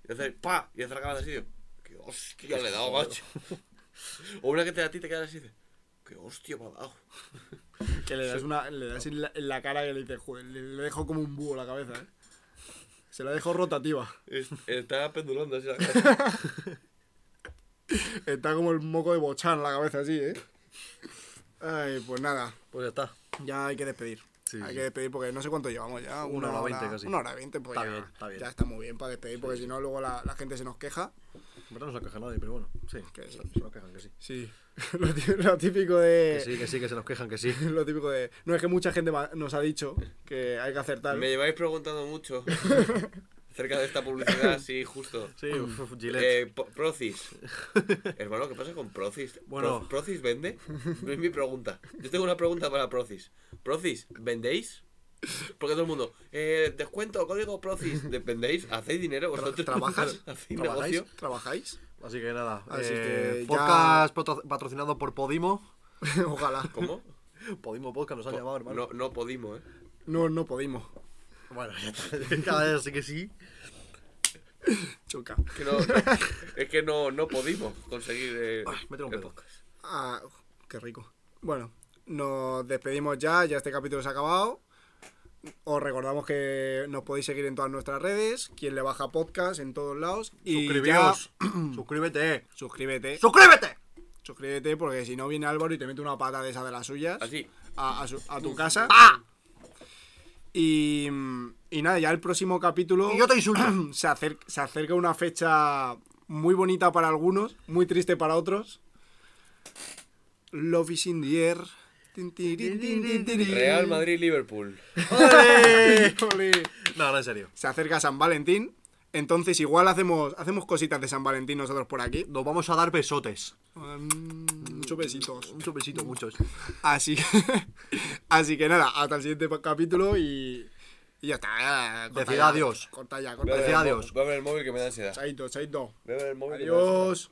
S2: Y haces pa, y haces la cabeza así, digo, ¿qué hostia le he dado, macho? O una que te da a ti y te quedas así, dices, ¡Qué hostia me ha dado!
S3: Que le das, una, le das en, la, en la cara y le dices, "Joder, le, le dejo como un búho la cabeza, ¿eh? Se la dejo rotativa.
S2: Es- Está pendulando así
S3: (laughs)
S2: la cabeza.
S3: Está como el moco de Bochán la cabeza así, ¿eh? Ay, pues nada,
S1: Pues ya está.
S3: ya hay que despedir.
S1: Sí,
S3: hay
S1: sí.
S3: que despedir porque no sé cuánto llevamos ya.
S1: Una hora veinte casi.
S3: Una hora veinte, pues
S1: Está
S3: ya,
S1: bien, está bien.
S3: ya está muy bien para despedir porque si no luego la, la gente se nos queja.
S1: En verdad no se nos queja nadie, pero bueno. Sí, Eh,
S3: Que sí.
S1: se nos quejan que sí.
S3: Sí. (laughs) lo, tí- lo típico de...
S1: Que sí, que sí, que se nos quejan que (laughs) sí.
S3: (laughs) Lo típico de... No es que mucha gente ma- nos ha dicho que hay que acertar.
S2: Me lleváis preguntando mucho acerca de esta publicidad, sí, justo.
S1: Sí, uf, uf, Gillette.
S2: Eh, Po-
S1: (laughs)
S2: Procis. Hermano, ¿qué pasa con Procis?
S1: Bueno.
S2: Pro- ¿Procis vende? No es mi pregunta. Yo tengo una pregunta para Procis. ¿Procis, vendéis? Porque todo el mundo, eh, descuento, código Procis, ¿de- ¿vendéis? ¿Hacéis dinero vosotros?
S3: ¿Trabajas?
S2: (laughs)
S1: (laughs)
S2: ¿Hacéis
S3: ¿Trabajáis?
S2: negocio?
S3: ¿Trabajáis?
S1: Así que nada.
S3: Así
S1: eh,
S3: que ya-
S1: podcast patro- patrocinado por Podimo.
S3: Ojalá.
S1: (laughs)
S2: ¿Cómo?
S1: Podimo Podcast nos han llamado, hermano.
S2: No, no podimos, ¿eh?
S3: No, no podimos.
S1: Bueno, ya está. (laughs) Cada vez sí que sí.
S3: Choca.
S2: Que
S1: (laughs)
S2: no- es que no, no podimos conseguir eh,
S1: Ay, me tengo un
S2: el
S1: pedo.
S2: podcast.
S3: Ah, qué rico. Bueno, nos despedimos ya, ya este capítulo se ha acabado. Os recordamos que nos podéis seguir en todas nuestras redes, quien le baja podcast en todos lados. Y
S1: Suscribíos.
S3: ya-
S1: Suscríbete.
S3: (clears throat) suscríbete.
S1: (clears throat) ¡Suscríbete!
S3: suscríbete porque si no viene Álvaro y te mete una pata de esa de las suyas
S2: Así.
S3: a, a su- a tu casa. Ah. Y, mm, y nada, ya el próximo capítulo
S1: Y yo te insulto.
S3: (clears throat) se, acer- se acerca una fecha muy bonita para algunos, muy triste para otros. Love is in the air. Tin, tirin, tin, tin, tirin.
S2: Real Madrid-Liverpool.
S1: ¡Ole!
S3: Ole.
S1: No, no, en serio.
S3: Se acerca San Valentín. Entonces igual hacemos, hacemos cositas de San Valentín nosotros por aquí.
S1: Nos vamos a dar besotes.
S3: Mm, Muchos besitos.
S1: Muchos besitos, muchos.
S3: Así que, (laughs) así que nada, hasta el siguiente capítulo y, y ya está. corta
S1: Decid
S3: ya,
S1: adiós.
S3: Corta ya,
S2: Voy a
S3: corta
S2: ver
S1: Decid
S2: el
S3: ya.
S2: mo-
S1: adiós.
S2: Voy a ver el móvil que me da ansiedad.
S3: Chaito, chaito.
S2: Voy a ver el móvil que me da ansiedad.
S3: Adiós.